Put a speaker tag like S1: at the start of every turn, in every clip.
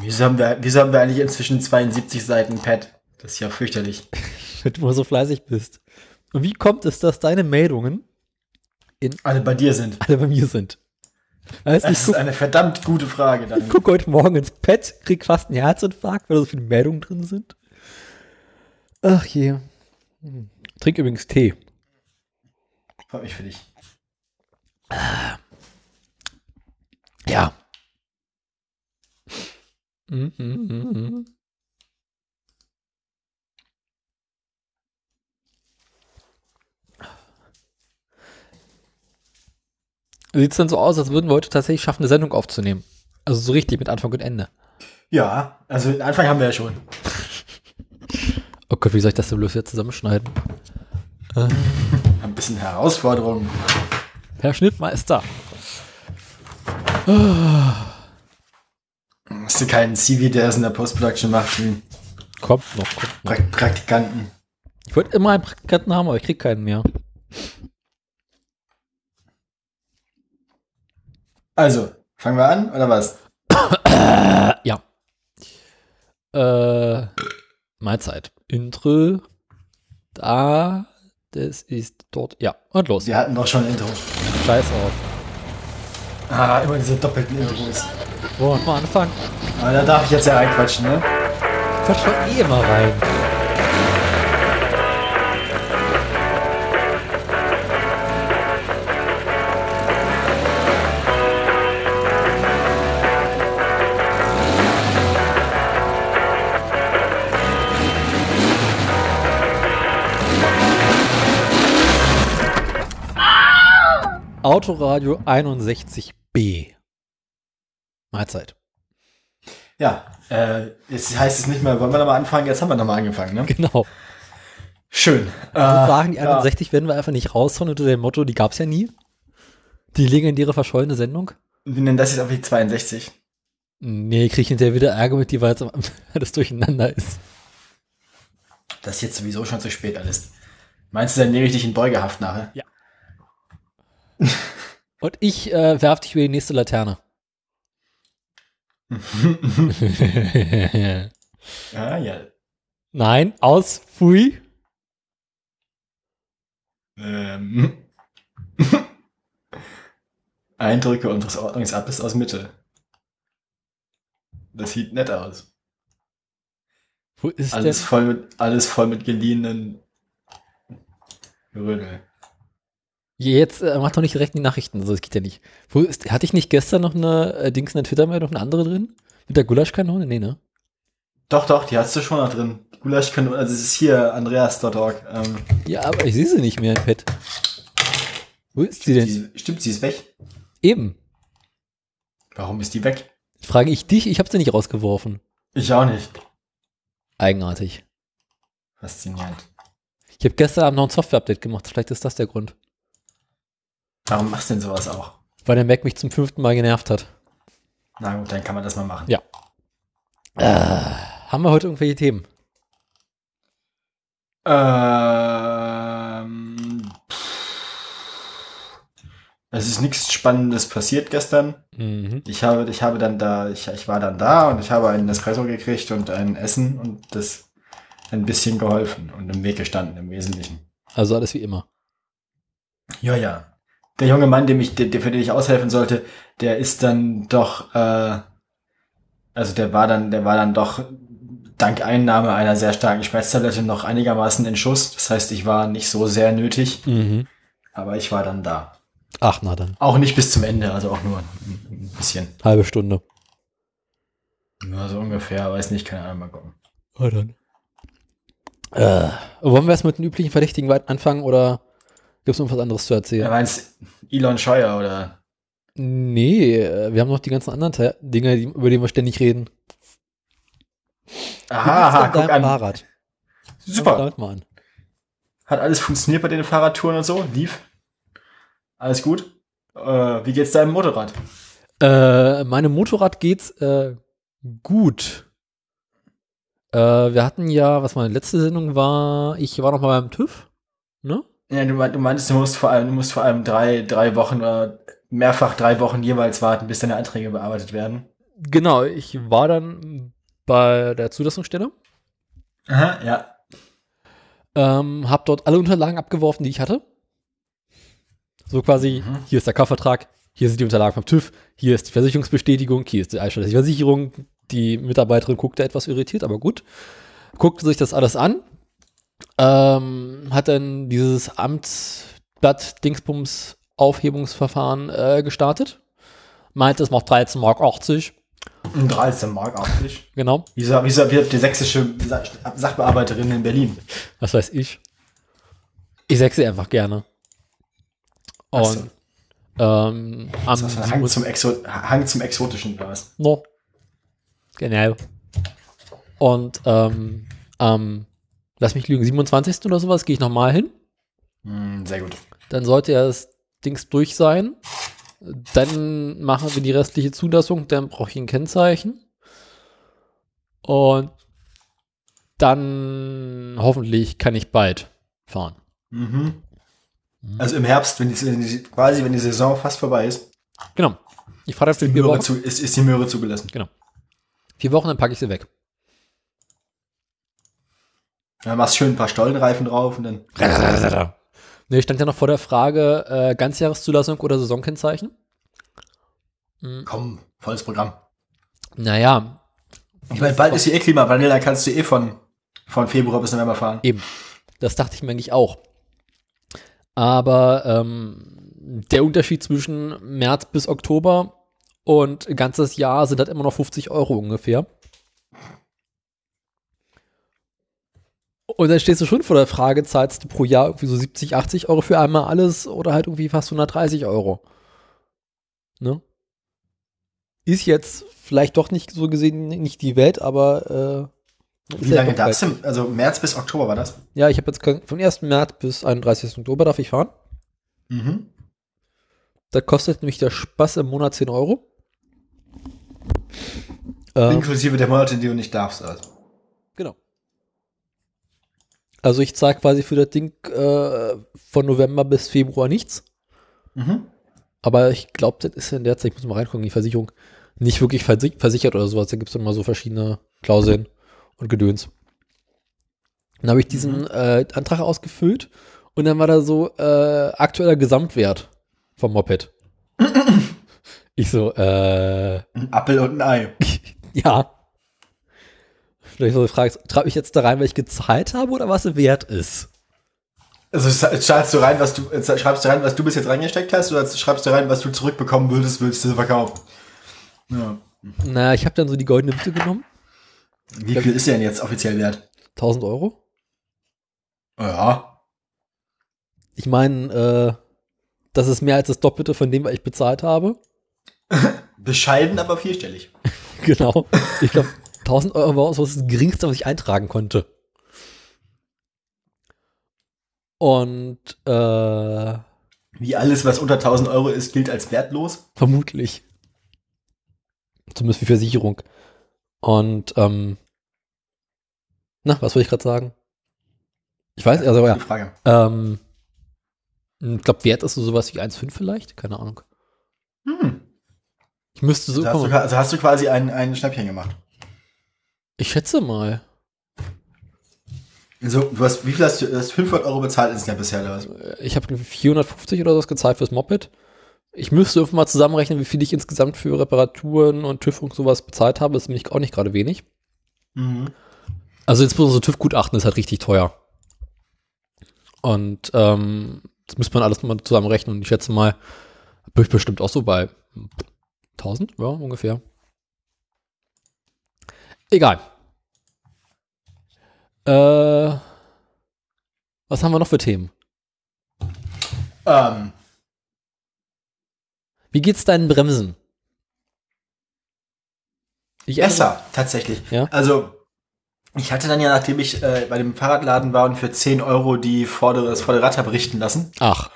S1: Wieso haben wir, wieso haben wir eigentlich inzwischen 72 Seiten Pad? Das ist ja fürchterlich.
S2: Wenn du so fleißig bist. Und wie kommt es, dass deine Meldungen in
S1: Alle bei dir sind.
S2: alle bei mir sind? Weißt, du,
S1: Das
S2: ich,
S1: ist
S2: guck,
S1: eine verdammt gute Frage dann.
S2: ich guck heute Morgen ins Pad, krieg fast einen Herzinfarkt, weil da so viele Meldungen drin sind. Ach je. Hm. Trink übrigens Tee.
S1: Freut mich für dich.
S2: Ja. Mhm, mhm, mhm. Sieht es denn so aus, als würden wir heute tatsächlich schaffen, eine Sendung aufzunehmen? Also so richtig mit Anfang und Ende.
S1: Ja, also den Anfang haben wir ja schon.
S2: Oh Gott, wie soll ich das denn bloß hier zusammenschneiden?
S1: Ein bisschen Herausforderung.
S2: Herr Schnittmeister.
S1: Hast du keinen CV, der es in der Post-Production macht, wie
S2: Kommt noch, kommt noch.
S1: pra Praktikanten.
S2: Ich wollte immer einen Praktikanten haben, aber ich krieg keinen mehr.
S1: Also, fangen wir an, oder was?
S2: Ja. Äh, Mahlzeit. Intro. Da. Das ist dort. Ja. Und los.
S1: Wir hatten doch schon ein Intro.
S2: Scheiß auf.
S1: Ah, immer diese doppelten Intros.
S2: Wollen wir mal anfangen?
S1: Aber da darf ich jetzt ja reinquatschen, ne?
S2: Quatsch schon eh immer rein. Autoradio 61b. Mahlzeit.
S1: Ja, äh, jetzt heißt es nicht mehr, wollen wir nochmal anfangen? Jetzt haben wir nochmal angefangen, ne?
S2: Genau.
S1: Schön. Äh,
S2: Und sagen, die
S1: ja.
S2: 61 werden wir einfach nicht raushauen unter dem Motto, die gab's ja nie. Die legendäre verschollene Sendung.
S1: Wir nennen das jetzt auf die 62.
S2: Nee, krieg ich hinterher wieder Ärger mit dir, weil das- das durcheinander ist.
S1: Das ist jetzt sowieso schon zu spät alles. Meinst du, dann nehme ich dich in Beugehaft nachher?
S2: Und ich äh, werf dich über die nächste Laterne.
S1: Ja, ja.
S2: Nein, aus, fui.
S1: Ähm. Eindrücke unseres Ordnungsabtes aus Mitte. Das sieht nett aus.
S2: Wo ist
S1: Alles voll mit, alles voll mit geliehenen Gerödel.
S2: denn? Jetzt äh, mach doch nicht direkt in die Nachrichten, so das geht ja nicht. Wo ist, hatte ich nicht gestern noch eine äh, Dings in der Twitter-Meldung, noch eine andere drin? Mit der Gulaschkanone? Nee, ne?
S1: Doch, doch, die hast du schon noch drin. Gulasch kann, also es ist hier Andreas.org. Ähm,
S2: Ja, aber ich sehe sie nicht mehr im Pad. Wo ist sie denn?
S1: die, stimmt, sie ist weg.
S2: Eben.
S1: Warum ist die weg?
S2: Frage ich dich, ich habe sie nicht rausgeworfen.
S1: Ich auch nicht.
S2: Eigenartig.
S1: Faszinierend.
S2: Ich habe gestern Abend noch ein Software-Update gemacht, vielleicht ist das der Grund.
S1: Warum machst du denn sowas auch?
S2: Weil der Mac mich zum fünften Mal genervt hat.
S1: Na gut, dann kann man das mal machen.
S2: Ja. Haben wir heute irgendwelche Themen?
S1: Ähm, es ist nichts Spannendes passiert gestern.
S2: Mhm.
S1: Ich habe, ich habe dann da, ich, ich war dann da und ich habe einen Espresso gekriegt und ein Essen und das ein bisschen geholfen und im Weg gestanden im Wesentlichen.
S2: Also alles wie immer.
S1: Ja, ja. Der junge Mann, dem ich, der, der- für den ich aushelfen sollte, der ist dann doch, äh, also der war dann, der war dann doch dank Einnahme einer sehr starken Schmerztablette noch einigermaßen in Schuss. Das heißt, ich war nicht so sehr nötig.
S2: Mhm.
S1: Aber ich war dann da.
S2: Ach, na dann.
S1: Auch nicht bis zum Ende, also auch nur ein ein bisschen.
S2: Halbe Stunde.
S1: Nur so ungefähr, weiß nicht, keine Ahnung, mal gucken.
S2: Na dann. Äh, wollen wir es mit den üblichen Verdächtigen weit anfangen oder gibt es noch was anderes zu
S1: Ja.
S2: erzählen?
S1: Meinst Elon Scheuer oder?
S2: Nee, äh, wir haben noch die ganzen anderen Te Dinge, die, über die wir ständig reden.
S1: Aha, aha guck an.
S2: Fahrrad. Fangen wir
S1: Super.
S2: Damit mal an.
S1: Hat alles funktioniert bei den Fahrradtouren und so? Lief? Alles gut? Äh, wie geht's deinem Motorrad?
S2: Äh, meinem Motorrad geht's äh, gut. Äh, wir hatten ja, was meine letzte Sendung war, ich war noch mal beim TÜV, ne?
S1: Ja, du, mein- du meinst, du musst vor allem, du musst vor allem drei, drei Wochen oder mehrfach drei Wochen jeweils warten, bis deine Anträge bearbeitet werden.
S2: genau, ich war dann bei der Zulassungsstelle,
S1: Aha, ja.
S2: ähm, habe dort alle Unterlagen abgeworfen, die ich hatte. So quasi,
S1: Mhm.
S2: hier ist der Kaufvertrag, hier sind die Unterlagen vom TÜV, hier ist die Versicherungsbestätigung, hier ist die Einstellung der Versicherung. Die Mitarbeiterin guckte etwas irritiert, aber gut. Guckte sich das alles an, ähm, hat dann dieses Amtsblatt-Dingsbums-Aufhebungsverfahren äh, gestartet. Meint, es macht 13,80 Mark,
S1: Ein 13 Mark optisch.
S2: genau.
S1: Wieso, wieso wird die sächsische Sa- Sachbearbeiterin in Berlin?
S2: Was weiß ich. Ich sechse einfach gerne.
S1: Ach so.
S2: Und ähm, am
S1: Das ist ein Hang
S2: 27.
S1: zum, Exo Hang zum Exotischen oder was?
S2: No. Genau. Und ähm, am, lass mich lügen, 27. oder sowas gehe ich nochmal hin.
S1: Hm, sehr gut.
S2: Dann sollte ja das Dings durch sein. Dann machen wir die restliche Zulassung, dann brauche ich ein Kennzeichen. Und dann hoffentlich kann ich bald fahren.
S1: Mhm.
S2: Mhm.
S1: Also im Herbst, wenn die, wenn die, quasi wenn die Saison fast vorbei ist,
S2: Genau. Ich fahre dafür
S1: die
S2: vier
S1: Möhre
S2: Wochen.
S1: zu, ist, ist die Möhre zugelassen.
S2: Vier Wochen, dann packe ich sie weg.
S1: Dann machst schön ein paar Stollenreifen drauf und dann.
S2: Ne, ich stand ja noch vor der Frage, äh, Ganzjahreszulassung oder Saisonkennzeichen. Hm,
S1: Komm, volles Programm.
S2: naja,
S1: Ich meine, bald ist hier eh Klima. Vanilla kannst du eh von, von Februar bis November fahren.
S2: eben. Das dachte ich mir eigentlich auch. Aber ähm, der Unterschied zwischen März bis Oktober und ganzes Jahr sind halt immer noch 50 Euro ungefähr. Und dann stehst du schon vor der Frage, zahlst du pro Jahr irgendwie so 70, 80 Euro für einmal alles oder halt irgendwie fast 130 Euro. Ne? Ist jetzt vielleicht doch nicht so gesehen nicht die Welt, aber äh, ist
S1: Wie
S2: ja
S1: lange
S2: doch
S1: darfst du? Also März bis Oktober war das.
S2: ja, ich habe jetzt kein- vom 1. März bis 31. Oktober darf ich fahren.
S1: Mhm.
S2: Da kostet nämlich der Spaß im Monat 10 Euro. Ähm,
S1: Inklusive der Monate, die du nicht darfst. Also.
S2: genau. Also ich zahle quasi für das Ding äh, von November bis Februar nichts.
S1: Mhm.
S2: Aber ich glaube, das ist in der Zeit, ich muss mal reingucken, die Versicherung, nicht wirklich versi- versichert oder sowas. Da gibt es dann mal so verschiedene Klauseln und Gedöns. Dann habe ich diesen äh, Antrag ausgefüllt und dann war da so äh, aktueller Gesamtwert vom Moped. ich so, äh,
S1: Ein Appel und ein Ei.
S2: ja. Vielleicht so die Frage, treibe ich jetzt da rein, weil ich gezahlt habe oder was er wert ist?
S1: Also sch- schreibst du rein, was du äh, schreibst du rein, was du bis jetzt reingesteckt hast, oder schreibst du rein, was du zurückbekommen würdest, würdest du verkaufen? Ja.
S2: Naja, ich habe dann so die goldene Mitte genommen.
S1: Wie viel ist der denn jetzt offiziell wert?
S2: 1000 Euro.
S1: Ja.
S2: Ich meine, äh, das ist mehr als das Doppelte von dem, was ich bezahlt habe.
S1: Bescheiden, aber vierstellig.
S2: Genau. Ich glaube, 1000 Euro war so das geringste, was ich eintragen konnte. Und äh,
S1: Wie alles, was unter 1000 Euro ist, gilt als wertlos.
S2: vermutlich. Zumindest für Versicherung. Und, ähm, na, was wollte ich gerade sagen? Ich weiß, also ja.
S1: Gute Frage.
S2: Ähm, ich glaube, Wert ist so sowas wie 1,5 vielleicht? Keine Ahnung.
S1: Hm.
S2: Ich müsste so.
S1: Also hast, du, also hast du quasi ein, ein Schnäppchen gemacht.
S2: ich schätze mal.
S1: Also, du hast, wie viel hast du, du hast 500 Euro bezahlt insgesamt bisher, oder was?
S2: äh, ich habe 450 oder sowas gezahlt fürs Moped. Ich müsste irgendwann mal zusammenrechnen, wie viel ich insgesamt für Reparaturen und TÜV und sowas bezahlt habe. Das ist nämlich auch nicht gerade wenig.
S1: Mhm.
S2: Also insbesondere so TÜV-Gutachten ist halt richtig teuer. Und ähm, das müsste man alles nochmal zusammenrechnen. Und ich schätze mal, bin ich bestimmt auch so bei 1000, ja, ungefähr. Egal. Äh, was haben wir noch für Themen?
S1: Ähm,
S2: Wie geht's deinen Bremsen? Ich
S1: besser, tatsächlich.
S2: Ja.
S1: Also, ich hatte dann ja, nachdem ich äh, bei dem Fahrradladen war und für 10 Euro die vordere, das vordere Rad habe richten lassen.
S2: Ach,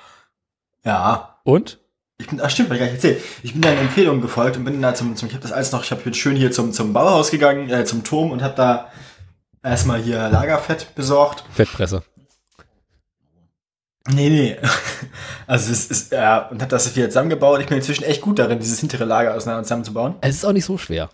S1: Ja.
S2: und?
S1: Ich bin, ach stimmt, hab ich gar nicht erzählt. Ich bin deinen Empfehlungen gefolgt und bin da zum, zum ich habe das alles noch, ich hab, bin schön hier zum, zum Bauhaus gegangen, äh, zum Turm und habe da erstmal hier Lagerfett besorgt.
S2: Fettpresse.
S1: Nee, nee. Also es ist, ja, und habe das wieder zusammengebaut. Ich bin inzwischen echt gut darin, dieses hintere Lager auseinander zusammenzubauen.
S2: Es ist auch nicht so schwer.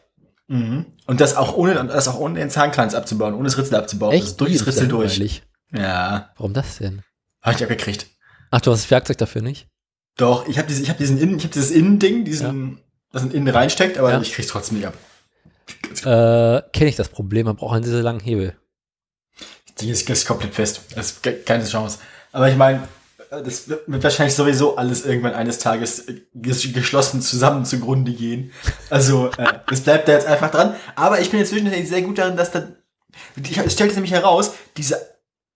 S1: Mhm. Und das auch ohne, und das auch ohne den Zahnkranz abzubauen, ohne das Ritzel abzubauen. Das durch das
S2: Wie, ist
S1: Ritzel
S2: ja
S1: durch.
S2: langweilig.
S1: Ja,
S2: Warum das denn?
S1: habe ich abgekriegt.
S2: Ach, du hast das Werkzeug dafür nicht?
S1: Doch, ich habe diese, ich hab diesen Innen, ich habe dieses Innending, diesen, das in innen reinsteckt, aber
S2: Ja.
S1: ich krieg's trotzdem nicht ab.
S2: Äh, Kenne ich das Problem, man braucht einen sehr, sehr langen Hebel.
S1: Die ist, ist komplett fest. Das ist ke- keine Chance. Aber ich meine, äh, das wird wird wahrscheinlich sowieso alles irgendwann eines Tages äh, ges- geschlossen zusammen zugrunde gehen. Also, äh, das bleibt da jetzt einfach dran. Aber ich bin inzwischen tatsächlich sehr gut darin, dass da. Ich, es stellt sich nämlich heraus, diese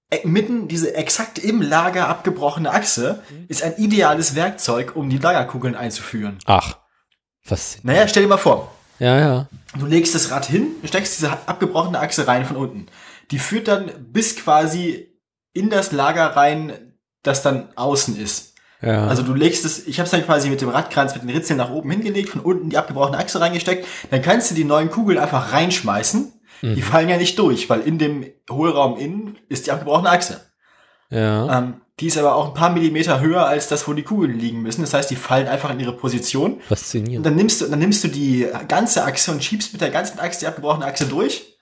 S1: e- mitten, diese exakt im Lager abgebrochene Achse ist ein ideales Werkzeug, um die Lagerkugeln einzuführen.
S2: Ach. Was?
S1: Naja, stell dir mal vor,
S2: Ja, ja.
S1: Du legst das Rad hin, steckst diese abgebrochene Achse rein von unten. Die führt dann bis quasi in das Lager rein, das dann außen ist.
S2: ja.
S1: Also du legst es, ich habe es dann quasi mit dem Radkranz, mit den Ritzeln nach oben hingelegt, von unten die abgebrochene Achse reingesteckt. Dann kannst du die neuen Kugeln einfach reinschmeißen. Die
S2: Mhm.
S1: fallen ja nicht durch, weil in dem Hohlraum innen ist die abgebrochene Achse.
S2: ja.
S1: Ähm, die ist aber auch ein paar Millimeter höher als das, wo die Kugeln liegen müssen. Das heißt, die fallen einfach in ihre Position. Und
S2: Faszinierend.
S1: dann nimmst du, dann nimmst du die ganze Achse und schiebst mit der ganzen Achse die abgebrochene Achse durch,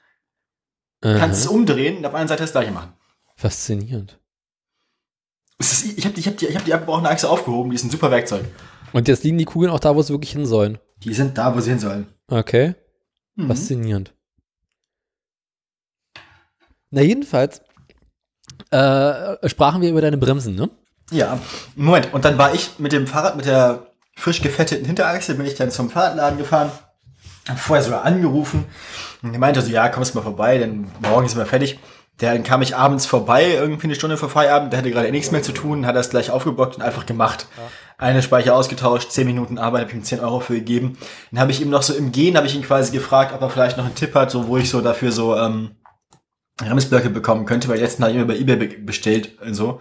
S1: kannst es
S2: Aha.
S1: umdrehen und auf der anderen Seite das gleiche machen.
S2: Faszinierend.
S1: Es ist, ich habe die, ich hab die, ich hab die abgebrochene Achse aufgehoben, die ist ein super Werkzeug.
S2: Und jetzt liegen die Kugeln auch da, wo sie wirklich hin sollen.
S1: Die sind da, wo sie hin sollen.
S2: Okay.
S1: Mhm.
S2: Faszinierend. Na, jedenfalls äh, sprachen wir über deine Bremsen, ne?
S1: Ja, Moment. Und dann war ich mit dem Fahrrad, mit der frisch gefetteten Hinterachse, bin ich dann zum Fahrradladen gefahren, hab vorher sogar angerufen. Und er meinte so, ja, kommst mal vorbei, denn morgen sind wir fertig. Dann kam ich abends vorbei, irgendwie eine Stunde vor Feierabend, der hatte gerade eh nichts mehr zu tun, hat das gleich aufgeblockt und einfach gemacht. Eine Speicher ausgetauscht, 10 Minuten Arbeit, hab ihm 10 Euro für gegeben. Dann habe ich ihm noch so im Gehen, habe ich ihn quasi gefragt, ob er vielleicht noch einen Tipp hat, so wo ich so dafür so ähm, Remsblöcke bekommen könnte, weil letzten habe ich immer bei Ebay be- bestellt und so.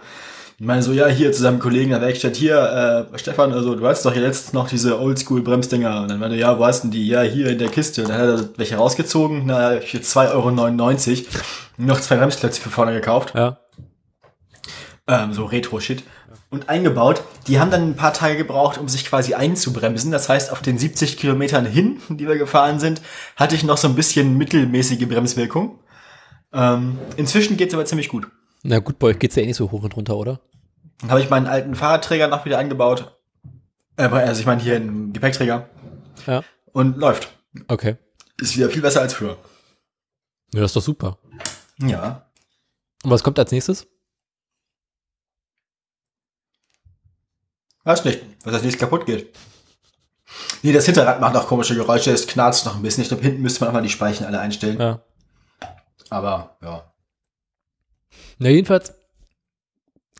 S1: Ich meine so, ja, hier zu seinem Kollegen in der Werkstatt, hier, äh, Stefan, also du hast doch hier letztens noch diese Oldschool-Bremsdinger. Und dann meinte er, ja, wo hast denn die? Ja, hier in der Kiste. Und dann hat er welche rausgezogen, na, hab ich für 2,99 Euro noch zwei Bremsplätze für vorne gekauft.
S2: Ja.
S1: Ähm, so Retro-Shit. Und eingebaut. Die haben dann ein paar Tage gebraucht, um sich quasi einzubremsen. Das heißt, auf den 70 Kilometern hin, die wir gefahren sind, hatte ich noch so ein bisschen mittelmäßige Bremswirkung. Ähm, inzwischen geht's aber ziemlich gut.
S2: Na gut, bei euch geht's ja eh nicht so hoch und runter, oder?
S1: Dann habe ich meinen alten Fahrradträger noch wieder eingebaut. Äh, Also ich meine hier einen Gepäckträger.
S2: Ja.
S1: Und läuft.
S2: Okay.
S1: Ist wieder viel besser als früher.
S2: Ja, das ist doch super.
S1: Ja.
S2: Und was kommt als nächstes?
S1: Weiß nicht, was als nächstes kaputt geht. Nee, das Hinterrad macht auch komische Geräusche, es knarzt noch ein bisschen. Ich glaube, hinten müsste man einfach die Speichen alle einstellen.
S2: Ja.
S1: Aber ja.
S2: Na, jedenfalls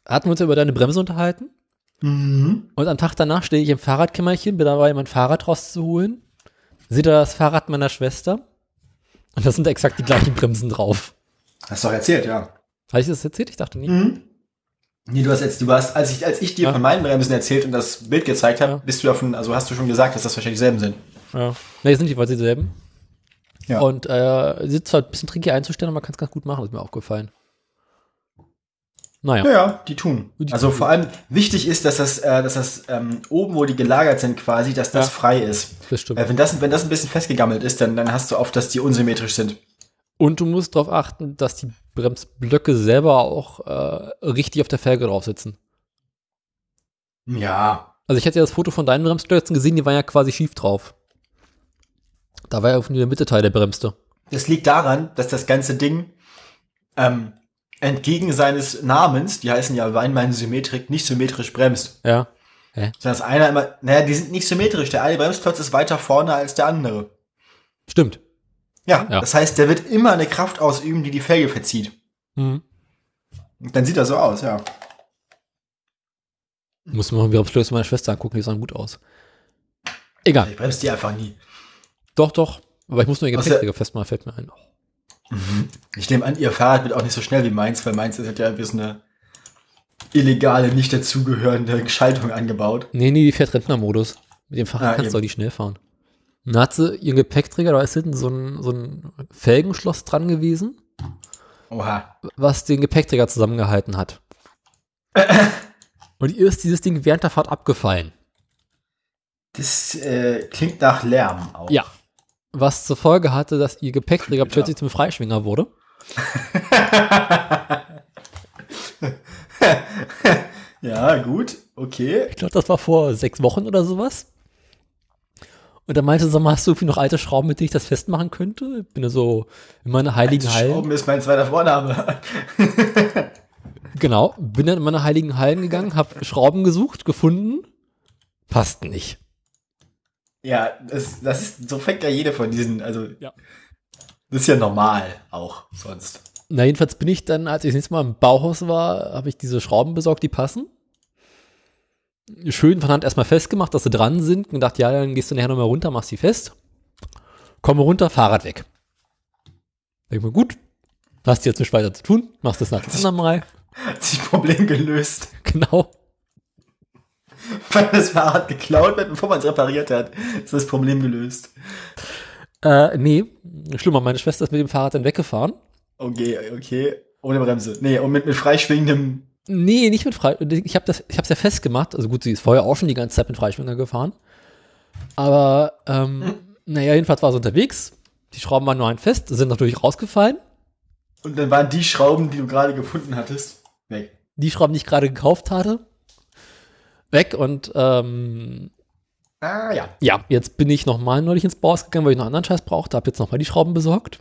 S2: hatten wir uns ja über deine Bremse unterhalten.
S1: Mhm.
S2: Und am Tag danach stehe ich im Fahrradkämmerchen, bin dabei, mein Fahrrad rauszuholen. Sehe da das Fahrrad meiner Schwester. Und da sind exakt die gleichen Bremsen drauf.
S1: Hast du doch erzählt, ja.
S2: Habe ich das erzählt? Ich dachte nicht.
S1: Mhm. Nee, du hast jetzt, du warst, als ich, als ich dir
S2: Ja.
S1: von meinen Bremsen erzählt und das Bild gezeigt habe,
S2: Ja.
S1: bist du davon, also hast du schon gesagt, dass das wahrscheinlich dieselben sind.
S2: Ja. Na, jetzt sind jeweils dieselben.
S1: Ja.
S2: Und äh, sind zwar ein bisschen tricky einzustellen, aber man kann es ganz gut machen, ist mir aufgefallen. Naja.
S1: Ja, ja, die tun.
S2: Die
S1: also
S2: tun.
S1: vor allem wichtig ist, dass das, äh, dass das ähm, oben, wo die gelagert sind, quasi, dass das
S2: Ja.
S1: frei ist.
S2: Das stimmt.
S1: Äh, wenn, das, wenn das ein bisschen festgegammelt ist, dann, dann hast du oft, dass die unsymmetrisch sind.
S2: Und du musst darauf achten, dass die Bremsblöcke selber auch äh, richtig auf der Felge drauf sitzen.
S1: Ja.
S2: Also ich hatte ja das Foto von deinen Bremsklötzen gesehen, die waren ja quasi schief drauf. Da war ja auf der Mitteteil der bremste.
S1: Das liegt daran, dass das ganze Ding ähm, entgegen seines Namens, die heißen ja Weinmann Symmetrik, nicht symmetrisch bremst.
S2: Ja.
S1: Sondern dass einer immer, naja, die sind nicht symmetrisch. Der eine Bremsklotz ist weiter vorne als der andere.
S2: Stimmt.
S1: Ja,
S2: Ja.
S1: das heißt, der wird immer eine Kraft ausüben, die die Felge verzieht.
S2: Mhm.
S1: Und dann sieht er so aus, ja.
S2: Muss man mir Bremsklötze meiner Schwester angucken, die sahen gut aus. Egal.
S1: Ich bremst die einfach nie.
S2: Doch, doch. Aber ich muss nur den
S1: Aus
S2: Gepäckträger festmachen, fällt mir ein.
S1: Ich nehme an, ihr Fahrrad wird auch nicht so schnell wie meins, weil meins ist halt ja ein bisschen eine illegale, nicht dazugehörende Schaltung angebaut.
S2: Nee, nee, die fährt Rentnermodus. Mit dem Fahrrad
S1: Ah,
S2: kannst du
S1: eben.
S2: auch nicht schnell fahren. Und Da hat sie ihren Gepäckträger, da ist hinten so ein, so ein Felgenschloss dran gewesen,
S1: Oha.
S2: was den Gepäckträger zusammengehalten hat. Und ihr ist dieses Ding während der Fahrt abgefallen.
S1: Das äh, klingt nach Lärm auch.
S2: Ja. Was zur Folge hatte, dass ihr Gepäckträger
S1: Klingt
S2: plötzlich zum Freischwinger wurde.
S1: ja, gut, okay.
S2: Ich glaube, das war vor sechs Wochen oder sowas. Und dann meinte sie, hast du irgendwie noch alte Schrauben, mit denen ich das festmachen könnte? Ich bin da so in meiner heiligen Hallen.
S1: Schrauben ist mein zweiter Vorname.
S2: Genau, bin dann in meine heiligen Hallen gegangen, hab Schrauben gesucht, gefunden. Passt nicht.
S1: Ja, das, das ist, so fängt ja jede von diesen, also.
S2: Ja.
S1: Das ist ja normal auch sonst.
S2: Na, jedenfalls bin ich dann, als ich das nächste Mal im Bauhaus war, habe ich diese Schrauben besorgt, die passen. Schön von Hand erstmal festgemacht, dass sie dran sind. Und dachte, ja, dann gehst du nachher nochmal runter, machst die fest. Komme runter, Fahrrad weg. Denk mal, gut, hast jetzt nicht weiter zu tun, machst das nach dem anderen Mal.
S1: Hat sich Problem gelöst,
S2: Genau.
S1: weil das Fahrrad geklaut wird, bevor man es repariert hat. Ist das Problem gelöst.
S2: Äh, nee, schlimmer, meine Schwester ist mit dem Fahrrad dann weggefahren.
S1: Okay, okay. Ohne Bremse. Nee, und mit, mit freischwingendem.
S2: Nee, nicht mit Freischwinger. Ich habe das, ich hab's ja festgemacht. Also gut, sie ist vorher auch schon die ganze Zeit mit Freischwinger gefahren. Aber, ähm, naja, jedenfalls war sie unterwegs. Die Schrauben waren nur ein Fest, sind natürlich rausgefallen.
S1: Und dann waren die Schrauben, die du gerade gefunden hattest, weg.
S2: Die Schrauben, die ich gerade gekauft hatte, weg. Und, ähm,
S1: Ah, ja.
S2: ja, jetzt bin ich nochmal neulich ins Bauhaus gegangen, weil ich noch anderen Scheiß brauchte. Hab jetzt nochmal die Schrauben besorgt.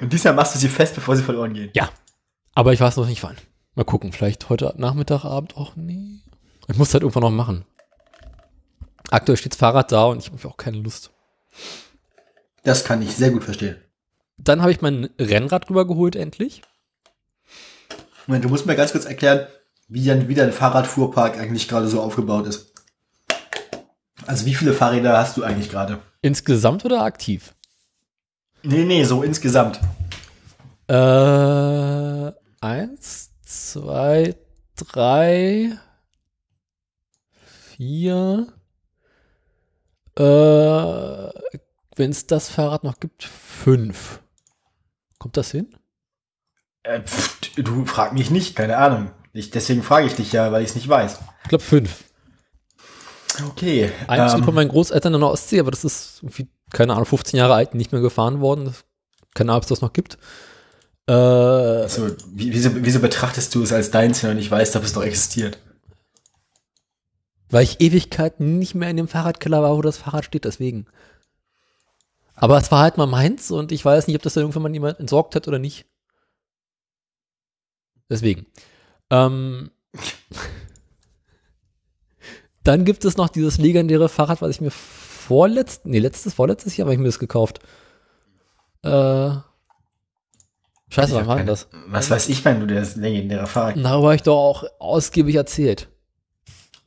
S1: Und diesmal machst du sie fest, bevor sie verloren gehen.
S2: Ja. Aber ich weiß noch nicht wann. Mal gucken, vielleicht heute Nachmittag, Abend auch nie. Ich muss das halt irgendwann noch machen. Aktuell steht das Fahrrad da und ich habe auch keine Lust.
S1: Das kann ich sehr gut verstehen.
S2: Dann habe ich mein Rennrad rübergeholt endlich.
S1: Moment, du musst mir ganz kurz erklären, wie dann wieder ein Fahrradfuhrpark eigentlich gerade so aufgebaut ist. Also wie viele Fahrräder hast du eigentlich gerade?
S2: Insgesamt oder aktiv?
S1: Nee, nee, so insgesamt.
S2: Äh, eins, zwei, drei, vier. Äh, wenn es das Fahrrad noch gibt, fünf. Kommt das hin?
S1: Äh, pff, du frag mich nicht, keine Ahnung. Ich, deswegen frage ich dich ja, weil ich es nicht weiß.
S2: Ich glaube fünf.
S1: Okay.
S2: Eins steht
S1: ähm,
S2: von meinen Großeltern in der Ostsee, aber das ist irgendwie, keine Ahnung, 15 Jahre alt, nicht mehr gefahren worden. Das- Keine Ahnung, ob es das noch gibt. Äh,
S1: so, also, wie, wieso, wieso betrachtest du es als deins, wenn du nicht weißt, ob es noch existiert?
S2: Weil ich Ewigkeiten nicht mehr in dem Fahrradkeller war, wo das Fahrrad steht, deswegen. Aber es war halt mal meins und ich weiß nicht, ob das dann irgendwann mal jemand entsorgt hat oder nicht. Deswegen. Ähm, dann gibt es noch dieses legendäre Fahrrad, was ich mir vorletzt, nee, letztes, vorletztes Jahr habe ich mir das gekauft. Äh, Scheiße, wann war denn das?
S1: Was weiß ich, wenn du dir das legendäre Fahrrad...
S2: Darüber habe ich doch auch ausgiebig erzählt.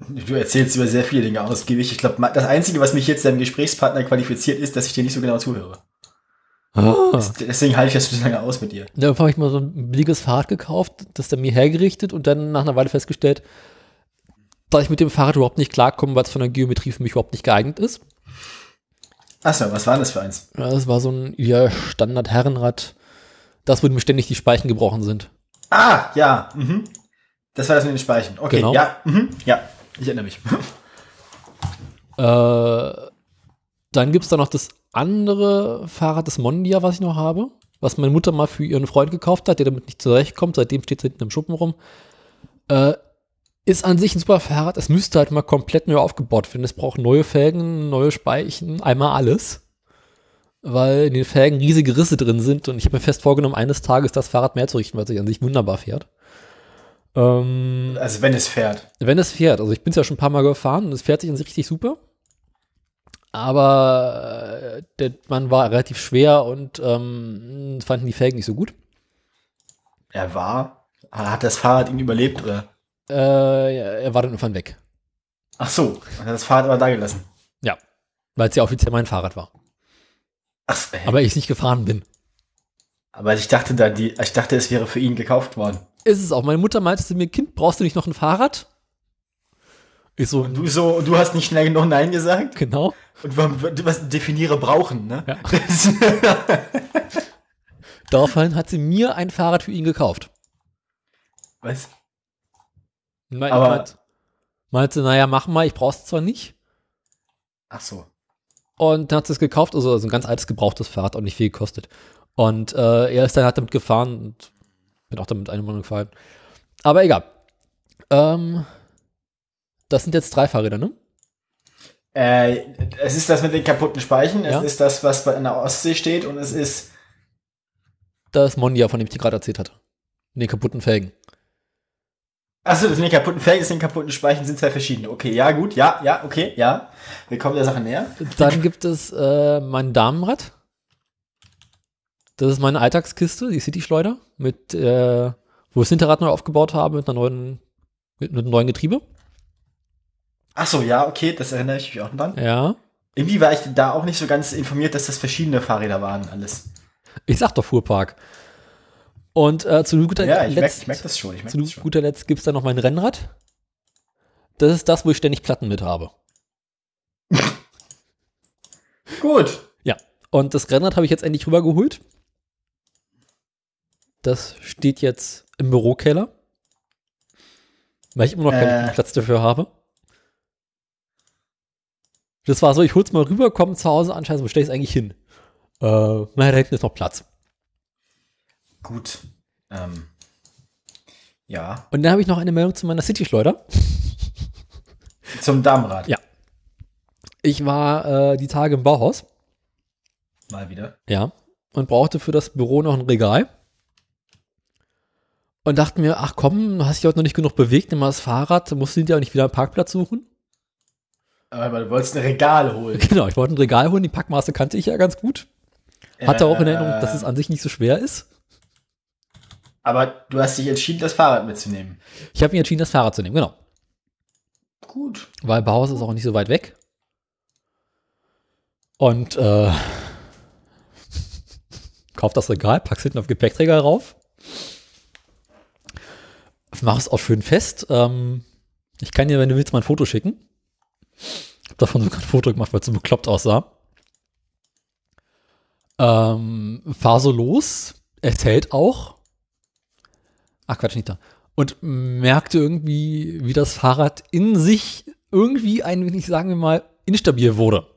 S1: Du erzählst über sehr viele Dinge ausgiebig. Ich glaube, das Einzige, was mich jetzt deinem Gesprächspartner qualifiziert, ist, dass ich dir nicht so genau zuhöre.
S2: Ah.
S1: Deswegen halte ich das schon lange aus mit dir.
S2: Da habe ich mal so ein billiges Fahrrad gekauft, das dann mir hergerichtet und dann nach einer Weile festgestellt, dass ich mit dem Fahrrad überhaupt nicht klarkomme, weil es von der Geometrie für mich überhaupt nicht geeignet ist.
S1: Achso, was war denn das für eins?
S2: Ja, Das war so ein ja, Standard-Herrenrad, das, wo mir ständig die Speichen gebrochen sind.
S1: Ah, ja. Mhm. Das war das mit den Speichen. Okay,
S2: Genau.
S1: ja. Mhm. Ja, ich erinnere mich.
S2: Äh, dann gibt es da noch das andere Fahrrad, das Mondia, was ich noch habe, was meine Mutter mal für ihren Freund gekauft hat, der damit nicht zurechtkommt. Seitdem steht es hinten im Schuppen rum. Äh, ist an sich ein super Fahrrad. Es müsste halt mal komplett neu aufgebaut werden. Es braucht neue Felgen, neue Speichen, einmal alles. Weil in den Felgen riesige Risse drin sind und ich habe mir fest vorgenommen, eines Tages das Fahrrad mehr zu richten, weil es sich an sich wunderbar fährt. Ähm,
S1: Also, wenn es fährt.
S2: wenn es fährt, also ich bin es ja schon ein paar Mal gefahren und es fährt sich an sich richtig super. Aber äh, der Mann war relativ schwer und ähm, fanden die Felgen nicht so gut.
S1: Er war. Hat das Fahrrad ihn überlebt, oder?
S2: Äh, er war dann irgendwann weg.
S1: Ach so, hat das Fahrrad aber da gelassen.
S2: Ja. Weil es ja offiziell mein Fahrrad war.
S1: Ach, so, ey.
S2: Aber ich nicht gefahren bin.
S1: aber ich dachte da, die, ich dachte, es wäre für ihn gekauft worden.
S2: Ist es auch. Meine Mutter meinte zu mir, Kind, brauchst du nicht noch ein Fahrrad? Ich so,
S1: Du so, du hast nicht schnell genug Nein gesagt.
S2: genau.
S1: Und warum- was definiere brauchen, ne?
S2: Ja. Daraufhin hat sie mir ein Fahrrad für ihn gekauft.
S1: Was?
S2: Mein,
S1: Aber-
S2: meint- meinte, naja, mach mal, ich brauch's zwar nicht.
S1: Ach so.
S2: Und dann hat sie es gekauft, also, also ein ganz altes gebrauchtes Fahrrad, auch nicht viel gekostet. Und äh, er ist dann halt damit gefahren und bin auch damit eine Runde gefahren. Aber egal. Ähm, das sind jetzt drei Fahrräder, ne?
S1: Äh, es ist das mit den kaputten Speichen, es
S2: Ja.
S1: ist das, was bei in der Ostsee steht und es ist.
S2: Das Mondia, von dem ich dir gerade erzählt hatte. Mit den kaputten Felgen.
S1: Achso, das mit den kaputten Felgen, das mit den kaputten Speichen sind zwei verschiedene. Okay, ja, gut, ja, ja, okay, ja. Wir kommen der Sache näher.
S2: Dann gibt es äh, mein Damenrad. Das ist meine Alltagskiste, die City-Schleuder, mit, äh, wo ich das Hinterrad neu aufgebaut habe, mit, einer neuen, mit einem neuen Getriebe.
S1: Achso, ja, okay, das erinnere ich mich auch dran.
S2: Ja.
S1: Irgendwie war ich da auch nicht so ganz informiert, dass das verschiedene Fahrräder waren, alles.
S2: Ich sag doch Fuhrpark. Und äh, zu guter
S1: Ja, ich merke
S2: Letzt,
S1: merk das schon. Ich merk
S2: zu
S1: das schon.
S2: guter Letzt gibt es dann noch mein Rennrad. Das ist das, wo ich ständig Platten mit habe.
S1: Gut.
S2: Ja. Und das Rennrad habe ich jetzt endlich rübergeholt. Das steht jetzt im Bürokeller. Weil ich immer noch keinen
S1: Äh.
S2: Platz dafür habe. Das war so, ich hol's mal rüber, komm zu Hause an, scheiße, wo stell ich's eigentlich hin? Äh, naja, da hinten ist noch Platz.
S1: Gut. Ähm, ja.
S2: Und dann habe ich noch eine Meldung zu meiner City-Schleuder.
S1: Zum Dammrad.
S2: Ja. Ich war äh, die Tage im Bauhaus,
S1: Mal wieder.
S2: ja, und brauchte für das Büro noch ein Regal. Und dachte mir, ach komm, hast dich heute noch nicht genug bewegt, nimm mal das Fahrrad, musst du dir auch nicht wieder einen Parkplatz suchen.
S1: Aber du wolltest ein Regal holen.
S2: Genau, ich wollte ein Regal holen, die Packmaße kannte ich ja ganz gut. Hatte auch in Erinnerung, dass es
S1: Ähm,
S2: an sich nicht so schwer ist.
S1: Aber du hast dich entschieden, das Fahrrad mitzunehmen.
S2: Ich habe mich entschieden, das Fahrrad zu nehmen, genau.
S1: Gut.
S2: Weil Bauhaus ist auch nicht so weit weg. Und äh, kauf das Regal, pack's hinten auf den Gepäckträger rauf. Mach es auch schön fest. Ähm, ich kann dir, wenn du willst, mal ein Foto schicken. Hab davon sogar ein Foto gemacht, weil es so bekloppt aussah. Ähm, fahr so los, erzählt auch. Ach Quatsch, nicht da. Und merkte irgendwie, wie das Fahrrad in sich irgendwie ein wenig, sagen wir mal, instabil wurde.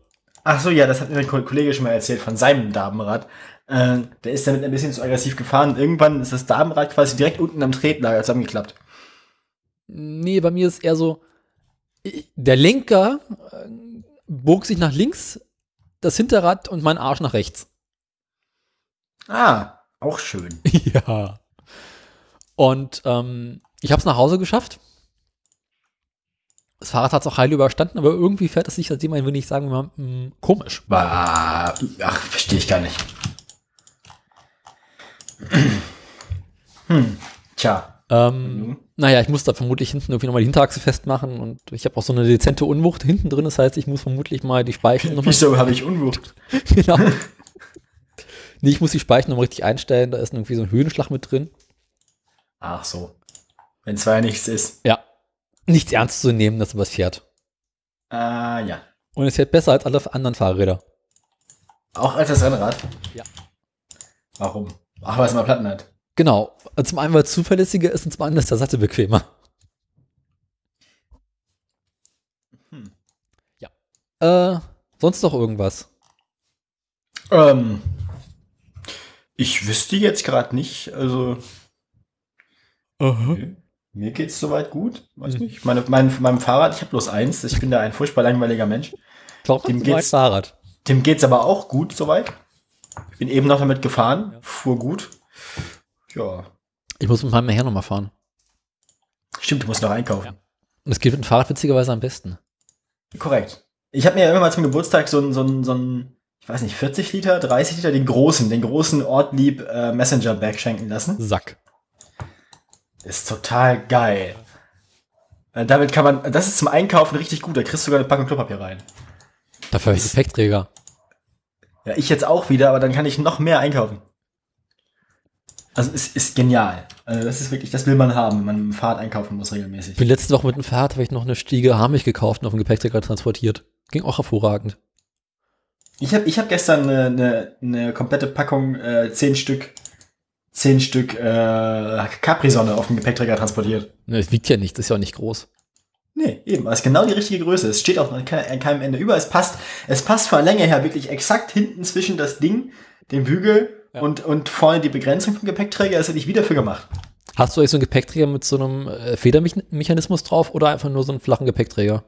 S1: Ach so, ja, das hat mir ein Ko- Kollege schon mal erzählt von seinem Damenrad. Äh, der ist damit ein bisschen zu aggressiv gefahren. Irgendwann ist das Damenrad quasi direkt unten am Tretlager zusammengeklappt.
S2: Nee, bei mir ist eher so, ich- der Lenker äh, bog sich nach links, das Hinterrad und mein Arsch nach rechts.
S1: Ah, auch schön.
S2: ja. Und ähm, ich habe es nach Hause geschafft. Das Fahrrad hat es auch heil überstanden, aber irgendwie fährt es sich seitdem ein wenig, sagen wir mal, mm, komisch.
S1: Bah, ach, verstehe ich gar nicht. Hm, Hm, tja.
S2: Ähm,
S1: Mhm.
S2: Naja, ich muss da vermutlich hinten irgendwie nochmal die Hinterachse festmachen und ich habe auch so eine dezente Unwucht hinten drin. Das heißt, ich muss vermutlich mal die Speichen nochmal.
S1: Wieso habe ich Unwucht?
S2: genau. Nee, ich muss die Speichen nochmal richtig einstellen. Da ist irgendwie so ein Höhenschlag mit drin.
S1: Ach so. Wenn zwei nichts ist.
S2: Ja. Nichts ernst zu nehmen, dass sowas fährt.
S1: Ah, ja.
S2: Und es fährt besser als alle anderen Fahrräder.
S1: Auch als das Rennrad?
S2: Ja.
S1: Warum? Ach, weil es mal Platten hat.
S2: Genau. Zum einen, weil es zuverlässiger ist und zum anderen ist der Sattel bequemer.
S1: Hm.
S2: Ja. Äh, sonst noch irgendwas?
S1: Ähm, ich wüsste jetzt gerade nicht. Also, mir geht's soweit gut. Weiß
S2: Mhm.
S1: nicht. Meine, mein, meinem Fahrrad, ich habe bloß eins. Ich bin da ein furchtbar langweiliger Mensch.
S2: Glaubt
S1: Dem
S2: man so ein
S1: geht's-
S2: Fahrrad?
S1: Dem geht's aber auch gut soweit. Ich bin eben noch damit gefahren.
S2: Ja.
S1: Fuhr gut. Ja.
S2: Ich muss mit meinem Herr nochmal fahren.
S1: Stimmt, du musst noch einkaufen.
S2: Und es geht mit dem Fahrrad witzigerweise am besten.
S1: Korrekt. Ich habe mir ja immer mal zum Geburtstag so einen, so einen, so einen, ich weiß nicht, 40 Liter, 30 Liter, den großen, den großen Ortlieb äh, Messenger-Bag schenken lassen.
S2: Sack.
S1: Ist total geil. Äh, Damit kann man, das ist zum Einkaufen richtig gut, da kriegst du sogar eine Packung Klopapier rein.
S2: Dafür habe ich Gepäckträger.
S1: Ja, ich jetzt auch wieder, aber dann kann ich noch mehr einkaufen. Also es ist genial. Also das ist wirklich, das will man haben, wenn man mit dem Fahrrad einkaufen muss regelmäßig.
S2: Ich bin letzte Woche mit dem Fahrrad, habe ich noch eine Stiege Haarmilch gekauft und auf dem Gepäckträger transportiert. Ging auch hervorragend.
S1: Ich habe ich hab gestern eine, eine, eine komplette Packung, äh, 10 Stück, zehn Stück äh, Capri-Sonne auf dem Gepäckträger transportiert.
S2: Ne, Es wiegt ja nichts, ist ja auch nicht groß.
S1: Nee, eben, aber es ist genau die richtige Größe. Es steht auch an ke- an keinem Ende über. Es passt, es passt von der Länge her wirklich exakt hinten zwischen das Ding, den Bügel
S2: Ja.
S1: und, und vorne die Begrenzung vom Gepäckträger. Das hätte ich wieder für gemacht.
S2: Hast du eigentlich so einen Gepäckträger mit so einem äh, Federmechanismus drauf oder einfach nur so einen flachen Gepäckträger?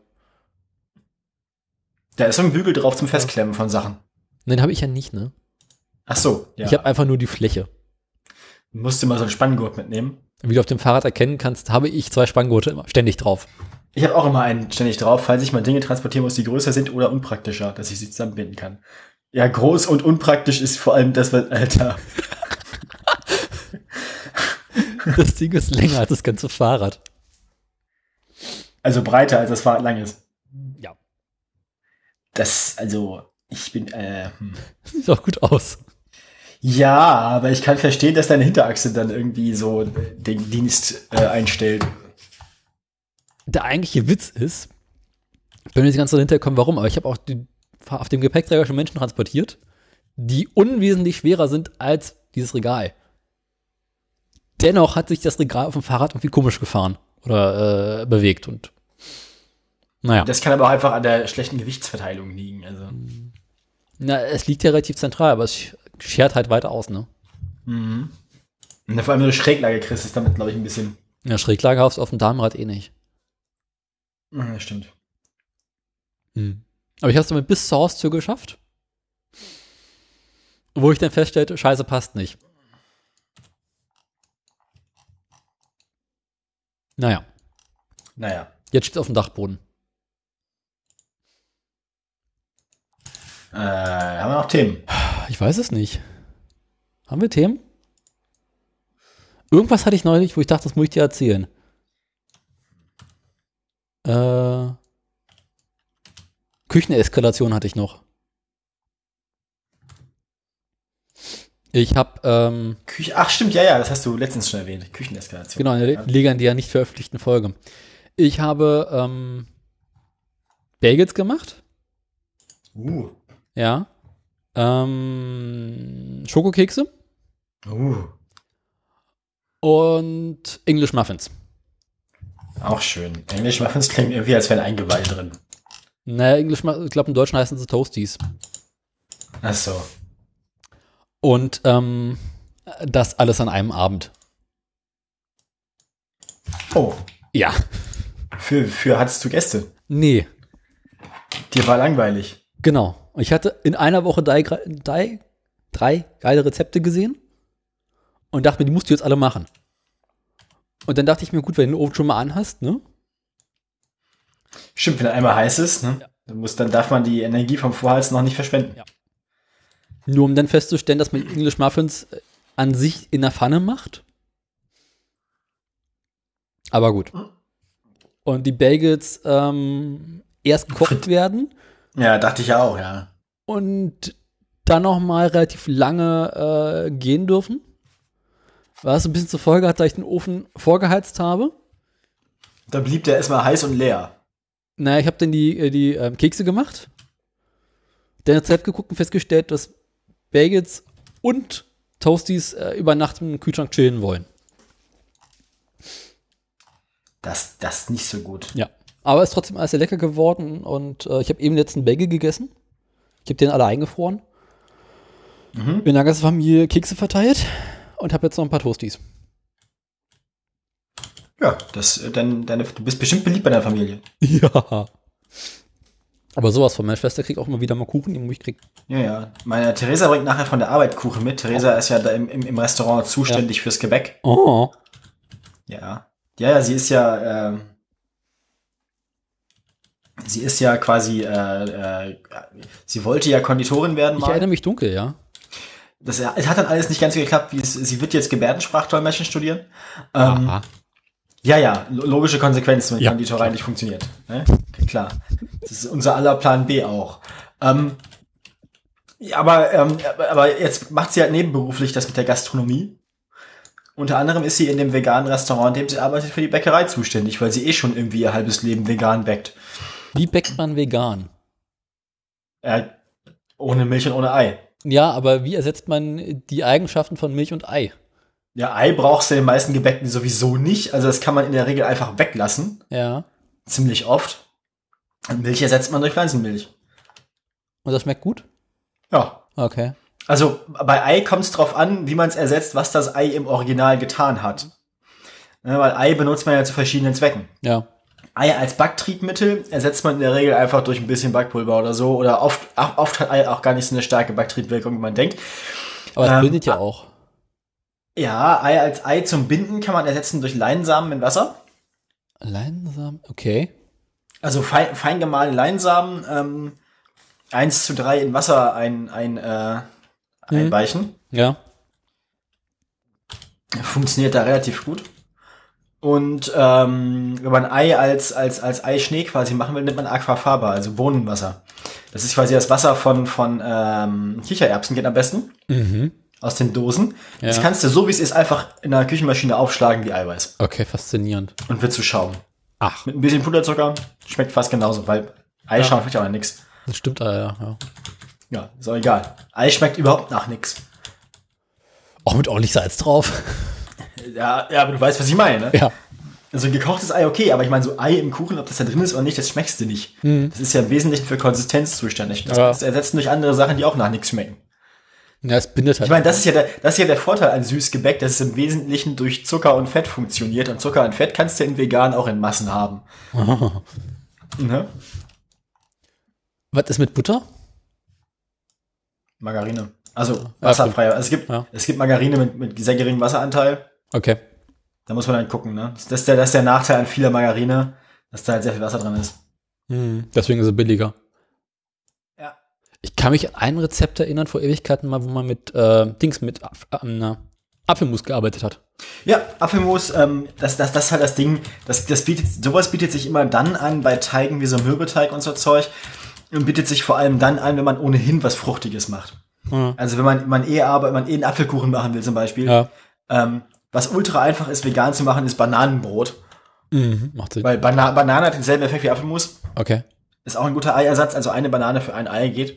S1: Da ist so ein Bügel drauf zum Festklemmen von Sachen.
S2: Ne, Den habe ich ja nicht, ne?
S1: Ach so, ja.
S2: Ich habe einfach nur die Fläche.
S1: Musste mal so einen Spanngurt mitnehmen.
S2: Wie du auf dem Fahrrad erkennen kannst, habe ich zwei Spanngurte immer ständig drauf.
S1: Ich habe auch immer einen ständig drauf, falls ich mal Dinge transportieren muss, die größer sind oder unpraktischer, dass ich sie zusammenbinden kann. Ja, groß und unpraktisch ist vor allem das, was, Alter.
S2: Das Ding ist länger als das ganze Fahrrad.
S1: Also breiter als das Fahrrad lang ist.
S2: Ja.
S1: Das, also, ich bin, äh, hm.
S2: Sieht auch gut aus.
S1: Ja, aber ich kann verstehen, dass deine Hinterachse dann irgendwie so den Dienst äh, einstellt.
S2: der eigentliche Witz ist, wenn wir die ganze Zeit hinterkommen, warum, aber ich habe auch die, auf dem Gepäckträger schon Menschen transportiert, die unwesentlich schwerer sind als dieses Regal. Dennoch hat sich das Regal auf dem Fahrrad irgendwie komisch gefahren oder äh, bewegt und naja.
S1: Das kann aber auch einfach an der schlechten Gewichtsverteilung liegen. Also,
S2: Na, es liegt ja relativ zentral, aber es sch- schert halt weiter aus, ne?
S1: Mhm. Und dann vor allem so eine Schräglage kriegst, ist damit, glaube ich, ein bisschen.
S2: Ja, Schräglage hast du auf dem Damenrad eh nicht.
S1: Ah, Ja, stimmt.
S2: Mhm. Aber ich habe es damit bis zur Haustür geschafft. Wo ich dann feststellte, Scheiße passt nicht. Naja,
S1: Naja.
S2: jetzt steht es auf dem Dachboden.
S1: Äh, haben wir noch Themen?
S2: Ich weiß es nicht. Haben wir Themen? Irgendwas hatte ich neulich, wo ich dachte, das muss ich dir erzählen. Äh, Kücheneskalation hatte ich noch. Ich habe ähm,
S1: Küche. Ach, stimmt, ja, ja, das hast du letztens schon erwähnt. Kücheneskalation.
S2: Genau, in der
S1: Ja.
S2: legendär nicht veröffentlichten Folge. Ich habe ähm, Bagels gemacht,
S1: Uh,
S2: ja. Ähm, Schokokekse
S1: uh,
S2: und English Muffins.
S1: auch schön. Englisch Muffins klingt irgendwie, als wären Eingeweih drin.
S2: Naja, English Muffins, ich glaube im Deutschen heißen sie Toasties.
S1: Ach so.
S2: Und ähm, das alles an einem Abend.
S1: Oh,
S2: Ja.
S1: für, für hattest du Gäste.
S2: Nee,
S1: Dir war langweilig.
S2: genau. Ich hatte in einer Woche drei, gre- drei, drei geile Rezepte gesehen und dachte mir, die musst du jetzt alle machen. Und dann dachte ich mir, gut, wenn du den Ofen schon mal anhast, ne?
S1: Stimmt, wenn er einmal heiß ist, ne? Dann, muss, dann darf man die Energie vom Vorheizen noch nicht verschwenden.
S2: Ja. Nur um dann festzustellen, dass man English Muffins äh, an sich in der Pfanne macht. Aber gut. Und die Bagels ähm, erst gekocht werden
S1: Ja, dachte ich ja auch, ja.
S2: und dann noch mal relativ lange äh, gehen dürfen. Was ein bisschen zur Folge hat, da ich den Ofen vorgeheizt habe.
S1: Da blieb der erstmal heiß und leer.
S2: Naja, ich habe dann die, äh, die ähm, Kekse gemacht. Dann hat Rezept geguckt und festgestellt, dass Bagels und Toasties äh, über Nacht im Kühlschrank chillen wollen.
S1: Das, das ist nicht so gut.
S2: Ja. Aber ist trotzdem alles sehr lecker geworden und äh, ich habe eben letzten Bagel gegessen. Ich habe den alle eingefroren. In der ganzen Familie Kekse verteilt und habe jetzt noch ein paar Toasties.
S1: Ja, das, äh, dein, deine, du bist bestimmt beliebt bei deiner Familie.
S2: Ja. Aber sowas von. Meine Schwester kriegt auch immer wieder mal Kuchen, die ich krieg.
S1: Ja, ja. Meine Theresa bringt nachher von der Arbeit Kuchen mit. Theresa ist ja da im, im, im Restaurant zuständig fürs Gebäck.
S2: Oh.
S1: Ja. Ja, ja, sie ist ja, ähm, sie ist ja quasi, äh, äh, sie wollte ja Konditorin werden
S2: Ich erinnere mich dunkel, ja.
S1: Das, es hat dann alles nicht ganz so geklappt, wie es, sie wird jetzt Gebärdensprachdolmetschen studieren. Ähm,
S2: Aha.
S1: Ja, ja, lo- logische Konsequenz, wenn
S2: Ja.
S1: Konditorei nicht funktioniert. Ne? Klar. Das ist unser aller Plan B auch. Ähm, ja, aber, ähm, aber jetzt macht sie halt nebenberuflich das mit der Gastronomie. Unter anderem ist sie in dem veganen Restaurant, in dem sie arbeitet, für die Bäckerei zuständig, weil sie eh schon irgendwie ihr halbes Leben vegan bäckt.
S2: Wie bäckt man vegan?
S1: Äh, ohne Milch und ohne Ei.
S2: Ja, aber wie ersetzt man die Eigenschaften von Milch und Ei?
S1: Ja, Ei brauchst du in den meisten Gebäcken sowieso nicht. Also das kann man in der Regel einfach weglassen.
S2: Ja.
S1: Ziemlich oft. Und Milch ersetzt man durch Pflanzenmilch.
S2: Und das schmeckt gut?
S1: Ja.
S2: Okay.
S1: Also bei Ei kommt es drauf an, wie man es ersetzt, was das Ei im Original getan hat. Ne, weil Ei benutzt man ja zu verschiedenen Zwecken.
S2: Ja.
S1: Ei als Backtriebmittel ersetzt man in der Regel einfach durch ein bisschen Backpulver oder so. Oder oft, ach, oft hat Ei auch gar nicht so eine starke Backtriebwirkung, wie man denkt.
S2: Aber es
S1: Ähm,
S2: bindet ja auch.
S1: Ja, Ei als Ei zum Binden kann man ersetzen durch Leinsamen in Wasser.
S2: Leinsamen. Okay.
S1: Also fein, fein gemahlene Leinsamen ähm, 1 zu 3 in Wasser ein, ein, äh, einweichen.
S2: Ja.
S1: Funktioniert da relativ gut. Und ähm, wenn man Ei als, als, als Eischnee quasi machen will, nimmt man Aquafaba, also Bohnenwasser. Das ist quasi das Wasser von, von ähm, Kichererbsen, geht am besten.
S2: Mhm.
S1: Aus den Dosen. Das
S2: Ja.
S1: kannst du so, wie es ist, einfach in der Küchenmaschine aufschlagen wie Eiweiß.
S2: Okay, faszinierend.
S1: Und wird zu Schaum.
S2: Ach,
S1: Mit ein bisschen Puderzucker schmeckt fast genauso, weil Eischaum schmeckt ja auch nach nix.
S2: das stimmt äh, ja. ja.
S1: Ja, ist auch egal. Ei schmeckt überhaupt nach nix.
S2: Auch mit ordentlich Salz drauf.
S1: Ja, ja, aber du weißt, was ich meine, ne?
S2: ja.
S1: Also gekochtes Ei okay, aber ich meine, so Ei im Kuchen, ob das da drin ist oder nicht, das schmeckst du nicht. Das ist ja im Wesentlichen für Konsistenz zuständig. Das
S2: Hm. Ja.
S1: kannst du ersetzen durch andere Sachen, die auch nach nichts schmecken.
S2: Ja, es bindet halt.
S1: Ich meine, das ist ja der, das ist ja der Vorteil an Süßgebäck, dass es im Wesentlichen durch Zucker und Fett funktioniert. Und Zucker und Fett kannst du in vegan auch in Massen haben. Ne?
S2: Was ist mit Butter?
S1: Margarine. Also
S2: Ja, stimmt.
S1: wasserfreier. Also es gibt,
S2: Ja.
S1: es gibt Margarine mit, mit sehr geringem Wasseranteil.
S2: Okay.
S1: Da muss man dann gucken, ne? Das ist der, das ist der Nachteil an vieler Margarine, dass da halt sehr viel Wasser drin ist. Mhm.
S2: Deswegen ist es billiger.
S1: Ja.
S2: Ich kann mich an ein Rezept erinnern vor Ewigkeiten mal, wo man mit äh, Dings mit Apf ähm, na, Apfelmus gearbeitet hat.
S1: Ja, Apfelmus, ähm, das, das, das ist halt das Ding, das, das bietet, sowas bietet sich immer dann an bei Teigen wie so Mürbeteig und so Zeug und bietet sich vor allem dann an, wenn man ohnehin was Fruchtiges macht.
S2: Mhm.
S1: Also wenn man, man eh aber, wenn man eh einen Apfelkuchen machen will zum Beispiel,
S2: Ja.
S1: ähm, was ultra einfach ist, vegan zu machen, ist Bananenbrot.
S2: Mhm. Macht Sinn.
S1: Weil Bana Banane hat denselben Effekt wie Apfelmus.
S2: Okay.
S1: Ist auch ein guter Eiersatz, also eine Banane für ein Ei geht.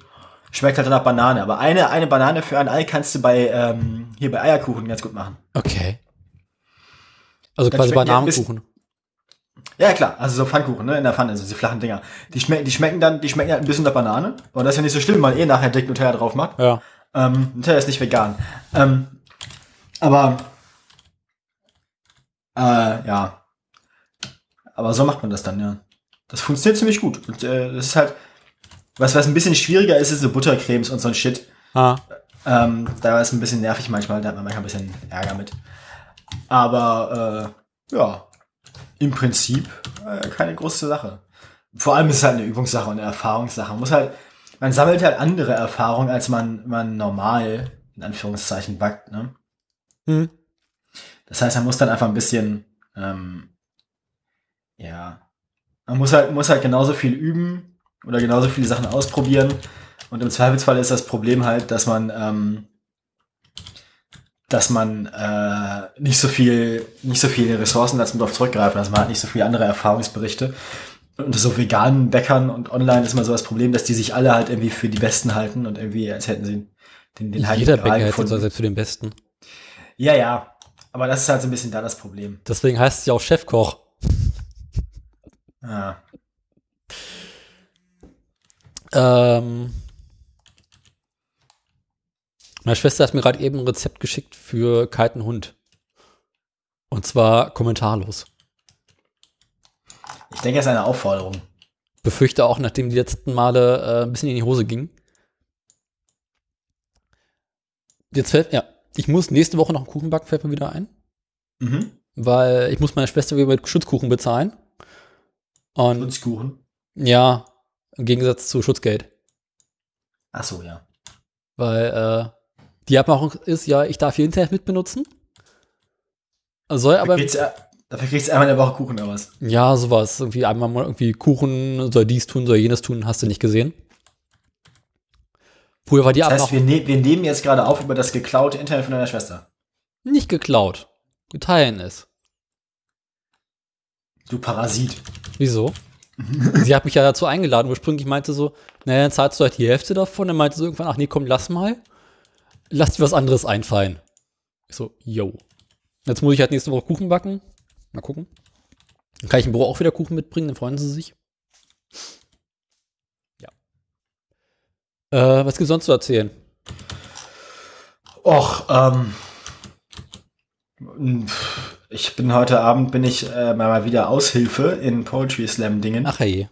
S1: Schmeckt halt nach Banane. Aber eine, eine Banane für ein Ei kannst du bei, ähm, hier bei Eierkuchen ganz gut machen.
S2: Okay. Also
S1: Dann
S2: quasi
S1: schmeckt ja ein
S2: Bananenkuchen.
S1: Ja, klar, also so Pfannkuchen, ne, in der Pfanne, also diese flachen Dinger. Die, schmecken, die schmecken dann, die schmecken halt ein bisschen nach Banane. Aber das ist ja nicht so schlimm, weil man eh nachher direkt Nutella drauf macht.
S2: Ja.
S1: Ähm, Nutella ist nicht vegan. Ähm, aber, äh, ja. Aber so macht man das dann, ja. Das funktioniert ziemlich gut. Und, äh, das ist halt, was, was ein bisschen schwieriger ist, ist so Buttercremes und so ein Shit.
S2: Ah.
S1: Ähm, da ist es ein bisschen nervig manchmal, da hat man manchmal ein bisschen Ärger mit. Aber äh, ja, im Prinzip äh, keine große Sache. Vor allem ist es halt eine Übungssache und eine Erfahrungssache. Man, muss halt, man sammelt halt andere Erfahrungen, als man, man normal in Anführungszeichen backt. Ne?
S2: Mhm.
S1: Das heißt, man muss dann einfach ein bisschen, ähm, ja, man muss halt, muss halt genauso viel üben oder genauso viele Sachen ausprobieren. Und im Zweifelsfall ist das Problem halt, dass man, ähm, dass man äh, nicht so viel, nicht so viele Ressourcen dazu darauf zurückgreifen. Also man hat nicht so viele andere Erfahrungsberichte. Und unter so veganen Bäckern und online ist mal so das Problem, dass die sich alle halt irgendwie für die Besten halten und irgendwie, als hätten sie den, den heiligen
S2: Jeder
S1: Gral
S2: Bäcker hätte
S1: gefunden.
S2: unser selbst für den Besten.
S1: Ja, ja. Aber das ist halt so ein bisschen da das Problem.
S2: Deswegen heißt es ja auch Chefkoch.
S1: Ja.
S2: Ähm, meine Schwester hat mir gerade eben ein Rezept geschickt für kalten Hund. Und zwar kommentarlos.
S1: Ich denke, es ist eine Aufforderung.
S2: Befürchte auch, nachdem die letzten Male äh, ein bisschen in die Hose ging. Jetzt fällt, ja, ich muss nächste Woche noch einen Kuchen backen, fällt mir wieder ein.
S1: Mhm.
S2: Weil ich muss meine Schwester wieder mit Schutzkuchen bezahlen. Und
S1: Schutzkuchen.
S2: ja, im Gegensatz zu Schutzgeld.
S1: Ach so, ja.
S2: Weil äh, die Abmachung ist ja, ich darf ihr Internet mitbenutzen. Soll aber,
S1: Dafür kriegst, du- äh, dafür kriegst du einmal in der Woche Kuchen oder was?
S2: ja, sowas. Irgendwie einmal mal irgendwie Kuchen, soll dies tun, soll jenes tun, hast du nicht gesehen. Früher war die
S1: Das heißt,
S2: Abmachung
S1: wir, ne wir nehmen jetzt gerade auf über das geklaute Internet von deiner Schwester.
S2: nicht geklaut. Wir teilen es.
S1: Du Parasit.
S2: Wieso? Sie hat mich ja dazu eingeladen. Ursprünglich meinte so, naja, dann zahlst du halt die Hälfte davon. Dann meinte sie irgendwann, ach nee, komm, lass mal. Lass dir was anderes einfallen. Ich so, yo. Jetzt muss ich halt nächste Woche Kuchen backen. Mal gucken. Dann kann ich im Büro auch wieder Kuchen mitbringen, dann freuen sie sich. Ja. Äh, was gibt's sonst zu erzählen?
S1: Och, ähm, pff, ich bin heute Abend, bin ich äh, mal wieder Aushilfe in Poetry Slam Dingen.
S2: Ach je.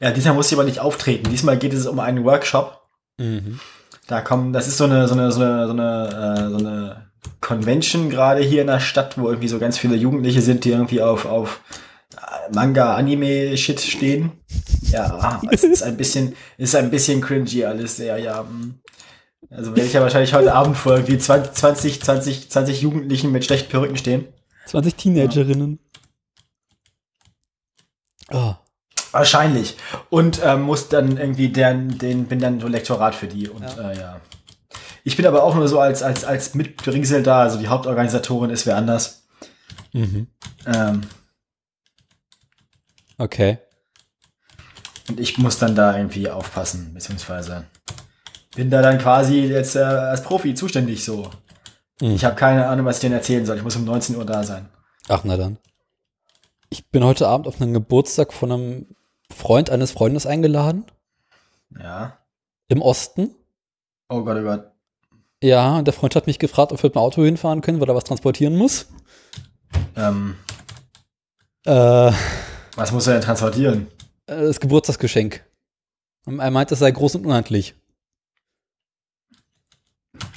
S1: Ja, diesmal muss ich aber nicht auftreten. Diesmal geht es um einen Workshop.
S2: Mhm.
S1: Da kommen, das ist so eine, so eine, so eine, so eine, äh, so eine Convention gerade hier in der Stadt, wo irgendwie so ganz viele Jugendliche sind, die irgendwie auf, auf äh, Manga, Anime, Shit stehen. Ja, ah, es ist ein bisschen, ist ein bisschen cringy alles, ja, ja. mm. Also werde ich ja wahrscheinlich heute Abend vor irgendwie 20, 20, 20, 20 Jugendlichen mit schlechten Perücken stehen.
S2: 20 Teenagerinnen. Ah.
S1: Wahrscheinlich. Und ähm, muss dann irgendwie deren, den, bin dann so Lektorat für die. Und
S2: Ja.
S1: ja. Äh, ja. Ich bin aber auch nur so als, als, als Mitbringsel da, also die Hauptorganisatorin ist wer anders.
S2: Mhm.
S1: Ähm,
S2: Okay.
S1: und ich muss dann da irgendwie aufpassen, beziehungsweise bin da dann quasi jetzt äh, als Profi zuständig so.
S2: Mhm.
S1: Ich habe keine Ahnung, was ich denen erzählen soll. Ich muss um 19 Uhr da sein.
S2: Ach, na dann. Ich bin heute Abend auf einen Geburtstag von einem Freund eines Freundes eingeladen.
S1: Ja.
S2: Im Osten.
S1: Oh Gott, oh Gott.
S2: Ja, und der Freund hat mich gefragt, ob wir mit dem Auto hinfahren können, weil er was transportieren muss.
S1: Ähm,
S2: Äh,
S1: was muss er denn transportieren?
S2: das Geburtstagsgeschenk. Und er meint, es sei groß und unhandlich.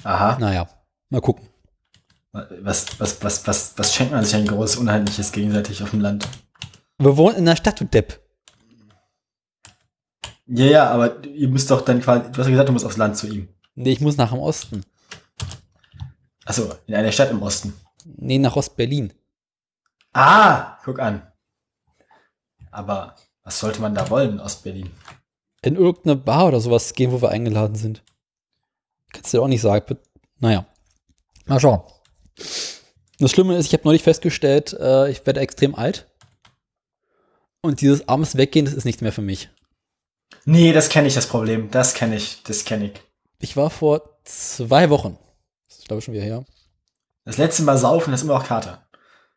S1: Aha.
S2: Naja, mal gucken.
S1: Was, was, was, was, was schenkt man sich ein großes, unheimliches gegenseitig auf dem Land?
S2: Wir wohnen in der Stadt, du Depp.
S1: Ja, ja, aber ihr müsst doch dann quasi, du hast ja gesagt, du musst aufs Land zu ihm.
S2: Nee, ich muss nach dem Osten.
S1: Achso, Also, in einer Stadt im Osten.
S2: Nee, nach Ost-Berlin.
S1: Ah, guck an. Aber was sollte man da wollen in Ostberlin?
S2: In irgendeine Bar oder sowas gehen, wo wir eingeladen sind. Kannst du dir auch nicht sagen. bet- Naja. Mal schauen. Das Schlimme ist, ich habe neulich festgestellt, äh, ich werde extrem alt. Und dieses abends weggehen, das ist nichts mehr für mich.
S1: Nee, das kenne ich, das Problem. Das kenne ich, das kenne ich.
S2: Ich war vor zwei Wochen. Das ist, glaube ich, schon wieder her.
S1: Das letzte Mal saufen, das ist immer noch Kater.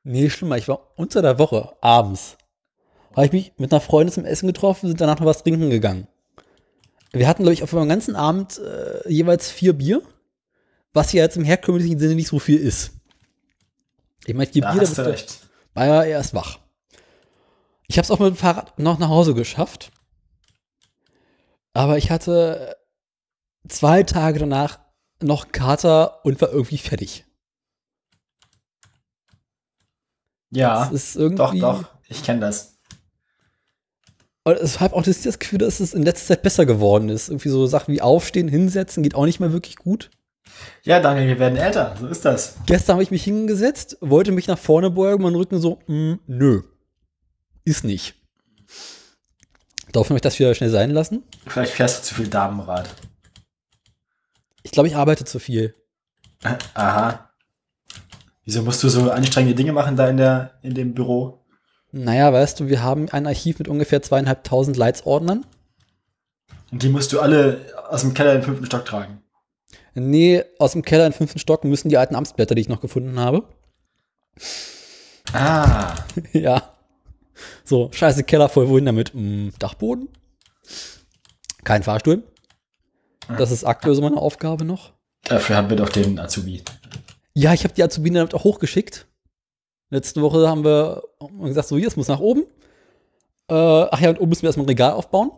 S2: Nee, schlimmer. Ich war unter der Woche abends. Habe ich mich mit einer Freundin zum Essen getroffen, sind danach noch was trinken gegangen. Wir hatten, glaube ich, auf dem ganzen Abend äh, jeweils vier Bier, was ja jetzt im herkömmlichen Sinne nicht so viel ist. Ich meine, vier
S1: Da
S2: Bier, da
S1: hast
S2: bist
S1: du
S2: du-
S1: recht.
S2: war ja erst wach. Ich habe es auch mit dem Fahrrad noch nach Hause geschafft. Aber ich hatte zwei Tage danach noch Kater und war irgendwie fertig.
S1: Ja,
S2: Das ist irgendwie
S1: doch, doch, ich kenne das.
S2: Und ich habe auch das, das Gefühl, dass es in letzter Zeit besser geworden ist. Irgendwie so Sachen wie Aufstehen, Hinsetzen geht auch nicht mehr wirklich gut.
S1: Ja, Daniel, wir werden älter, so ist das.
S2: Gestern habe ich mich hingesetzt, wollte mich nach vorne beugen, mein Rücken so, mm, nö. Ist nicht. Daraufhin habe ich das wieder schnell sein lassen.
S1: Vielleicht fährst du zu viel Damenrad.
S2: Ich glaube, ich arbeite zu viel.
S1: Aha. Wieso musst du so anstrengende Dinge machen da in, der, in dem Büro?
S2: Naja, weißt du, wir haben ein Archiv mit ungefähr zweieinhalbtausend Leitsordnern.
S1: Und die musst du alle aus dem Keller im fünften Stock tragen.
S2: Nee, aus dem Keller im fünften Stock müssen die alten Amtsblätter, die ich noch gefunden habe.
S1: Ah.
S2: ja. So, scheiße, Keller voll, wohin damit? Hm, Dachboden? Kein Fahrstuhl.
S1: Ah.
S2: Das ist aktuell so meine Aufgabe noch.
S1: Dafür haben wir doch den Azubi.
S2: Ja, ich habe die Azubine damit auch hochgeschickt. Letzte Woche haben wir gesagt, so hier, es muss nach oben. Äh, ach ja, und oben müssen wir erstmal ein Regal aufbauen.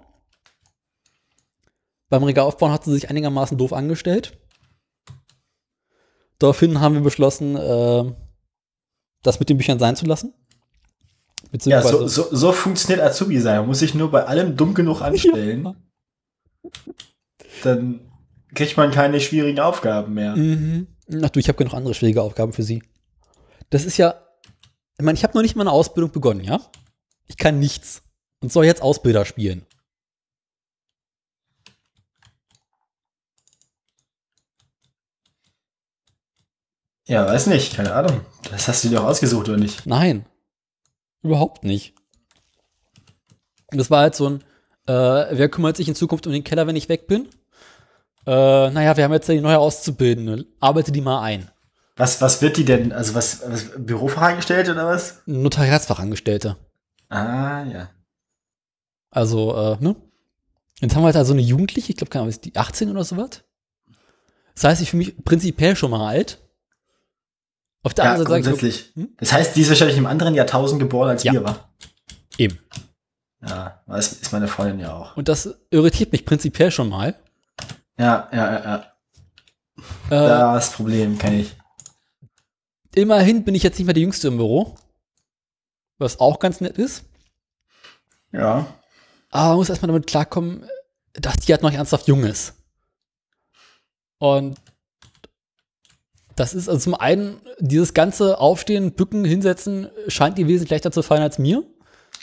S2: Beim Regal aufbauen hat sie sich einigermaßen doof angestellt. Daraufhin haben wir beschlossen, äh, das mit den Büchern sein zu lassen.
S1: Ja,
S2: Beziehungsweise-
S1: so, so, so funktioniert Azubi sein. Man muss sich nur bei allem dumm genug anstellen.
S2: Ja.
S1: Dann kriegt man keine schwierigen Aufgaben mehr.
S2: Mhm. Ach du, ich habe genug andere schwierige Aufgaben für Sie. Das ist ja, ich meine, ich habe noch nicht mal eine Ausbildung begonnen, ja? Ich kann nichts und soll jetzt Ausbilder spielen.
S1: Ja, weiß nicht, keine Ahnung. Das hast du dir auch ausgesucht, oder nicht?
S2: Nein, überhaupt nicht. Und Das war halt so ein, äh, wer kümmert sich in Zukunft um den Keller, wenn ich weg bin? Äh, naja, wir haben jetzt die neue Auszubildende, arbeite die mal ein.
S1: Was, was wird die denn? Also was, was Bürofachangestellte oder was?
S2: Notariatsfachangestellte.
S1: Ah, ja.
S2: Also, äh, ne? Jetzt haben wir halt also eine Jugendliche, ich glaube, keine Ahnung, ist die 18 oder sowas? Das heißt, ich fühle mich prinzipiell schon mal alt. Auf der
S1: ja,
S2: anderen Seite sage ich,
S1: grundsätzlich. Das heißt, die ist wahrscheinlich im anderen Jahrtausend geboren, als
S2: Hm? Ja.
S1: wir war.
S2: Eben.
S1: Ja, das ist meine Freundin ja auch.
S2: und das irritiert mich prinzipiell schon mal.
S1: Ja, ja, ja, ja.
S2: Äh,
S1: Das Problem kenne ich.
S2: Immerhin bin ich jetzt nicht mehr der Jüngste im Büro. Was auch ganz nett ist.
S1: Ja.
S2: Aber man muss erstmal damit klarkommen, dass die halt noch ernsthaft jung ist. Und das ist also zum einen, dieses ganze Aufstehen, Bücken, Hinsetzen scheint ihr wesentlich leichter zu fallen als mir.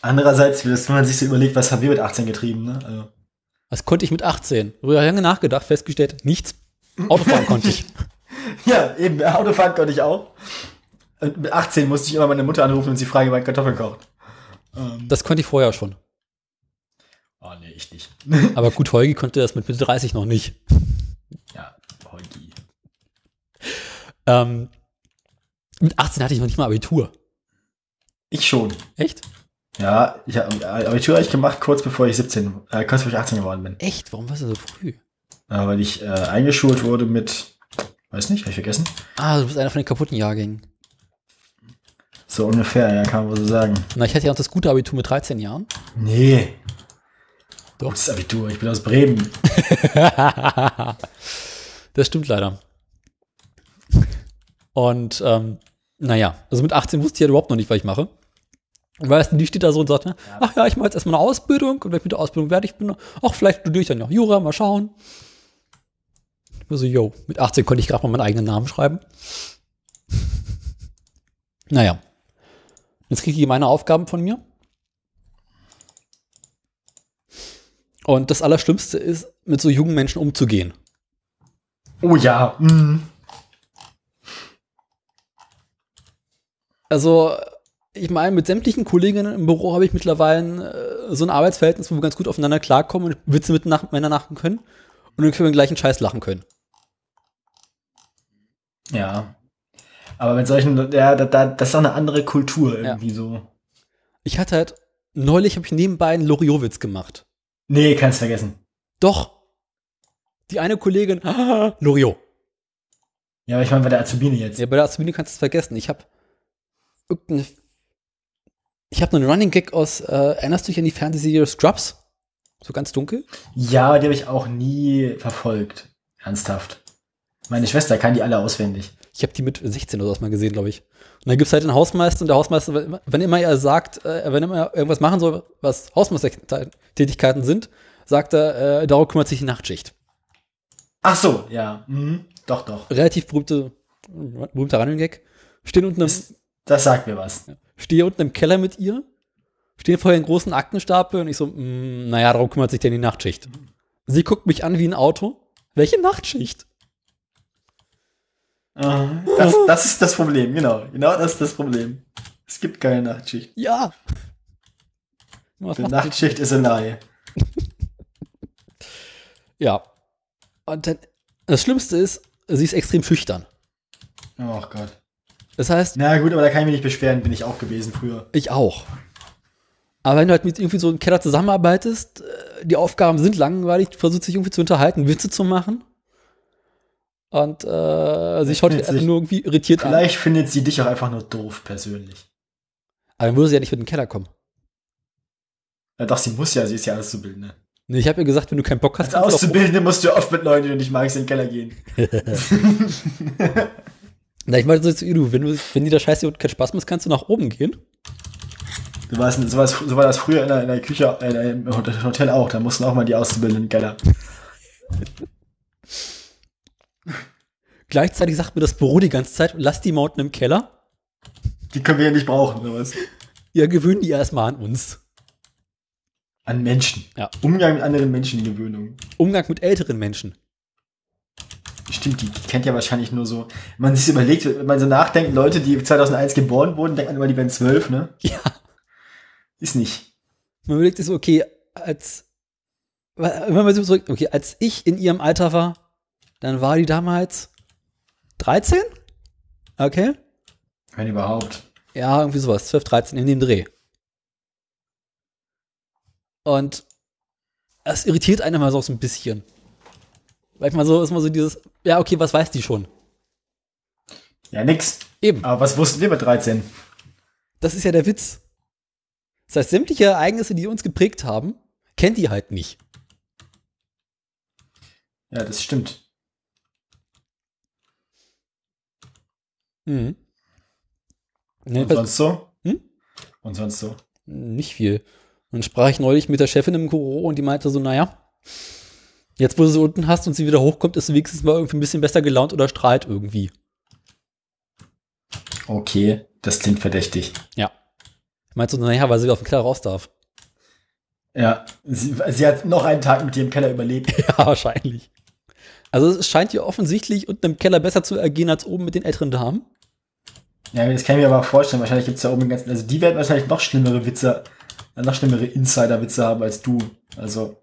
S1: Andererseits, wenn man sich so überlegt, was haben wir mit 18 getrieben, ne? Also,
S2: Was konnte ich mit 18? Darüber lange nachgedacht, festgestellt, nichts. Autofahren konnte ich.
S1: ja, eben, Autofahren konnte ich auch. Und mit 18 musste ich immer meine Mutter anrufen und sie fragen, wann Kartoffeln kocht. Ähm,
S2: Das konnte ich vorher schon.
S1: oh, nee, ich nicht.
S2: Aber gut, Holgi konnte das mit Mitte 30 noch nicht.
S1: ja, Holgi.
S2: Ähm, mit 18 hatte ich noch nicht mal Abitur.
S1: Ich schon.
S2: Echt?
S1: Ja, ich habe Abitur hab ich gemacht, kurz bevor ich 17, äh, kurz bevor ich 18 geworden bin.
S2: Echt? Warum warst du so früh?
S1: Äh, weil ich äh, eingeschult wurde mit, weiß nicht, habe ich vergessen?
S2: Ah, du bist einer von den kaputten Jahrgängen.
S1: So ungefähr, ja, kann man wohl so sagen.
S2: Na, ich hatte ja auch das gute Abitur mit 13 Jahren.
S1: Nee.
S2: Doch.
S1: Gutes Abitur, ich bin aus Bremen.
S2: das stimmt leider. Und ähm, naja, also mit 18 wusste ich ja überhaupt noch nicht, was ich mache. Und weißt du, die steht da so und sagt, ne, ach ja, ich mache jetzt erstmal eine Ausbildung und wenn ich mit der Ausbildung fertig bin, ach, vielleicht studiere ich dann noch Jura, mal schauen. Ich war so, yo, mit 18 konnte ich gerade mal meinen eigenen Namen schreiben. naja. Jetzt kriege ich meine Aufgaben von mir. Und das Allerschlimmste ist, mit so jungen Menschen umzugehen.
S1: Oh ja, mm.
S2: Also, ich meine, mit sämtlichen Kolleginnen im Büro habe ich mittlerweile äh, so ein Arbeitsverhältnis, wo wir ganz gut aufeinander klarkommen und Witze miteinander machen können und irgendwie über den gleichen Scheiß lachen können.
S1: ja. Aber mit solchen, ja, da, da, das ist auch eine andere Kultur irgendwie so.
S2: Ich hatte halt, neulich habe ich nebenbei einen Loriot-Witz gemacht.
S1: Nee, kannst vergessen.
S2: Doch. Die eine Kollegin, ah, Loriot.
S1: Ja, aber ich meine bei der Azubine jetzt.
S2: Ja, bei der Azubine kannst du es vergessen. Ich habe irgendeine. Ich habe einen Running Gag aus, äh, erinnerst du dich an die Fernsehserie Scrubs? So ganz dunkel?
S1: Ja, die habe ich auch nie verfolgt. Ernsthaft. Meine Schwester kann die alle auswendig.
S2: Ich habe die mit 16 oder so mal gesehen, glaube ich. Und dann gibt es halt den Hausmeister und der Hausmeister, wenn- wenn immer er sagt, äh, wenn immer er irgendwas machen soll, was Hausmeistertätigkeiten sind, sagt er, äh, darum kümmert sich die Nachtschicht.
S1: Ach so, ja. Mhm. Doch, doch.
S2: Relativ berühmte, berühmter Running Gag. Stehen unten im,
S1: Das sagt mir was.
S2: stehe unten im Keller mit ihr, stehe vorher einen großen Aktenstapel und ich so, mm, naja, darum kümmert sich denn die Nachtschicht. Sie guckt mich an wie ein Auto. Welche Nachtschicht?
S1: Mhm. Das, das ist das Problem, genau. Genau das ist das Problem. Es gibt keine Nachtschicht.
S2: Ja. Was
S1: Die
S2: macht
S1: Nachtschicht ist eine Lie.
S2: Ja. Und dann, das Schlimmste ist, sie ist extrem schüchtern.
S1: Oh Gott.
S2: Das heißt,
S1: Na gut, aber da kann ich mich nicht beschweren, bin ich auch gewesen früher.
S2: ich auch. Aber wenn du halt mit irgendwie so einem Keller zusammenarbeitest, äh, die Aufgaben sind langweilig, du versuchst dich irgendwie zu unterhalten, Witze zu machen. Und äh, sie schaut dich
S1: findet
S2: also
S1: sich-
S2: nur irgendwie irritiert an.
S1: Vielleicht findet sie dich auch einfach nur doof persönlich.
S2: Aber dann würde sie ja nicht mit in den Keller kommen.
S1: Ja, Äh, doch, sie muss ja, sie ist ja Auszubildende.
S2: Nee, ich habe ihr gesagt, wenn du keinen Bock
S1: Als
S2: hast, kannst du auch-
S1: Auszubildende musst du oft mit Leuten, die du nicht magst, in den Keller gehen.
S2: Na, ich meine, so zu ihr, du, wenn, du, wenn dir der Scheiß hier unten keinen Spaß macht, kannst du nach oben gehen.
S1: So war, es, so, war es, so war das früher in der, in der Küche, äh, im Hotel auch. Da mussten auch mal die Auszubildenden in den Keller.
S2: Gleichzeitig sagt mir das Büro die ganze Zeit, lass die Mountain im Keller.
S1: Die können wir ja nicht brauchen, oder was?
S2: Ja, gewöhnen die erstmal an uns.
S1: An Menschen.
S2: Ja.
S1: Umgang mit anderen Menschen, Gewöhnung.
S2: Umgang mit älteren Menschen.
S1: Stimmt, die kennt ja wahrscheinlich nur so. Wenn man sich überlegt, wenn man so nachdenkt, Leute, die 2001 geboren wurden, denkt man immer, die wären zwölf, ne?
S2: Ja.
S1: Ist nicht.
S2: Man überlegt sich so, okay, als wenn man sich zurück, okay, als ich in ihrem Alter war, dann war die damals 13? Okay.
S1: Wenn überhaupt.
S2: Ja, irgendwie sowas. 12, 13 in dem Dreh. Und das irritiert einen immer so ein bisschen. Weil ich mal so, ist mal so dieses, ja, okay, was weiß die schon?
S1: Ja, nix.
S2: Eben.
S1: Aber was wussten wir mit 13?
S2: Das ist ja der Witz. Das heißt, sämtliche Ereignisse, die uns geprägt haben, kennt die halt nicht.
S1: Ja, das stimmt.
S2: Mhm. Nee,
S1: Und
S2: pass-
S1: sonst so?
S2: Hm?
S1: Und sonst so?
S2: nicht viel. Und sprach ich neulich mit der Chefin im Büro und die meinte so, naja, jetzt wo du sie unten hast und sie wieder hochkommt, ist sie wenigstens mal irgendwie ein bisschen besser gelaunt oder strahlt irgendwie.
S1: Okay, das klingt verdächtig.
S2: Meinst du, naja, weil sie wieder auf den Keller raus darf?
S1: Ja, sie, sie hat noch einen Tag mit dir im Keller überlebt.
S2: Ja, wahrscheinlich. Also es scheint ihr offensichtlich unten im Keller besser zu ergehen als oben mit den älteren Damen.
S1: ja, das kann ich mir aber vorstellen. Wahrscheinlich gibt's da oben den ganzen. Also, die werden wahrscheinlich noch schlimmere Witze, noch schlimmere Insider-Witze haben als du. Also,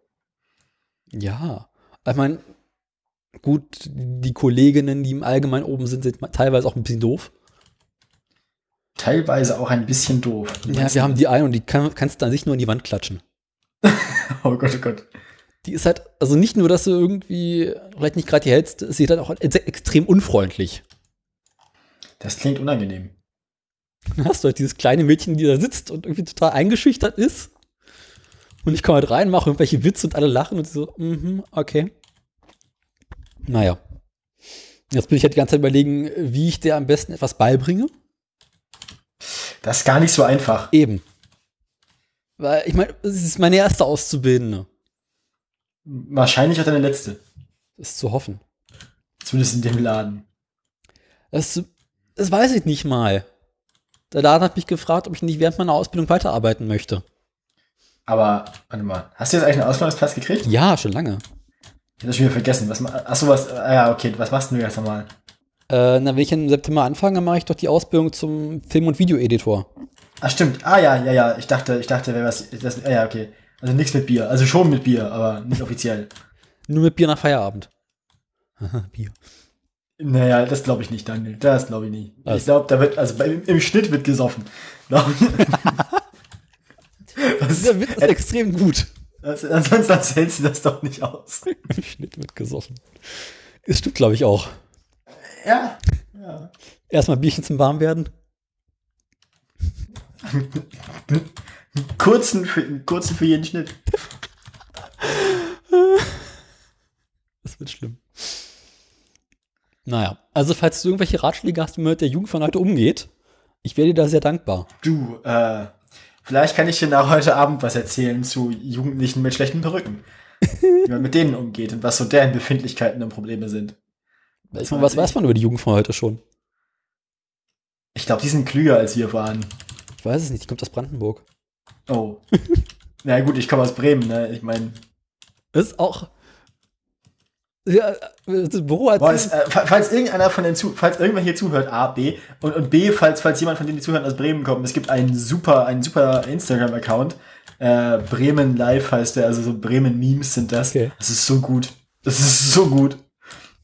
S2: Ja. Ich meine, gut, die Kolleginnen, die im Allgemeinen oben sind, sind teilweise auch ein bisschen doof.
S1: teilweise auch ein bisschen doof.
S2: Ja, wir haben die eine und die kann, kannst du an sich nur in die Wand klatschen.
S1: Oh Gott, oh Gott.
S2: Die ist halt, also nicht nur, dass sie irgendwie vielleicht nicht gerade die hältste, ist sie dann auch ex- extrem unfreundlich.
S1: Das klingt unangenehm.
S2: Dann hast du halt dieses kleine Mädchen, die da sitzt und irgendwie total eingeschüchtert ist. Und ich komme halt rein, mache irgendwelche Witze und alle lachen und sie so, mhm, okay. Naja. Jetzt bin ich halt die ganze Zeit überlegen, wie ich der am besten etwas beibringe.
S1: Das ist gar nicht so einfach.
S2: Eben. Weil, ich meine, es ist meine erste Auszubildende.
S1: Wahrscheinlich auch deine letzte.
S2: Das ist zu hoffen.
S1: Zumindest in dem Laden.
S2: Das, das weiß ich nicht mal. Der Laden hat mich gefragt, ob ich nicht während meiner Ausbildung weiterarbeiten möchte.
S1: Aber, warte mal. Hast du jetzt eigentlich einen Ausbildungsplatz gekriegt? Ich
S2: Ja, schon lange.
S1: hab das schon wieder vergessen. Was, ma- ach so, was, ah ja, okay, was machst denn du jetzt nochmal?
S2: Äh, na, wenn ich im September anfange, mache ich doch die Ausbildung zum Film- und Videoeditor.
S1: Ah, stimmt. Ah, ja, ja, ja. Ich dachte, ich dachte, wer was, das, ah, ja, okay. Also nichts mit Bier. Also schon mit Bier, aber nicht offiziell.
S2: Nur mit Bier nach Feierabend. Haha, Bier.
S1: Naja, das glaube ich nicht, Daniel. Das glaube ich nicht.
S2: Also-
S1: Ich glaube, da wird, also bei, im, im Schnitt wird gesoffen. Glaub ich. das,
S2: Dieser Witz ist extrem gut.
S1: das, ansonsten erzählst du das doch nicht aus.
S2: Im Schnitt wird gesoffen. Das stimmt, glaube ich, auch.
S1: Ja,
S2: Erstmal Bierchen zum Warmwerden.
S1: kurzen für, einen kurzen für jeden Schnitt.
S2: Das wird schlimm. Naja, also falls du irgendwelche Ratschläge hast, wie man mit der Jugend von heute umgeht, ich wäre dir da sehr dankbar.
S1: Du, äh, vielleicht kann ich dir nach heute Abend was erzählen zu Jugendlichen mit schlechten Perücken. Wie man mit denen umgeht und was so deren Befindlichkeiten und Probleme sind.
S2: Ich meine, was weiß man über die Jugend von heute schon?
S1: Ich glaube, die sind klüger als wir waren.
S2: Ich weiß es nicht, die kommt aus Brandenburg.
S1: Oh. Na gut, ich komme aus Bremen, ne? Ich meine,
S2: Das ist auch. Ja, das Büro hat.
S1: boah, es, äh, fa- falls irgendeiner von den zu, falls irgendwer hier zuhört, A, B, und, und B, falls, falls jemand von denen, die zuhören, aus Bremen kommt, es gibt einen super, einen super Instagram-Account. Äh, Bremen Live heißt der, also so Bremen Memes sind das.
S2: Okay.
S1: Das ist so gut. Das ist so gut.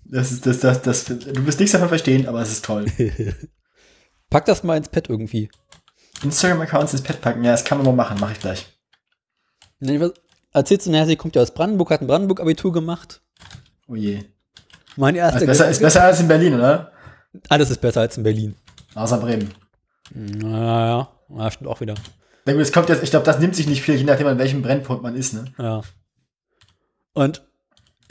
S1: Das ist, das, das, das, du wirst nichts davon verstehen, aber es ist toll.
S2: Pack das mal ins Pad irgendwie.
S1: Instagram-Accounts ins Pad packen, ja, das kann man mal machen, mache ich gleich.
S2: Nein, was- Erzählst du, naja, sie kommt ja aus Brandenburg, hat ein Brandenburg-Abitur gemacht.
S1: Oh je.
S2: Mein erster.
S1: Also besser, ist besser als in Berlin, oder?
S2: Alles ist besser als in Berlin.
S1: Außer Bremen.
S2: Naja, ja, stimmt auch wieder.
S1: Na gut, es kommt jetzt, ich glaube, das nimmt sich nicht viel, je nachdem, an welchem Brennpunkt man ist, ne?
S2: Ja. Und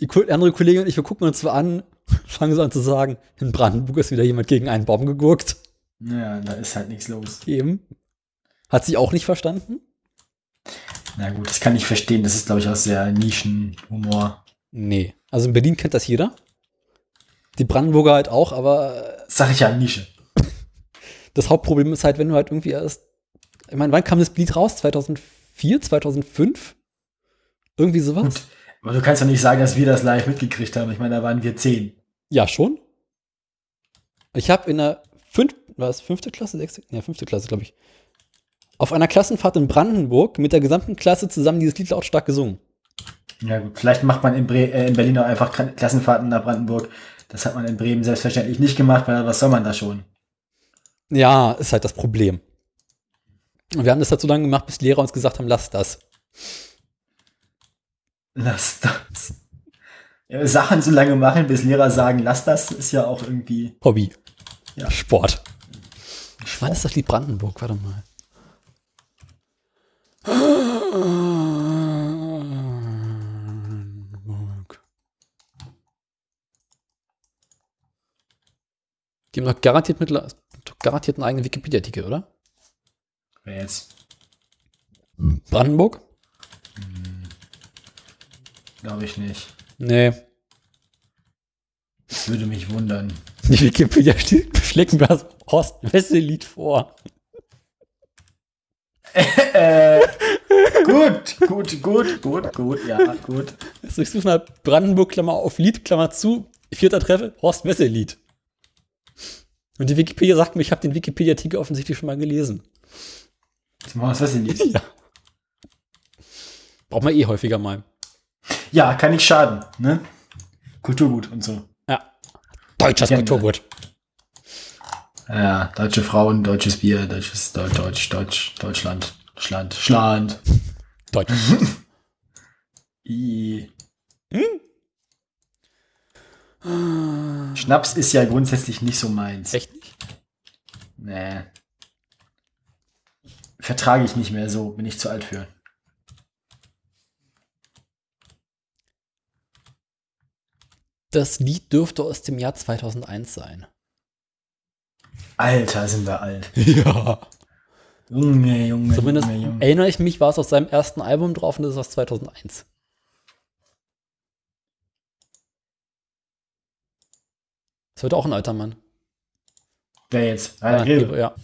S2: die Ko- andere Kollegin und ich, wir gucken uns so an, fangen so an zu sagen, in Brandenburg ist wieder jemand gegen einen Baum gegurkt.
S1: Naja, da ist halt nichts los.
S2: Eben. Hat sie auch nicht verstanden?
S1: Na gut, das kann ich verstehen. Das ist, glaube ich, auch sehr Nischenhumor.
S2: Nee. Also in Berlin kennt das jeder. Die Brandenburger halt auch, aber
S1: Sag ich ja, Nische.
S2: das Hauptproblem ist halt, wenn du halt irgendwie erst. Ich meine, wann kam das Lied raus? 2004, 2005? Irgendwie sowas?
S1: Gut. Aber du kannst doch nicht sagen, dass wir das live mitgekriegt haben. Ich meine, da waren wir zehn.
S2: Ja, schon. Ich habe in der fünften, was, fünfte Klasse, sechste, ja, fünfte Klasse, glaube ich, auf einer Klassenfahrt in Brandenburg mit der gesamten Klasse zusammen dieses Lied lautstark gesungen.
S1: Na gut, vielleicht macht man in, Bre äh, in Berlin auch einfach Kra- Klassenfahrten nach Brandenburg. Das hat man in Bremen selbstverständlich nicht gemacht, weil was soll man da schon?
S2: Ja, ist halt das Problem. Und wir haben das halt so lange gemacht, bis Lehrer uns gesagt haben, lass das.
S1: Lass das. Ja, Sachen so lange machen, bis Lehrer sagen, lass das, ist ja auch irgendwie.
S2: Hobby.
S1: Ja.
S2: Sport. Wann ist das Lied Brandenburg? Warte mal. Die haben doch garantiert, mittler doch garantiert einen eigenen Wikipedia-Artikel, oder?
S1: Wer jetzt?
S2: Brandenburg?
S1: Glaube ich nicht.
S2: Nee.
S1: Das würde mich wundern.
S2: Die Wikipedia steht- schlägt mir das Horst-Wessel-Lied vor.
S1: Äh, gut, gut, gut, gut, gut, ja, gut.
S2: Also ich suche nach Brandenburg, Klammer auf Lied, Klammer zu, vierter Treffer, Horst Wessel Lied. Und die Wikipedia sagt mir, ich habe den Wikipedia-Artikel offensichtlich schon mal gelesen.
S1: Jetzt machen wir das nicht.
S2: Ja. Braucht man eh häufiger mal.
S1: Ja, kann nicht schaden, ne? Kulturgut und so.
S2: Ja. Deutsches
S1: Gerne.
S2: Kulturgut.
S1: Ja, deutsche Frauen, deutsches Bier, deutsches, Deutsch, Deutsch, Deutsch, Deutschland, Schland, Schland.
S2: Deutsch.
S1: I. Schnaps ist ja grundsätzlich nicht so meins.
S2: Ah. Echt nicht?
S1: Nee. Vertrage ich nicht mehr so, bin ich zu alt für.
S2: Das Lied dürfte aus dem Jahr 2001 sein.
S1: Alter, sind wir alt.
S2: Ja.
S1: Junge, Junge,
S2: Zumindest
S1: Junge, Junge.
S2: erinnere ich mich, war es auf seinem ersten Album drauf und das ist aus 2001. Das wird auch ein alter Mann.
S1: Wer jetzt?
S2: Ja,
S1: Rainer Grebe.
S2: Ah, ja.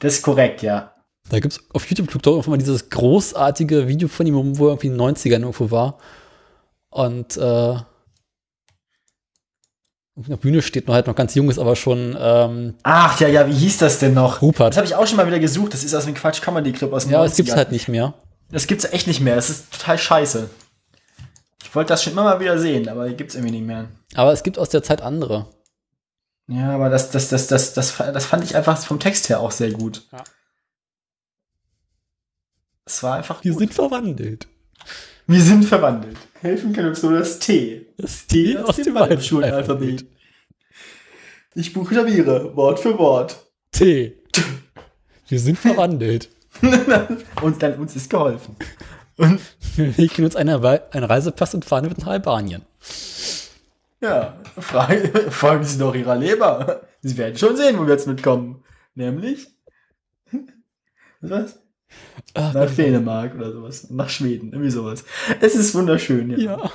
S1: Das ist korrekt, ja.
S2: Da gibt es auf YouTube guckt doch irgendwann mal dieses großartige Video von ihm, wo er irgendwie in den 90ern irgendwo war. Und äh, auf der Bühne steht noch halt noch ganz jung, ist aber schon ähm,
S1: Ach, ja, ja, wie hieß das denn noch? Das
S2: Rupert.
S1: habe ich auch schon mal wieder gesucht. Das ist aus dem Quatsch Comedy Club aus dem
S2: Ja, das gibt's halt nicht mehr.
S1: Das gibt's echt nicht mehr. Das ist total scheiße. Ich wollte das schon immer mal wieder sehen, aber gibt's irgendwie nicht mehr.
S2: Aber es gibt aus der Zeit andere.
S1: Ja, aber das, das, das, das, das, fa- das fand ich einfach vom Text her auch sehr gut.
S2: Ja.
S1: Es war einfach.
S2: Die
S1: gut.
S2: sind verwandelt.
S1: Wir sind verwandelt. Helfen kann uns nur das T.
S2: Das T aus dem Waldschul-Alphabet.
S1: Schulalphabet. Ich buchstabiere Wort für Wort.
S2: T. Wir sind verwandelt.
S1: Und dann uns ist geholfen. Und
S2: Wir legen uns einen Wei- einen Reisepass und fahren mit nach Albanien.
S1: ja, frei- folgen Sie doch Ihrer Leber. Sie werden schon sehen, wo wir jetzt mitkommen. Nämlich. Was?
S2: Ah,
S1: Nach Dänemark oder sowas. Nach Schweden, irgendwie sowas. Es ist wunderschön,
S2: ja.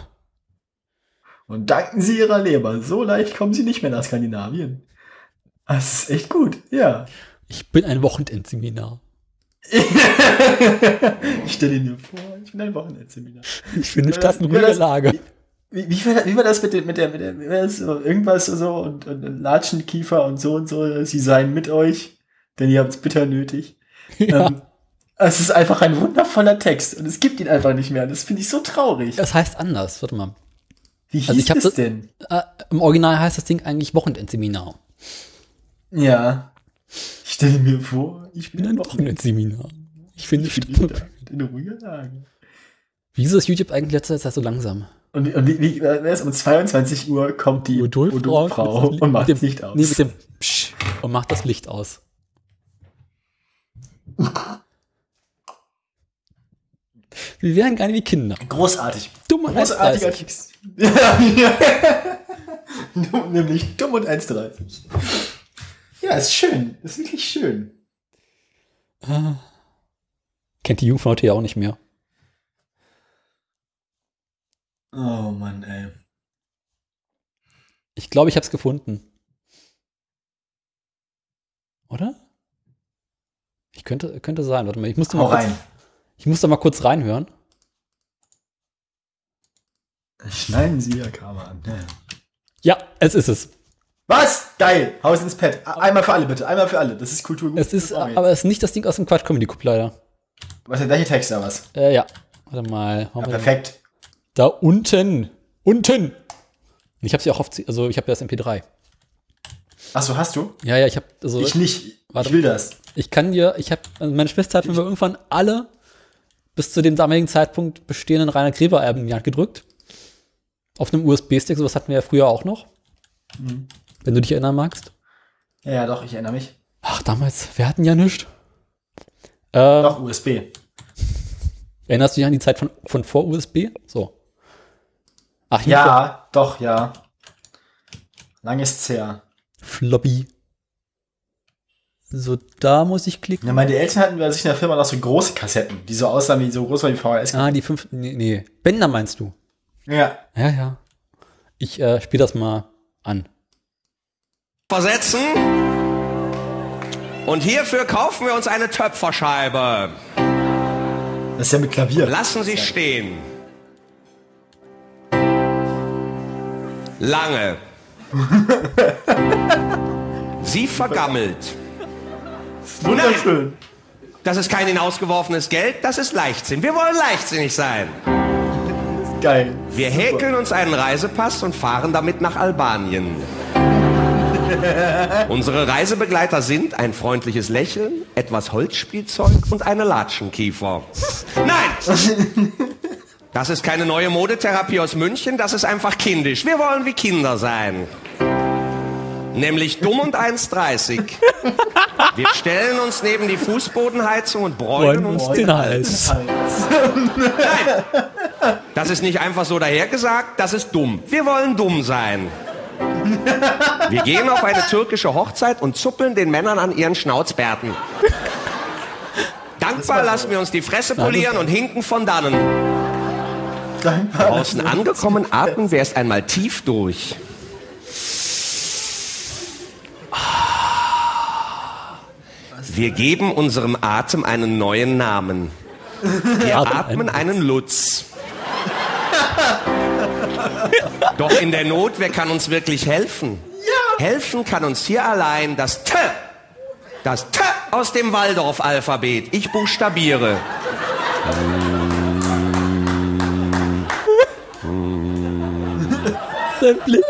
S1: Und danken sie ihrer Leber. So leicht kommen sie nicht mehr nach Skandinavien. Das ist echt gut, ja.
S2: Ich bin ein Wochenendseminar.
S1: ich stelle dir vor, ich bin ein Wochenendseminar.
S2: Ich bin eine
S1: Ja,
S2: Stadt in
S1: ja,
S2: ruhiger
S1: das-
S2: Lage.
S1: Wie, wie, war, wie war das mit, dem- mit der, mit der, wie war das so, irgendwas so und, und, und Latschenkiefer und so und so, sie seien mit euch, denn ihr habt es bitter nötig.
S2: Ja.
S1: Ähm, es ist einfach ein wundervoller Text und es gibt ihn einfach nicht mehr. Das finde ich so traurig.
S2: Das heißt anders, warte mal.
S1: Wie hieß
S2: also ich hab
S1: es
S2: das-
S1: denn?
S2: Äh, Im Original heißt das Ding eigentlich Wochenendseminar.
S1: Ja. Ich stelle mir vor, ich
S2: Ich bin ein Wochenendseminar. Ich finde
S1: Ich bin
S2: Stadt.
S1: in ruhiger Lage.
S2: Wieso ist YouTube eigentlich letzter Zeit so langsam?
S1: Und, und wie, wie, wer ist um 22 Uhr kommt die
S2: Odulfrau
S1: Odulfrau und macht
S2: dem,
S1: das Licht aus.
S2: Nee, mit dem Psch und macht das Licht aus. Wir wären gar nicht wie Kinder.
S1: Großartig.
S2: Dumm und
S1: Großartiger
S2: 1,30.
S1: Text. Ja, ja. Dumm, Nämlich dumm und 1,30. Ja, ist schön. Ist wirklich schön.
S2: Ah. Kennt die Jugend von heute ja auch nicht mehr.
S1: Oh Mann, ey.
S2: Ich glaube, ich habe es gefunden. Oder? Ich könnte, könnte sein. Warte mal, ich musste
S1: Hau
S2: mal kurz,
S1: rein.
S2: Ich muss da mal kurz reinhören.
S1: Schneiden Sie Ihr Karma an. ne? Ja.
S2: Ja, es ist
S1: Hm,
S2: es.
S1: Was? Geil. Haus ins Pad. Einmal für alle bitte. Einmal für alle. Das ist Kulturgut.
S2: Es ist,
S1: Das brauchen wir
S2: aber es ist nicht das Ding aus dem Quatsch Comedy Club leider.
S1: jetzt. Was ist der Text da was?
S2: Äh, ja. Warte mal.
S1: Ja,
S2: Haben wir denn-
S1: perfekt.
S2: Da unten. Unten. Ich habe sie auch auf, also ich habe das MP3.
S1: Ach so, hast du?
S2: Ja, ja, ich habe also
S1: Ich
S2: ich,
S1: nicht.
S2: Warte.
S1: Ich will das.
S2: kann dir, ich habe also meine Schwester hat mir irgendwann alle bis zu dem damaligen Zeitpunkt bestehenden Rainer Gräber Alben in die Hand gedrückt. Auf einem USB-Stick, sowas hatten wir ja früher auch noch. Mhm. Wenn du dich erinnern magst.
S1: Ja, ja, doch, ich erinnere mich.
S2: Ach, damals, wir hatten ja nichts. Ähm,
S1: Doch, USB.
S2: erinnerst du dich an die Zeit von, von vor USB? So. Ach, hier
S1: Ja, doch, ja. Lang ist's her.
S2: Floppy. So, da muss ich klicken.
S1: Ja, meine Eltern hatten bei sich in der Firma noch so große Kassetten, die so aussahen wie so groß waren wie VHS.
S2: Ah, die fünf. Nee, nee. Bänder meinst du?
S1: Ja.
S2: Ja, ja. Ich äh, spiele das mal an.
S3: versetzen. Und hierfür kaufen wir uns eine Töpferscheibe.
S1: Das ist ja mit Klavier.
S3: Lassen Sie stehen. Lange. Sie vergammelt.
S1: Wunderschön.
S3: Das ist kein hinausgeworfenes Geld, das ist Leichtsinn. Wir wollen leichtsinnig sein.
S1: Geil.
S3: Wir häkeln uns einen Reisepass und fahren damit nach Albanien. Unsere Reisebegleiter sind ein freundliches Lächeln, etwas Holzspielzeug und eine Latschenkiefer. Nein! Das ist keine neue Modetherapie aus München, das ist einfach kindisch. Wir wollen wie Kinder sein. Nämlich dumm und 1,30. Wir stellen uns neben die Fußbodenheizung und bräunen uns
S2: den Hals.
S3: Das ist nicht einfach so dahergesagt, das ist dumm. Wir wollen dumm sein. Wir gehen auf eine türkische Hochzeit und zuppeln den Männern an ihren Schnauzbärten. Dankbar lassen wir uns die Fresse polieren und hinken von dannen.
S1: Dankbar.
S3: Draußen angekommen atmen wir erst einmal tief durch. Wir geben unserem Atem einen neuen Namen. Wir atmen einen Lutz. Doch in der Not, wer kann uns wirklich helfen? Helfen kann uns hier allein das T. Das T aus dem Waldorf-Alphabet. Ich buchstabiere.
S2: Dein Blick.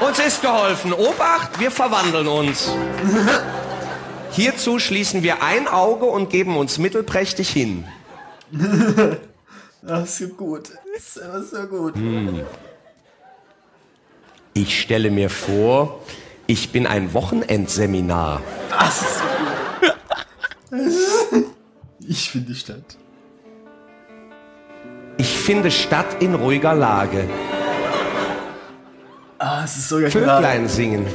S3: Uns ist geholfen. Obacht, wir verwandeln uns. Hierzu schließen wir ein Auge und geben uns mittelprächtig hin.
S1: Das ist so gut. Das ist so gut.
S3: Hm. Ich stelle mir vor, ich bin ein Wochenendseminar.
S1: Ah, Das ist so gut. Ich finde die Stadt.
S3: Ich finde Stadt in ruhiger Lage.
S1: Ah, es ist sogar
S3: Vöglein singen.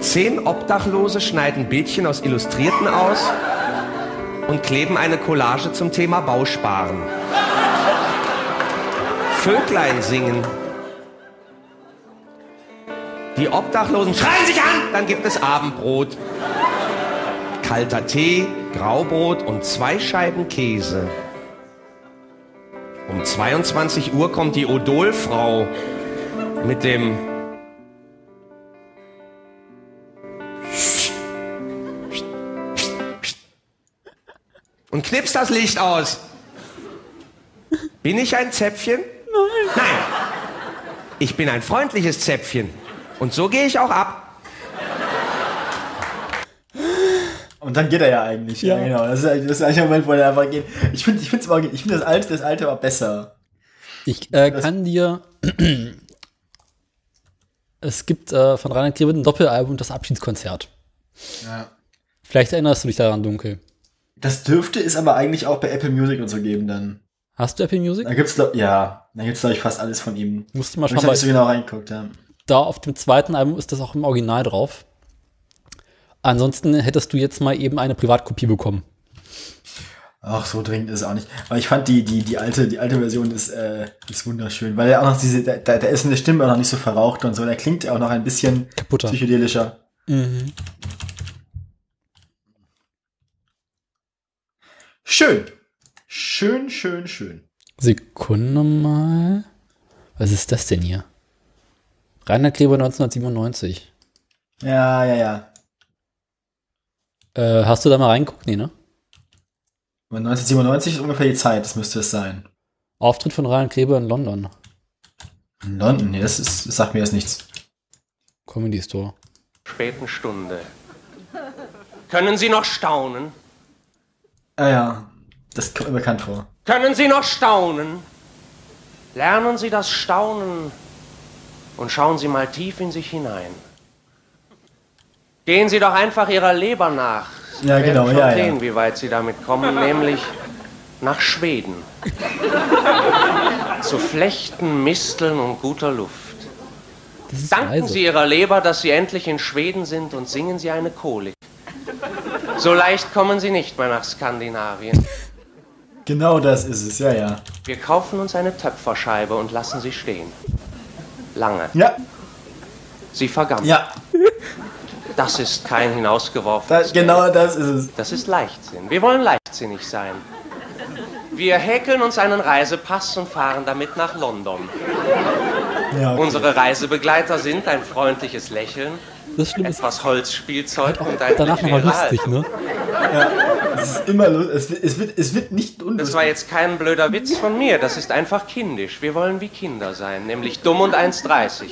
S3: Zehn Obdachlose schneiden Bildchen aus Illustrierten aus und kleben eine Collage zum Thema Bausparen. Vöglein singen. Die Obdachlosen schreien sich an, dann gibt es Abendbrot. Kalter Tee, Graubrot und zwei Scheiben Käse. Um 22 Uhr kommt die Odolfrau mit dem und knipst das Licht aus. Bin ich ein Zäpfchen? Nein. Nein. Ich bin ein freundliches Zäpfchen. Und so gehe ich auch ab.
S1: Und dann geht er ja eigentlich. Ja,
S2: Ja.
S1: genau. Das ist, eigentlich- das ist eigentlich der Moment, wo er einfach geht. Ich finde ich find's immer, ich finde das alte, das alte war besser.
S2: Ich äh, kann dir. Es gibt äh, von Rainer Grebe ein Doppelalbum, das Abschiedskonzert.
S1: Ja.
S2: Vielleicht erinnerst du dich daran dunkel.
S1: Das dürfte es aber eigentlich auch bei Apple Music und so geben dann.
S2: Hast du Apple Music?
S1: Da gibt's glaub, ja, da gibt's glaube ich fast alles von ihm.
S2: Musst du mal
S1: ich
S2: schauen,
S1: habe nicht so
S2: weil
S1: genau reingeguckt. Ja.
S2: da auf dem zweiten Album ist das auch im Original drauf. Ansonsten hättest du jetzt mal eben eine Privatkopie bekommen.
S1: Ach, so dringend ist es auch nicht. Aber ich fand die, die, die alte, die alte Version ist, äh, ist wunderschön, weil er auch noch diese, da, da da ist eine Stimme auch noch nicht so verraucht und so. Der klingt auch noch ein bisschen
S2: Kaputter.
S1: psychedelischer.
S2: Mhm.
S1: Schön. Schön, schön, schön.
S2: Sekunde mal. Was ist das denn hier? Rainer Gräber 1997.
S1: Ja, ja, ja.
S2: Äh, hast du da mal reingeguckt? Nee, ne?
S1: Und 1997 ist ungefähr die Zeit, das müsste es sein.
S2: Auftritt von Ryan Kleber in London.
S1: In London, nee, das, ist, das sagt mir jetzt nichts.
S2: Comedy Store.
S4: Späten Stunde. Können Sie noch staunen?
S1: Ah ja, das kommt mir bekannt vor.
S4: Können Sie noch staunen? Lernen Sie das Staunen und schauen Sie mal tief in sich hinein. Gehen Sie doch einfach Ihrer Leber nach. Sie
S1: Ja,
S4: werden
S1: genau,
S4: schon
S1: ja, ja.
S4: sehen, wie weit Sie damit kommen, nämlich nach Schweden. Zu Flechten, Misteln und guter Luft.
S2: Das ist
S4: Danken
S2: leise.
S4: Sie Ihrer Leber, dass Sie endlich in Schweden sind und singen Sie eine Kolik. So leicht kommen Sie nicht mehr nach Skandinavien.
S1: Genau das ist es, ja, ja.
S4: Wir kaufen uns eine Töpferscheibe und lassen sie stehen. Lange.
S1: Ja,
S4: Sie vergammeln.
S1: ja,
S4: Das ist kein hinausgeworfenes.
S1: das, genau das ist es.
S4: Das ist Leichtsinn. Wir wollen leichtsinnig sein. Wir häkeln uns einen Reisepass und fahren damit nach London.
S1: Ja, okay.
S4: Unsere Reisebegleiter sind ein freundliches Lächeln,
S2: Das Schlimme ist,
S4: etwas Holzspielzeug und ein
S2: danach nochmal
S4: bequemer Halt.
S2: lustig, ne?
S1: Es ist immer lu- es, wird- es, wird, es wird nicht
S4: Das
S1: unlustig.
S4: war jetzt kein blöder Witz von mir, das ist einfach kindisch. Wir wollen wie Kinder sein, nämlich dumm und 1,30.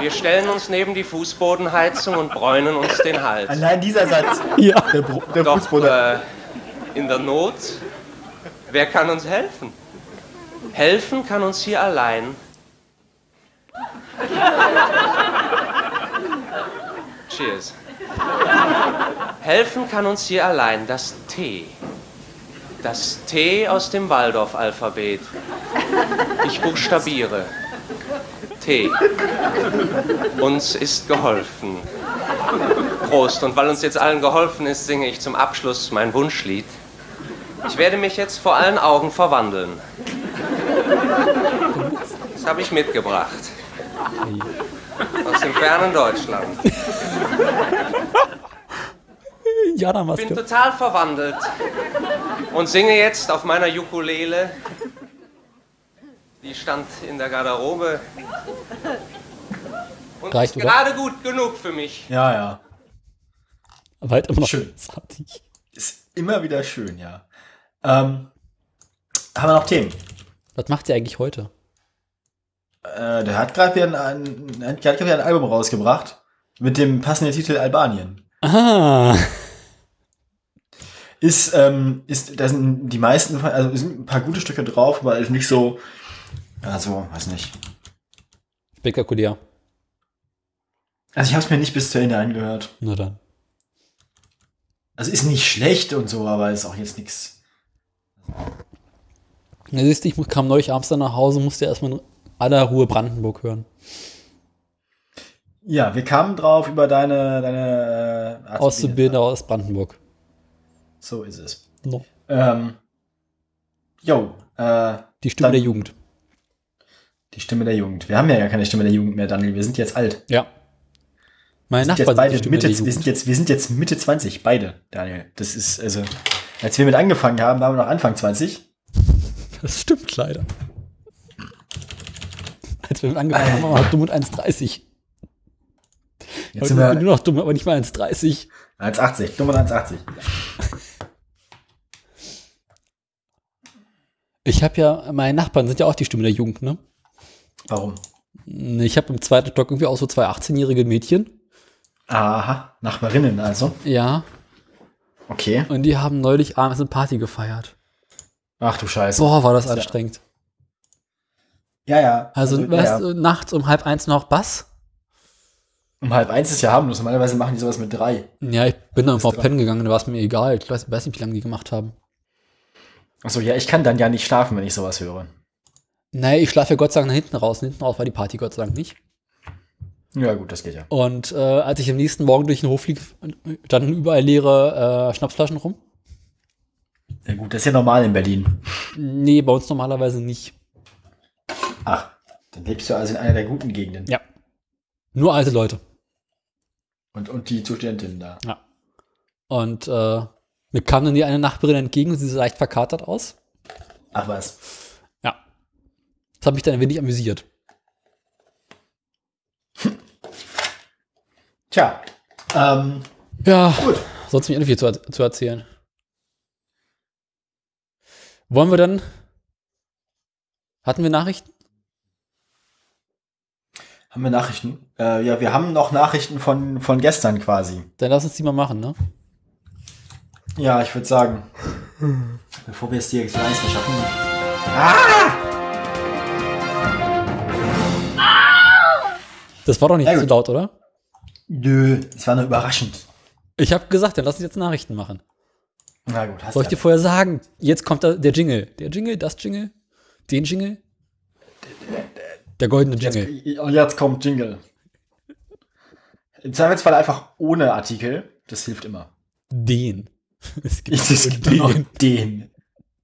S4: Wir stellen uns neben die Fußbodenheizung und bräunen uns den Hals.
S1: Allein dieser Satz.
S2: Ja.
S1: Der, Bro- der
S4: Doch
S1: Fußboden.
S4: äh, in der Not, wer kann uns helfen? Helfen kann uns hier allein. Cheers. Helfen kann uns hier allein das T. Das T aus dem Waldorf-Alphabet. Ich buchstabiere. T. Uns ist geholfen. Prost. Und weil uns jetzt allen geholfen ist, singe ich zum Abschluss mein Wunschlied. Ich werde mich jetzt vor allen Augen verwandeln. Das habe ich mitgebracht. Aus dem fernen Deutschland.
S2: Jana
S4: Ich bin
S2: Maske.
S4: total verwandelt und singe jetzt auf meiner Ukulele. Die stand in der Garderobe. Und
S2: Reicht,
S4: ist
S2: oder?
S4: gerade gut genug für mich.
S1: Ja, ja.
S2: Weit immer noch.
S1: Schön.
S2: großartig.
S1: Ist immer wieder schön, ja. Ähm, haben wir noch Themen?
S2: Was macht ihr eigentlich heute?
S1: Äh, der hat gerade wieder ein, ein, ein, der hat grad wieder ein Album rausgebracht mit dem passenden Titel Albanien.
S2: Ah.
S1: Ist, ähm, ist, da sind die meisten, von- also sind ein paar gute Stücke drauf, aber ist nicht so, also, weiß nicht.
S2: Spektakulär.
S1: Also ich habe es mir nicht bis zu Ende angehört.
S2: Na dann.
S1: Also ist nicht schlecht und so, aber ist auch jetzt nichts.
S2: Na, siehst du, ich mu- kam neulich abends dann nach Hause, musste erstmal in aller Ruhe Brandenburg hören.
S1: Ja, wir kamen drauf über deine, deine äh, Azubine.
S2: Auszubildende aus Brandenburg.
S1: So ist es.
S2: No.
S1: Ähm, jo, äh,
S2: Die Stimme
S1: Dann-
S2: der Jugend.
S1: die Stimme der Jugend. Wir haben ja gar keine Stimme der Jugend mehr, Daniel. Wir sind jetzt alt.
S2: Ja. Meine
S1: Wir sind jetzt
S2: Nachbarn
S1: beide
S2: sind die Stimme
S1: Mitte,
S2: der
S1: wir
S2: Jugend.
S1: sind jetzt, wir sind jetzt Mitte 20, beide, Daniel. Das ist, also, als wir mit angefangen haben, waren wir noch Anfang 20.
S2: Das stimmt leider. Als wir mit angefangen haben, waren wir dumm und 1,30.
S1: Jetzt
S2: Heute
S1: sind
S2: sind wir
S1: wir
S2: nur noch dumm, aber nicht mal 1,30.
S1: 1,80, dumm und 1,80.
S2: Ich habe ja, meine Nachbarn sind ja auch die Stimme der Jugend, ne?
S1: Warum?
S2: Ich habe im zweiten Stock irgendwie auch so zwei 18-jährige Mädchen.
S1: Aha, Nachbarinnen also.
S2: Ja.
S1: Okay.
S2: Und die haben neulich abends eine Party gefeiert.
S1: Ach du Scheiße.
S2: Boah, war das anstrengend.
S1: Ja, ja.
S2: Also,
S1: ja,
S2: weißt
S1: ja.
S2: du, nachts um halb eins noch Bass?
S1: Um halb eins ist ja harmlos. Normalerweise machen die sowas mit drei.
S2: Ja, ich bin dann vor
S1: dran.
S2: Pennen gegangen, da war es mir egal. Ich weiß, weiß nicht, wie lange die gemacht haben.
S1: Achso, ja, ich kann dann ja nicht schlafen, wenn ich sowas höre.
S2: Naja, ich schlafe ja Gott sei Dank nach hinten raus. Und hinten raus war die Party Gott sei Dank nicht.
S1: Ja, gut, das geht ja.
S2: Und äh, als ich am nächsten Morgen durch den Hof fliege, standen überall leere äh, Schnapsflaschen rum.
S1: Ja, gut, das ist ja normal in Berlin.
S2: Nee, bei uns normalerweise nicht.
S1: Ach, dann lebst du also in einer der guten Gegenden.
S2: Ja. Nur alte Leute.
S1: Und, und die Studentinnen da.
S2: Ja. Und äh, mir kam dann die eine Nachbarin entgegen und sie sah leicht verkatert aus.
S1: Ach was.
S2: Ja. Das hat mich dann ein wenig amüsiert.
S1: Tja, ähm,
S2: Ja.
S1: Gut. ähm,
S2: Sonst nicht viel zu, zu erzählen. Wollen wir dann. Hatten wir Nachrichten?
S1: Haben wir Nachrichten? Äh, ja, wir haben noch Nachrichten von, von gestern quasi.
S2: Dann lass uns die mal machen, ne?
S1: Ja, ich würde sagen, bevor wir es dir jetzt leisten schaffen.
S2: Das war doch nicht
S1: Ja,
S2: so
S1: gut.
S2: laut, oder?
S1: Nö, es war nur überraschend.
S2: Ich habe gesagt, dann lass uns jetzt Nachrichten machen.
S1: Na gut, hast
S2: Soll ich dir
S1: du.
S2: vorher sagen? Jetzt kommt da der Jingle. Der Jingle, das Jingle, den Jingle. Der goldene Jingle.
S1: Und jetzt kommt Jingle. Im Zweifelsfall einfach ohne Artikel. Das hilft immer.
S2: Den. Es gibt
S1: Es gibt nur noch den.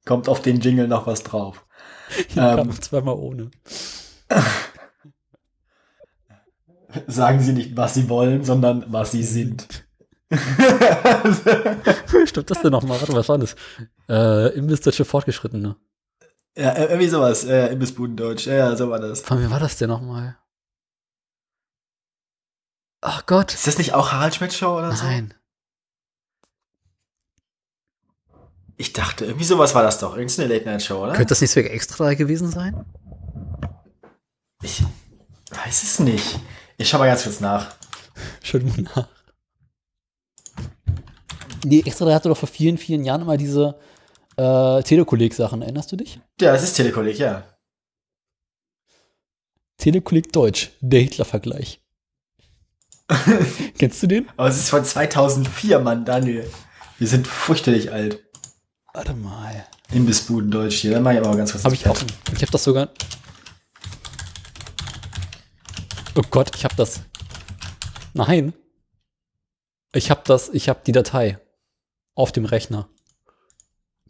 S1: Kommt auf den Jingle noch was drauf.
S2: kam
S1: Ähm,
S2: zweimal ohne.
S1: sagen Sie nicht, was Sie wollen, sondern was Sie sind.
S2: Stimmt das denn nochmal? Warte, was war das? Äh, Imbissdeutsche Fortgeschrittene.
S1: Ja, äh, irgendwie sowas. Äh, Imbissbudendeutsch. Ja, so war das.
S2: Von wem war das denn nochmal? Ach Gott.
S1: Ist das nicht auch Harald Schmidt Show oder so?
S2: Nein.
S1: Ich dachte, irgendwie sowas war das doch. Irgendeine Late Night Show, oder?
S2: Könnte das nicht sogar extra drei gewesen sein?
S1: Ich weiß es nicht. Ich schau mal ganz kurz nach.
S2: Schön guten Abend. Nee, extra drei hatte doch vor vielen, vielen Jahren immer diese äh, Telekolleg-Sachen. Erinnerst du dich?
S1: Ja, es ist Telekolleg, ja.
S2: Telekolleg Deutsch, der Hitler-Vergleich. Kennst du den?
S1: Aber es ist von 2004, Mann, Daniel. Wir sind fürchterlich alt.
S2: Warte mal.
S1: Imbissbudendeutsch hier. Dann mach ich aber ganz kurz.
S2: Habe ich auch. Ich habe das sogar. Oh Gott, ich habe das. Nein. Ich habe das. Ich habe die Datei auf dem Rechner.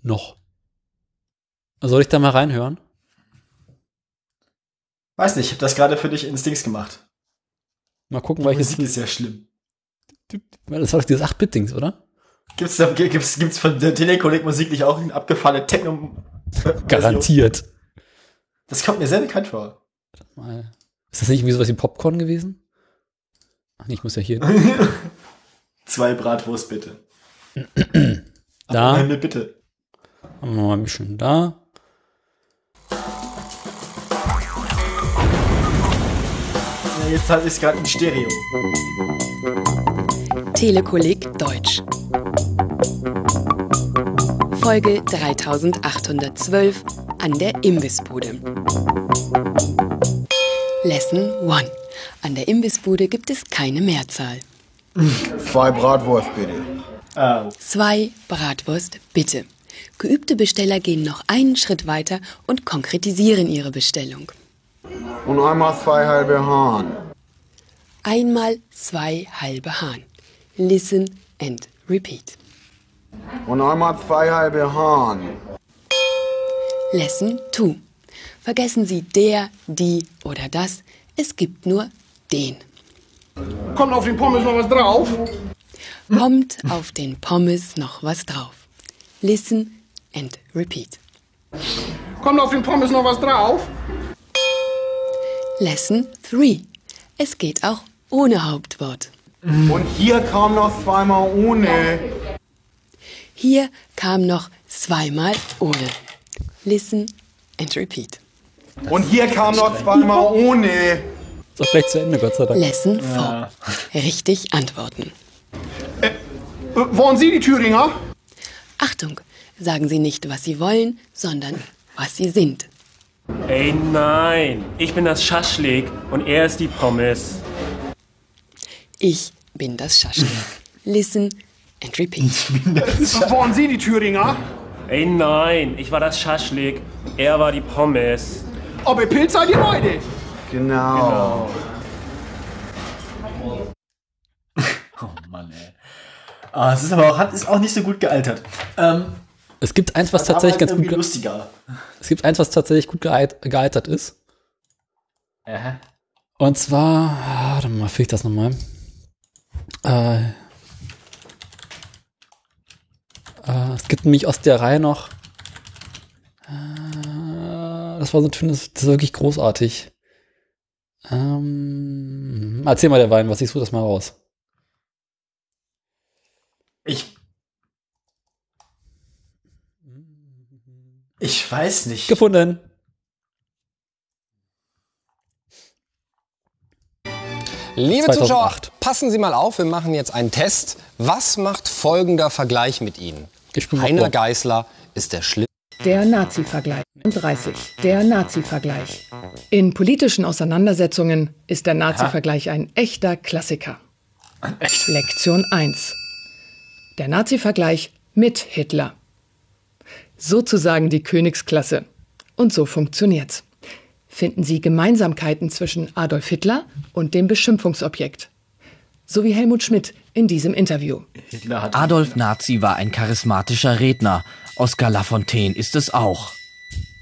S2: Noch. Soll ich da mal reinhören?
S1: Weiß nicht, ich habe das gerade für dich ins Dings gemacht.
S2: Mal gucken, welches.
S1: Musik ist ja schlimm.
S2: Das war doch dieses 8-Bit-Dings, oder?
S1: Gibt's, da, gibt's, gibt's von der Telekolleg Musik nicht auch eine abgefahrene Techno?
S2: Garantiert.
S1: Das kommt mir sehr bekannt vor.
S2: Mal. Ist das nicht irgendwie sowas wie Popcorn gewesen? Ach nee, ich muss ja hier.
S1: Zwei Bratwurst bitte.
S2: Da.
S1: Eine bitte.
S2: Machen wir mal ein bisschen da.
S1: Ja, jetzt halt ist gerade ein Stereo.
S5: Telekolleg Deutsch. Folge 3812 an der Imbissbude. Lesson 1. An der Imbissbude gibt es keine Mehrzahl.
S6: Zwei Bratwurst bitte.
S1: Ah,
S5: Zwei Bratwurst bitte. Geübte Besteller gehen noch einen Schritt weiter und konkretisieren ihre Bestellung.
S6: Und einmal zwei halbe Hahn.
S5: Einmal zwei halbe Hahn. Listen and repeat.
S6: Und einmal zwei halbe Hahn.
S5: Lesson 2. Vergessen Sie der, die oder das. Es gibt nur den.
S6: Kommt auf den Pommes noch was drauf?
S5: Kommt auf den Pommes noch was drauf. Listen and repeat.
S6: Kommt auf den Pommes noch was drauf?
S5: Lesson 3. Es geht auch ohne Hauptwort.
S6: Und hier kam noch zweimal ohne.
S5: Hier kam noch zweimal ohne. Listen and repeat.
S6: Und hier kam noch zweimal ohne.
S2: Ist doch gleich zu Ende, Gott sei Dank.
S5: Lesson 4. Richtig antworten.
S6: Waren Äh, Sie die Thüringer?
S5: Achtung, sagen Sie nicht, was Sie wollen, sondern was Sie sind.
S7: Ey, nein. Ich bin das Schaschlik und er ist die Pommes.
S5: Ich bin das Schaschlik. Listen and repeat.
S6: Waren Sie die Thüringer?
S7: Ey, nein. Ich war das Schaschlik. Er war die Pommes.
S6: Ob ihr Pilz seid ihr beide? Genau.
S1: oh Mann, ey. Ah, es ist aber auch, hat- ist auch nicht so gut gealtert. Ähm,
S2: Es gibt eins, was tatsächlich ganz
S1: damals
S2: gut.
S1: irgendwie
S2: ge-
S1: lustiger.
S2: Es gibt eins, was tatsächlich gut geeit- gealtert ist.
S1: Aha.
S2: Und zwar, ah, warte mal, finde ich das nochmal. Äh, äh, es gibt nämlich aus der Reihe noch. Äh, das war so ein schönes, das ist wirklich großartig. Ähm, erzähl mal der Wein, was ich suche das mal raus.
S1: Ich Ich weiß nicht.
S2: Gefunden.
S8: Liebe
S2: 2008.
S8: Zuschauer, passen Sie mal auf, wir machen jetzt einen Test. Was macht folgender Vergleich mit Ihnen?
S2: Ich spiel mal vor.
S8: Heiner Geißler ist der Schlimmste.
S5: Der Nazi-Vergleich. 30. Der Nazi-Vergleich. In politischen Auseinandersetzungen ist der Nazi-Vergleich ein echter Klassiker. Lektion 1. Der Nazi-Vergleich mit Hitler. Sozusagen die Königsklasse. Und so funktioniert's. Finden Sie Gemeinsamkeiten zwischen Adolf Hitler und dem Beschimpfungsobjekt. So wie Helmut Schmidt in diesem Interview.
S1: Hitler hat
S9: Adolf Nazi war ein charismatischer Redner. Oscar Lafontaine ist es auch.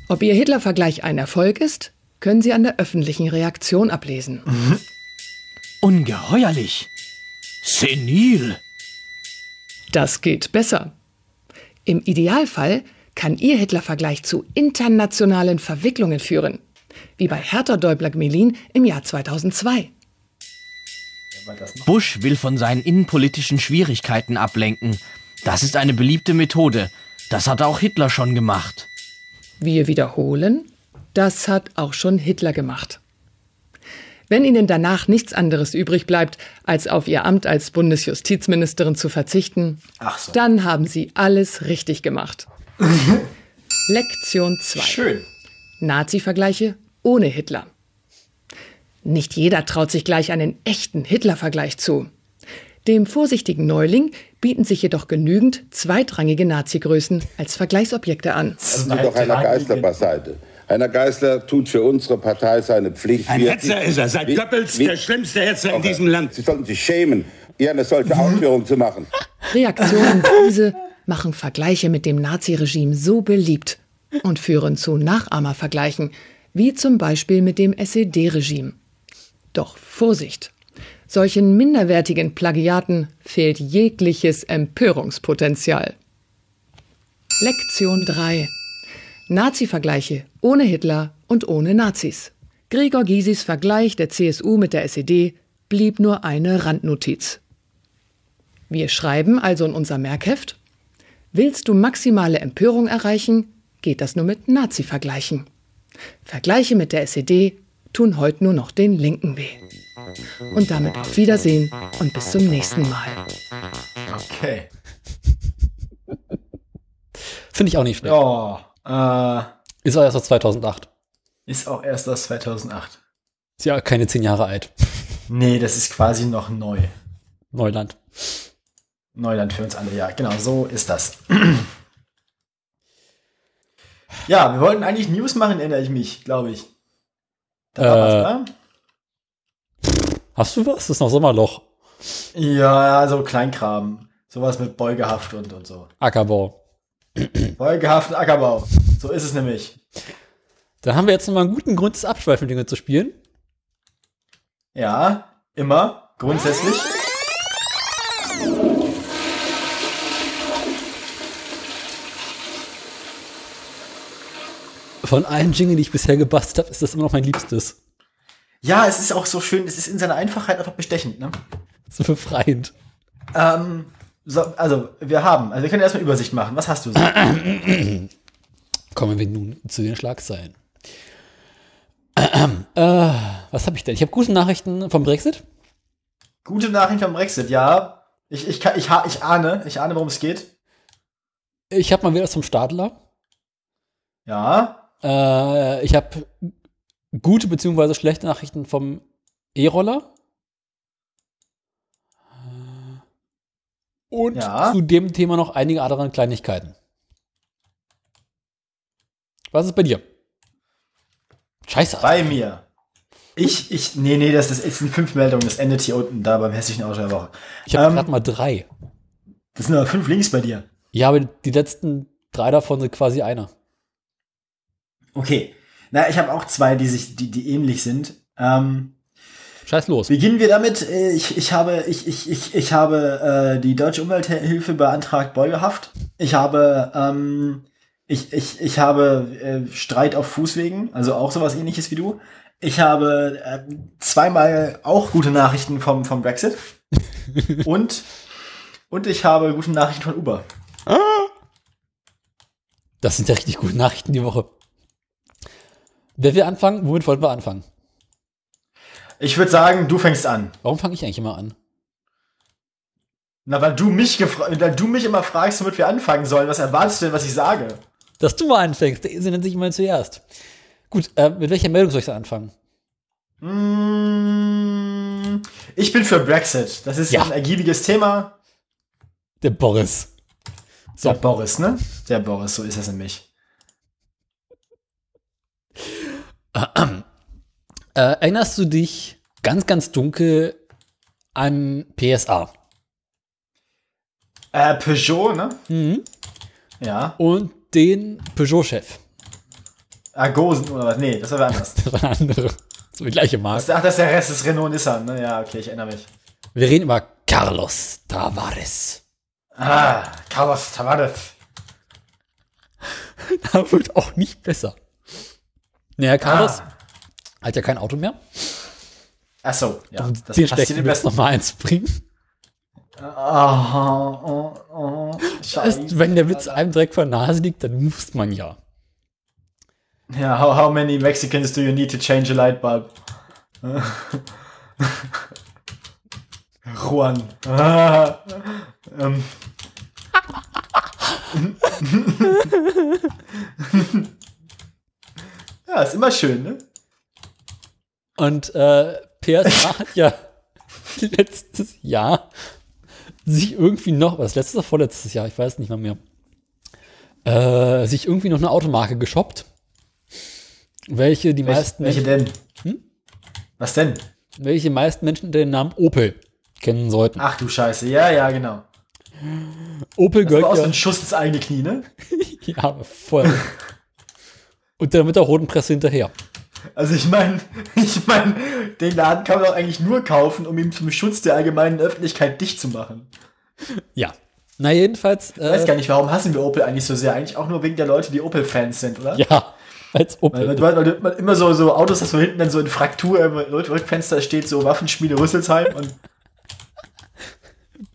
S5: Ob Ihr Hitler-Vergleich ein Erfolg ist, können Sie an der öffentlichen Reaktion ablesen.
S9: Ungeheuerlich. Senil.
S5: Das geht besser. Im Idealfall kann Ihr Hitler-Vergleich zu internationalen Verwicklungen führen, wie bei Hertha Däubler-Gmelin im Jahr 2002.
S9: Bush will von seinen innenpolitischen Schwierigkeiten ablenken. Das ist eine beliebte Methode. Das hat auch Hitler schon gemacht.
S5: Wir wiederholen, das hat auch schon Hitler gemacht. Wenn Ihnen danach nichts anderes übrig bleibt, als auf Ihr Amt als Bundesjustizministerin zu verzichten,
S1: Ach so.
S5: dann haben Sie alles richtig gemacht. Lektion 2.
S1: Schön.
S5: Nazi-Vergleiche ohne Hitler. Nicht jeder traut sich gleich einen echten Hitler-Vergleich zu. Dem vorsichtigen Neuling bieten sich jedoch genügend zweitrangige Nazi-Größen als Vergleichsobjekte an.
S1: Das
S10: doch Heiner Geißler beiseite. Heiner Geißler tut für unsere Partei seine Pflicht.
S11: Ein
S10: Wir-
S11: Hetzer ist er, seit
S10: wir-
S11: Goebbels
S10: wir-
S11: der schlimmste Hetzer in
S10: Okay.
S11: diesem Land.
S10: Sie sollten sich schämen, hier eine solche Ausführung zu machen.
S5: Reaktionen wie diese machen Vergleiche mit dem Nazi-Regime so beliebt und führen zu Nachahmervergleichen, wie zum Beispiel mit dem SED-Regime. Doch Vorsicht! Solchen minderwertigen Plagiaten fehlt jegliches Empörungspotenzial. Lektion 3 Nazi-Vergleiche ohne Hitler und ohne Nazis. Gregor Gysis Vergleich der CSU mit der SED blieb nur eine Randnotiz. Wir schreiben also in unser Merkheft, willst du maximale Empörung erreichen, geht das nur mit Nazi-Vergleichen. Vergleiche mit der SED tun heute nur noch den Linken weh. Und damit auf Wiedersehen und bis zum nächsten Mal.
S1: Okay.
S2: Finde ich auch nicht schlecht.
S1: Oh, äh,
S2: Ist auch erst aus 2008.
S1: ist auch erst aus 2008.
S2: Ist ja keine zehn Jahre alt.
S1: Nee, das ist quasi noch neu.
S2: Neuland.
S1: Neuland für uns alle, ja. Genau, so ist das. ja, wir wollten eigentlich News machen, erinnere ich mich, glaube ich. Da war was, ne?
S2: Hast du was? Das ist noch Sommerloch.
S1: ne? Ja, so Kleinkram. Sowas mit Beugehaft und, und so.
S2: Ackerbau.
S1: Beugehaft und Ackerbau. So ist es nämlich.
S2: Dann haben wir jetzt nochmal einen guten Grund, das Abschweifen Dinge zu spielen.
S1: Ja, immer, grundsätzlich.
S2: Von allen Jingeln, die ich bisher gebastelt habe, ist das immer noch mein Liebstes.
S1: Ja, es ist auch so schön, es ist in seiner Einfachheit einfach bestechend, ne?
S2: So befreiend.
S1: Ähm, so, also, wir haben, also wir können erstmal Übersicht machen. Was hast du so?
S2: Kommen wir nun zu den Schlagzeilen. Äh, was habe ich denn? Ich habe gute Nachrichten vom Brexit.
S1: Gute Nachricht vom Brexit, ja. Ich, ich, kann, ich, ha- ich ahne, ich ahne, worum es geht.
S2: Ich habe mal wieder was vom Stadler.
S1: Ja.
S2: Äh, ich habe gute bzw. schlechte Nachrichten vom E-Roller. Und
S1: Ja.
S2: zu dem Thema noch einige andere Kleinigkeiten. Was ist bei dir? Scheiße.
S1: Bei mir. Ich, ich, nee, nee, das, das ist in fünf Meldungen. Das endet hier unten, da beim hessischen Auto der Woche.
S2: ich habe
S1: ähm,
S2: gerade mal drei.
S1: Das sind aber fünf Links bei dir.
S2: Ja, aber die letzten drei davon sind quasi einer.
S1: Okay. Na, ich habe auch zwei, die sich, die, die ähnlich sind. Ähm,
S2: Scheiß los.
S1: Beginnen wir damit. äh, Ich, ich habe, ich, ich, ich, ich habe äh, die Deutsche Umwelthilfe beantragt Beugehaft. Ich habe, ähm, ich, ich, ich habe äh, Streit auf Fußwegen, also auch sowas ähnliches wie du. Ich habe äh, zweimal auch gute Nachrichten vom, vom Brexit. und, und ich habe gute Nachrichten von Uber.
S2: Das sind ja richtig gute Nachrichten die Woche. Wer will anfangen? Womit wollen wir anfangen?
S1: Ich würde sagen, du fängst an.
S2: Warum fange ich eigentlich immer an?
S1: Na, weil du mich gefra- weil du mich immer fragst, womit wir anfangen sollen. Was erwartest du denn, was ich sage?
S2: Dass du mal anfängst. Der Esel nennt sich mal zuerst. Gut, äh, mit welcher Meldung soll ich denn anfangen?
S1: Mm, Ich bin für Brexit. Das ist
S2: Ja.
S1: ein ergiebiges Thema.
S2: Der Boris.
S1: Der Boris, ne? Der Boris, so ist das nämlich.
S2: Äh, erinnerst du dich ganz, ganz dunkel an PSA?
S1: Äh, Peugeot, ne?
S2: Mhm.
S1: Ja.
S2: Und den Peugeot-Chef.
S1: Ah, Gosen oder was? Nee, das war wer anders.
S2: Das war eine andere. So die gleiche Marke.
S1: Ach, das ist der Rest des Renault Nissan, ne? Ja, okay, ich erinnere mich.
S2: Wir reden über Carlos Tavares.
S1: Ah, Carlos Tavares.
S2: Da wird auch nicht besser. Naja, Carlos hat ja kein Auto mehr.
S1: Ah. Ach so, ja.
S2: Um
S1: Das
S2: den
S1: passt hier
S2: schlechten
S1: den
S2: Witz
S1: besten.
S2: nochmal einzubringen.
S1: Ah, oh, oh, oh,
S2: Ist,
S1: Scheiße.
S2: wenn der Witz einem direkt vor der Nase liegt, dann muss man ja.
S1: Ja, how, how many Mexicans do you need to change a light bulb? Juan. Ah, ähm. ja, ist immer schön, ne?
S2: Und äh, PSA hat ja letztes Jahr sich irgendwie noch, was letztes oder vorletztes Jahr, ich weiß nicht mal mehr, äh, sich irgendwie noch eine Automarke geshoppt, welche die meisten
S1: Welche
S2: Menschen,
S1: denn? Was denn?
S2: welche die meisten Menschen unter dem Namen Opel kennen sollten.
S1: Ach du Scheiße, ja, ja, genau.
S2: Opel
S1: Das war auch
S2: gehört
S1: so
S2: ja,
S1: ein Schuss ins eigene Knie, ne?
S2: ja aber voll. Und dann mit der roten Presse hinterher.
S1: Also ich meine, ich meine, den Laden kann man doch eigentlich nur kaufen, um ihn zum Schutz der allgemeinen Öffentlichkeit dicht zu machen.
S2: Ja. Na jedenfalls.
S1: Ich weiß
S2: Äh,
S1: gar nicht, warum hassen wir Opel eigentlich so sehr? Eigentlich auch nur wegen der Leute, die Opel-Fans sind, oder?
S2: ja, als
S1: Weil,
S2: Opel.
S1: weil, weil, weil immer so, so Autos, das so hinten dann so in Fraktur äh, im Rück- Rückfenster steht, so Waffenschmiede Rüsselsheim und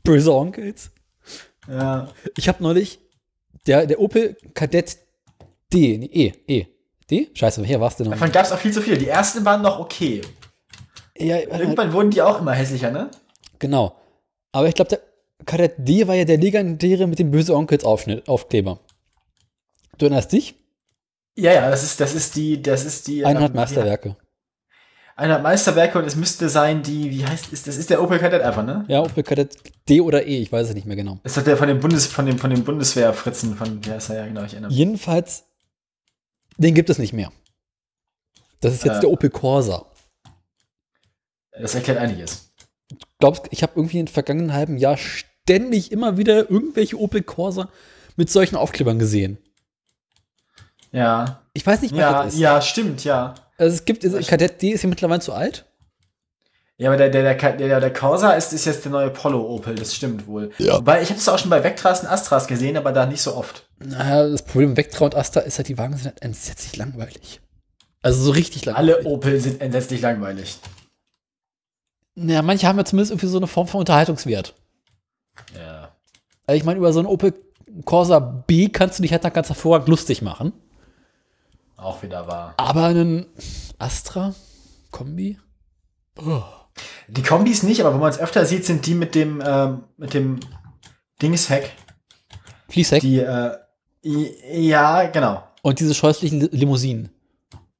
S2: Böse Onkels.
S1: ja,
S2: Ich habe neulich der, der Opel Kadett D, nee, E, E. D? Scheiße, hier war's denn noch.
S1: davon gab es auch viel zu viele. Die ersten waren noch okay.
S2: Ja, warte mal.
S1: Irgendwann wurden die auch immer hässlicher, ne?
S2: genau. Aber ich glaube, der Kadett D war ja der legendäre mit dem Böse Onkels Aufschnitt, Aufkleber. Du erinnerst dich?
S1: Ja, ja, das ist, das ist die, das ist die.
S2: Einhard
S1: ähm,
S2: Meisterwerke.
S1: die- Einheit Meisterwerke und es müsste sein die, wie heißt, ist, das ist der Opel Kadett einfach, ne?
S2: Ja, Opel Kadett D oder E, ich weiß es nicht mehr genau.
S1: Das hat der von dem Bundes, von dem, von dem Bundeswehr-Fritzen, von, der ist er ja genau, ich erinnere mich.
S2: Jedenfalls, den gibt es nicht mehr. Das ist jetzt
S1: Äh.
S2: der Opel Corsa.
S1: Das erklärt einiges.
S2: glaubst, ich habe irgendwie in den vergangenen halben Jahr ständig immer wieder irgendwelche Opel Corsa mit solchen Aufklebern gesehen.
S1: Ja.
S2: Ich weiß nicht, was
S1: Ja,
S2: das ist.
S1: ja, stimmt, ja.
S2: Also es gibt, Kadett D ist ja mittlerweile zu alt.
S1: Ja, aber der, der, der, Ka- der, der Corsa ist, ist jetzt der neue Polo-Opel, das stimmt wohl. Ja. Wobei, ich habe es auch schon bei Vectras und Astras gesehen, aber da nicht so oft.
S2: Naja, das Problem mit Vectra und Asta ist halt, die Wagen sind halt entsetzlich langweilig. Also so richtig langweilig.
S1: Alle Opel sind entsetzlich langweilig.
S2: Naja, manche haben ja zumindest irgendwie so eine Form von Unterhaltungswert.
S1: Ja.
S2: Also ich meine, über so einen Opel Corsa B kannst du dich halt dann ganz hervorragend lustig machen.
S1: Auch wieder wahr.
S2: Aber einen Astra Kombi?
S1: Die Kombis nicht, aber wo man es öfter sieht, sind die mit dem, ähm, mit dem Dingsheck.
S2: Fließheck?
S1: Die, äh, i- ja, genau.
S2: und diese scheußlichen Li- Limousinen.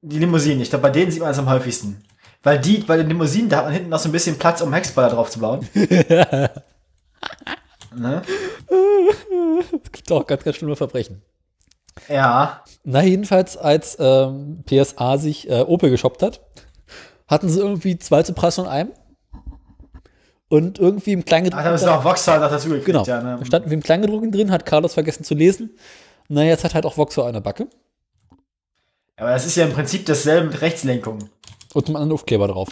S1: Die Limousinen, ich glaube, bei denen sieht man es am häufigsten. Weil die, bei den Limousinen, da hat man hinten noch so ein bisschen Platz, um Hexballer drauf zu bauen. ne?
S2: Es gibt auch ganz, ganz schlimme Verbrechen.
S1: Ja.
S2: Na, jedenfalls, als ähm, PSA sich äh, Opel geshoppt hat, hatten sie irgendwie zwei zu Preis von einem. Und irgendwie im
S1: Ach, Ah, da
S2: Kleingedruckten.
S1: ist auch Vauxhall noch dazu gekriegt,
S2: genau.
S1: ja. Ne?
S2: Da stand wie im Kleingedruckten drin, hat Carlos vergessen zu lesen. Na, jetzt hat halt auch Vauxhall eine Backe.
S1: Aber das ist ja im Prinzip dasselbe mit Rechtslenkung.
S2: Und einen anderen Aufkleber drauf.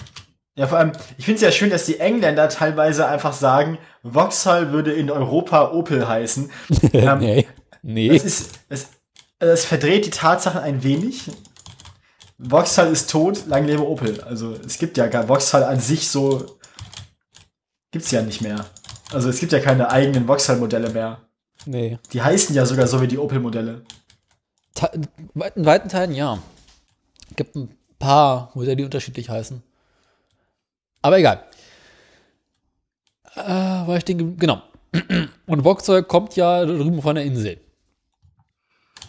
S1: Ja, vor allem, ich finde es ja schön, dass die Engländer teilweise einfach sagen, Vauxhall würde in Europa Opel heißen. Ähm,
S2: nee. Nee.
S1: Das ist, das, das verdreht die Tatsachen ein wenig. Vauxhall ist tot, lang lebe Opel. Also es gibt ja gar Vauxhall an sich so gibt's ja nicht mehr. Also es gibt ja keine eigenen Vauxhall-Modelle mehr.
S2: Nee.
S1: Die heißen ja sogar so wie die Opel-Modelle.
S2: te- in weiten Teilen ja. Gibt ein paar Modelle, die unterschiedlich heißen. Aber egal. Äh, war ich den, genau. Und Voxer kommt ja drüben von der Insel.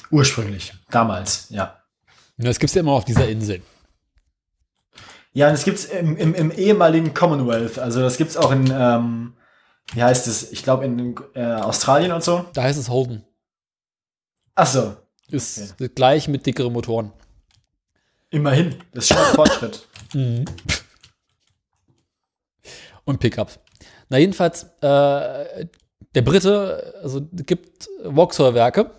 S1: Ursprünglich, damals, ja.
S2: Ne, Das gibt es ja immer auf dieser Insel.
S1: Ja, und das gibt's im, im, im ehemaligen Commonwealth. Also das gibt's auch in, ähm, wie heißt es? Ich glaube in äh, Australien und so.
S2: Da heißt es Holden.
S1: Ach so,
S2: Ist gleich mit dickeren Motoren.
S1: immerhin. Das ist schon ein Fortschritt.
S2: Mhm. Und Pickups. Na, jedenfalls, äh, der Brite also, gibt Vauxhall-Werke.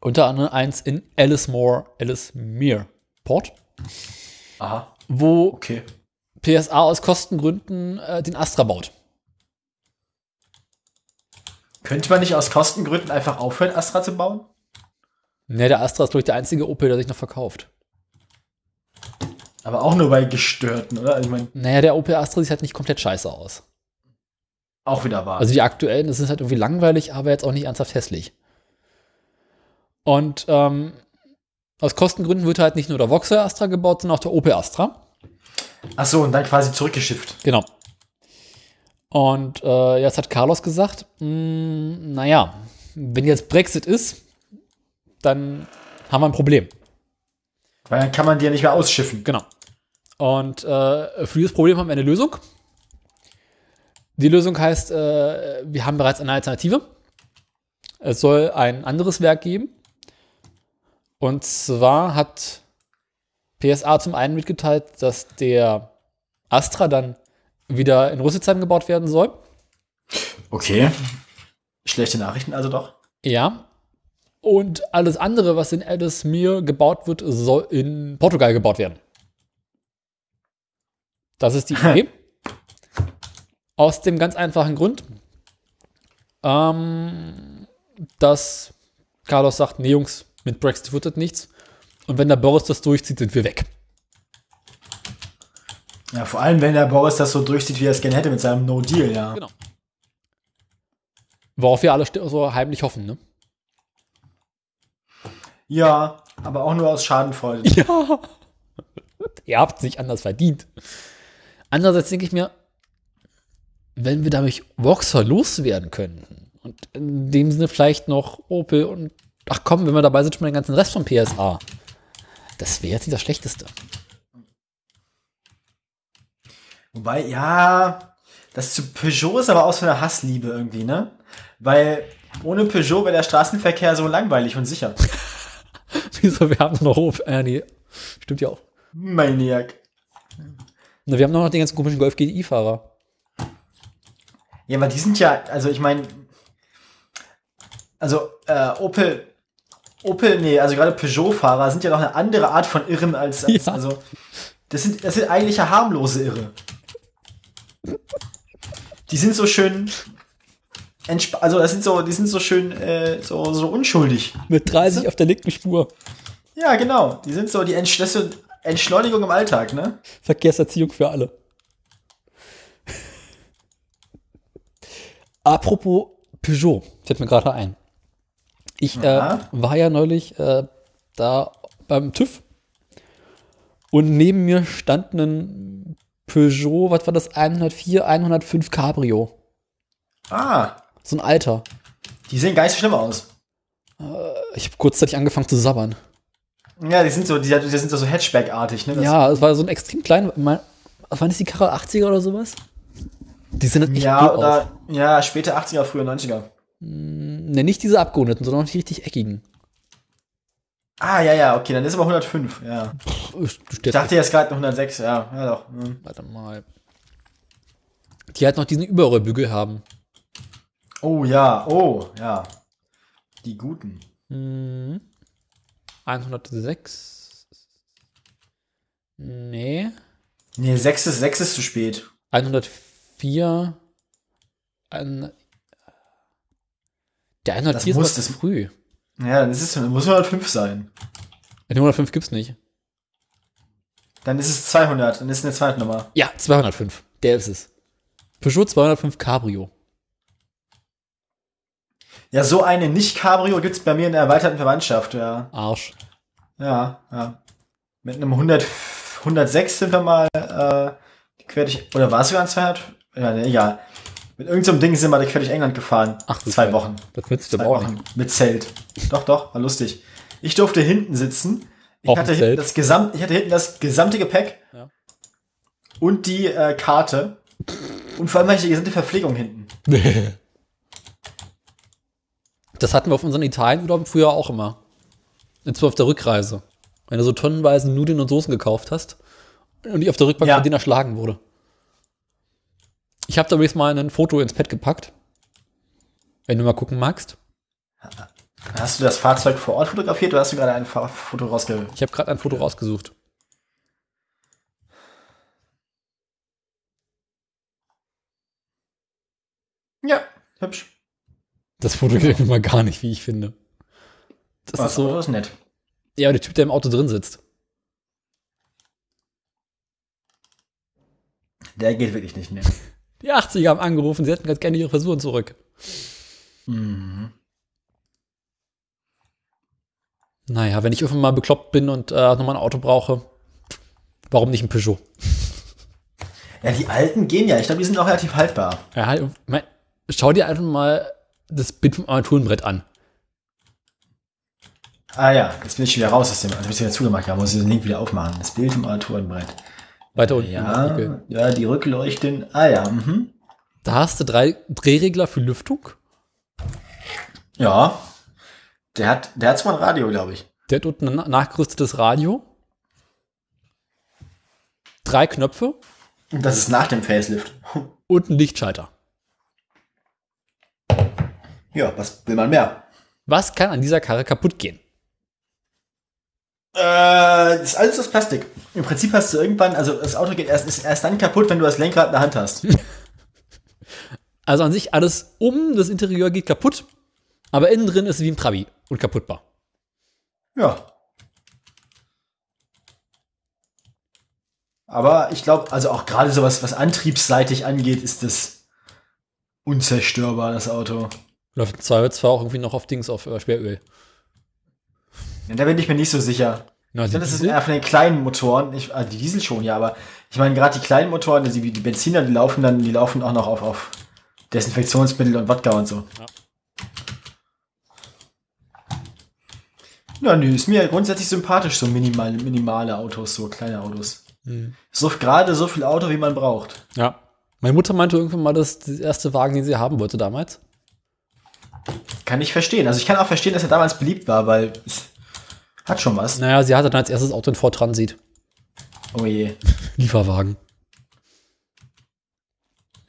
S2: Unter anderem eins in Ellismore, Ellismere Port,
S1: Aha,
S2: wo
S1: okay.
S2: PSA aus Kostengründen äh, den Astra baut.
S1: Könnte man nicht aus Kostengründen einfach aufhören, Astra zu bauen?
S2: Ne, der Astra ist, glaube ich, der einzige Opel, der sich noch verkauft.
S1: Aber auch nur bei Gestörten, oder? Also ich meine,
S2: Naja, der Opel Astra sieht halt nicht komplett scheiße aus.
S1: auch wieder wahr.
S2: Also die aktuellen, das ist halt irgendwie langweilig, aber jetzt auch nicht ernsthaft hässlich. Und ähm, aus Kostengründen wird halt nicht nur der Voxer Astra gebaut, sondern auch der Opel Astra.
S1: Ach so, und dann quasi zurückgeschifft.
S2: Genau. Und äh, jetzt hat Carlos gesagt, mh, naja, wenn jetzt Brexit ist, dann haben wir ein Problem.
S1: Weil dann kann man die ja nicht mehr ausschiffen.
S2: Genau. Und äh, für dieses Problem haben wir eine Lösung. Die Lösung heißt, äh, wir haben bereits eine Alternative. Es soll ein anderes Werk geben. Und zwar hat PSA zum einen mitgeteilt, dass der Astra dann wieder in Rüsselsheim gebaut werden soll.
S1: Okay. Schlechte Nachrichten also doch.
S2: Ja. Und alles andere, was in Ellesmere gebaut wird, soll in Portugal gebaut werden. Das ist die Idee. Aus dem ganz einfachen Grund, ähm, dass Carlos sagt, nee Jungs, mit Brexit wird das nichts. Und wenn der Boris das durchzieht, sind wir weg.
S1: Ja, vor allem, wenn der Boris das so durchzieht, wie er es gerne hätte mit seinem No Deal, ja.
S2: Genau. Worauf wir alle sti- so heimlich hoffen, ne?
S1: Ja, aber auch nur aus Schadenfreude.
S2: Ja. Ihr habt es nicht anders verdient. Andererseits denke ich mir, wenn wir dadurch Vauxhall loswerden könnten und in dem Sinne vielleicht noch Opel und ach komm, wenn wir dabei sind, schon mal den ganzen Rest von PSA. Das wäre jetzt nicht das Schlechteste.
S1: Wobei, ja, das zu Peugeot ist aber aus von der Hassliebe irgendwie, ne? Weil ohne Peugeot wäre der Straßenverkehr so langweilig und sicher.
S2: Wieso, wir haben doch noch Opel. Äh, nee, stimmt ja auch.
S1: Maniac.
S2: Na, wir haben doch noch den ganzen komischen Golf GTI-Fahrer.
S1: Ja, aber die sind ja, also ich meine, also äh, Opel, Opel, nee, also gerade Peugeot-Fahrer sind ja noch eine andere Art von Irren als, als
S2: Ja.
S1: also das sind, das sind eigentlich ja harmlose Irre. Die sind so schön, entspa also das sind so, die sind so schön, äh, so, so unschuldig.
S2: Mit 30 auf der linken Spur.
S1: Ja, genau, die sind so die Entsch das ist so Entschleunigung im Alltag, ne?
S2: Verkehrserziehung für alle. Apropos Peugeot, fällt mir gerade ein. Ich äh,
S1: Aha.
S2: war ja neulich äh, da beim TÜV und neben mir stand ein Peugeot, was war das? 104, 105 Cabrio.
S1: Ah,
S2: So ein alter.
S1: die sehen gar nicht so schlimm aus.
S2: Ich habe kurzzeitig angefangen zu sabbern.
S1: Ja, die sind so, die, die sind so, so Hatchback-artig, ne? Das-
S2: Ja, es war so ein extrem klein. Mein, waren das die Karre 80er oder sowas? Die sind halt echt
S1: Ja,
S2: blöd aus.
S1: oder, ja, späte 80er, frühe 90er.
S2: Ne, nicht diese Abgeordneten, sondern auch die richtig eckigen.
S1: Ah, ja, ja, okay, dann ist aber 105, ja.
S2: Du
S1: Ich dachte jetzt gerade 106, ja, ja doch. hm.
S2: Warte mal. Die halt noch diesen Überrollbügel haben.
S1: Oh, ja, oh, ja. Die guten.
S2: 106. Nee.
S1: Nee, 6 ist, 6 ist zu spät.
S2: 104. Ein, der 104
S1: Das
S2: ist
S1: muss,
S2: aber zu
S1: das-
S2: früh.
S1: Ja, dann ist es, dann muss 105 sein.
S2: Den 105 gibt's nicht.
S1: Dann ist es 200, dann ist es eine zweite Nummer.
S2: Ja, 205. Der ist es. Peugeot 205 Cabrio.
S1: Ja, so eine Nicht-Cabrio gibt's bei mir in der erweiterten Verwandtschaft, ja.
S2: Arsch.
S1: Ja, ja. Mit einem 100, 106 sind wir mal äh, quer durch, oder war es sogar ein 200? Ja, ne, egal. Mit irgendeinem Ding sind wir quer durch England gefahren. Ach, zwei Wochen.
S2: Das willst du
S1: Zwei
S2: aber auch
S1: Wochen.
S2: nicht.
S1: Mit Zelt. Doch, doch, war lustig. Ich durfte hinten sitzen. Ich
S2: Auf dem
S1: hatte, hinten
S2: Zelt?
S1: das gesam ich hatte hinten das gesamte Gepäck
S2: Ja.
S1: und die äh, Karte. Und vor allem hatte ich die gesamte Verpflegung hinten.
S2: Das hatten wir auf unseren Italienurlauben früher auch immer. Und zwar auf der Rückreise. Wenn du so tonnenweise Nudeln und Soßen gekauft hast und die auf der Rückbank
S1: Ja.
S2: von denen erschlagen wurde. Ich habe da übrigens mal ein Foto ins Pad gepackt. Wenn du mal gucken magst.
S1: Hast du das Fahrzeug vor Ort fotografiert oder hast du gerade ein Fa- Foto rausge...
S2: Ich habe gerade ein Foto rausgesucht.
S1: Ja, hübsch.
S2: Das Foto gefällt mir mal gar nicht, wie ich finde. Das
S1: Das
S2: ist so.
S1: ist nett.
S2: Ja, der Typ, der im Auto drin sitzt.
S1: Der geht wirklich nicht mehr.
S2: Die 80er haben angerufen, sie hätten ganz gerne ihre Frisuren zurück.
S1: Mhm.
S2: Naja, wenn ich irgendwann mal bekloppt bin und äh, nochmal ein Auto brauche, warum nicht ein Peugeot?
S1: Ja, die alten gehen ja. Ich glaube, die sind auch relativ haltbar.
S2: Ja, halt, mein, schau dir einfach mal das Bild vom Armaturenbrett an.
S1: Ah ja, jetzt bin ich schon wieder raus aus dem. Also bin ich wieder zugemacht. Ja, muss ich den Link wieder aufmachen. Das Bild im Armaturenbrett.
S2: Weiter unten. im
S1: Ja,
S2: Artikel.
S1: ja, die Rückleuchten. Ah ja, mhm.
S2: Da hast du drei Drehregler für Lüftung.
S1: Ja. Der hat, der hat zwar ein Radio, glaube ich.
S2: Der hat unten ein na- nachgerüstetes Radio. Drei Knöpfe
S1: Und das ist nach dem Facelift. Hm.
S2: und einen Lichtschalter.
S1: Ja, was will man mehr?
S2: Was kann an dieser Karre kaputt gehen?
S1: Äh, das ist alles aus Plastik. Im Prinzip hast du irgendwann, also das Auto geht erst, ist erst dann kaputt, wenn du das Lenkrad in der Hand hast.
S2: Also an sich alles um das Interieur geht kaputt, aber innen drin ist es wie ein Trabi und kaputtbar.
S1: Ja. Aber ich glaube, also auch gerade sowas, was antriebsseitig angeht, ist das unzerstörbar, das Auto.
S2: Läuft zwar, zwar auch irgendwie noch auf Dings, auf äh, Schweröl.
S1: Ja, da bin ich mir nicht so sicher.
S2: Na,
S1: Ich
S2: die
S1: glaub, das ist
S2: Also Diesel?
S1: eher von den kleinen Motoren. Ich, also die Diesel schon, ja, aber ich meine, gerade die kleinen Motoren, also die, die Benziner, die laufen dann, die laufen auch noch auf, auf Desinfektionsmittel und Wodka und so.
S2: Ja.
S1: Ja, nö, ist mir grundsätzlich sympathisch, so minimal, minimale Autos, so kleine Autos. So gerade so viel Auto, wie man braucht.
S2: Ja. Meine Mutter meinte irgendwann mal, dass das erste Wagen, den sie haben wollte damals.
S1: Kann ich verstehen. Also ich kann auch verstehen, dass er damals beliebt war, weil es hat schon was.
S2: Naja, sie hatte dann als erstes Auto in Ford Transit.
S1: Oh je.
S2: Lieferwagen.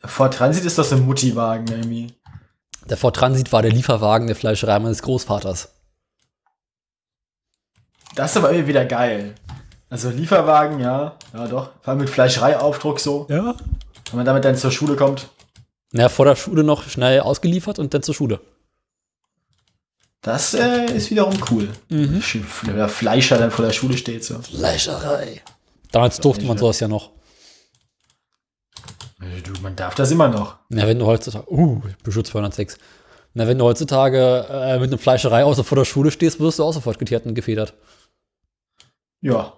S1: Ford Transit ist doch so ein Mutti-Wagen irgendwie.
S2: Der Ford Transit war der Lieferwagen der Fleischerei meines Großvaters.
S1: Das ist aber irgendwie wieder geil. Also Lieferwagen, ja, ja doch. Vor allem mit Fleischereiaufdruck so.
S2: Ja?
S1: Wenn man damit dann zur Schule kommt,
S2: Naja, vor der Schule noch schnell ausgeliefert und dann zur Schule.
S1: das äh, ist wiederum cool. Mhm. Wenn der Fleischer dann vor der Schule steht so.
S2: Fleischerei. Damals durfte man sowas ja noch.
S1: Äh, Du, man darf das immer noch.
S2: Na, wenn du heutzutage. Uh, Peugeot 206. Na, wenn du heutzutage äh, mit einer Fleischerei außer vor der Schule stehst, wirst du auch sofort getiert und gefedert.
S1: Ja.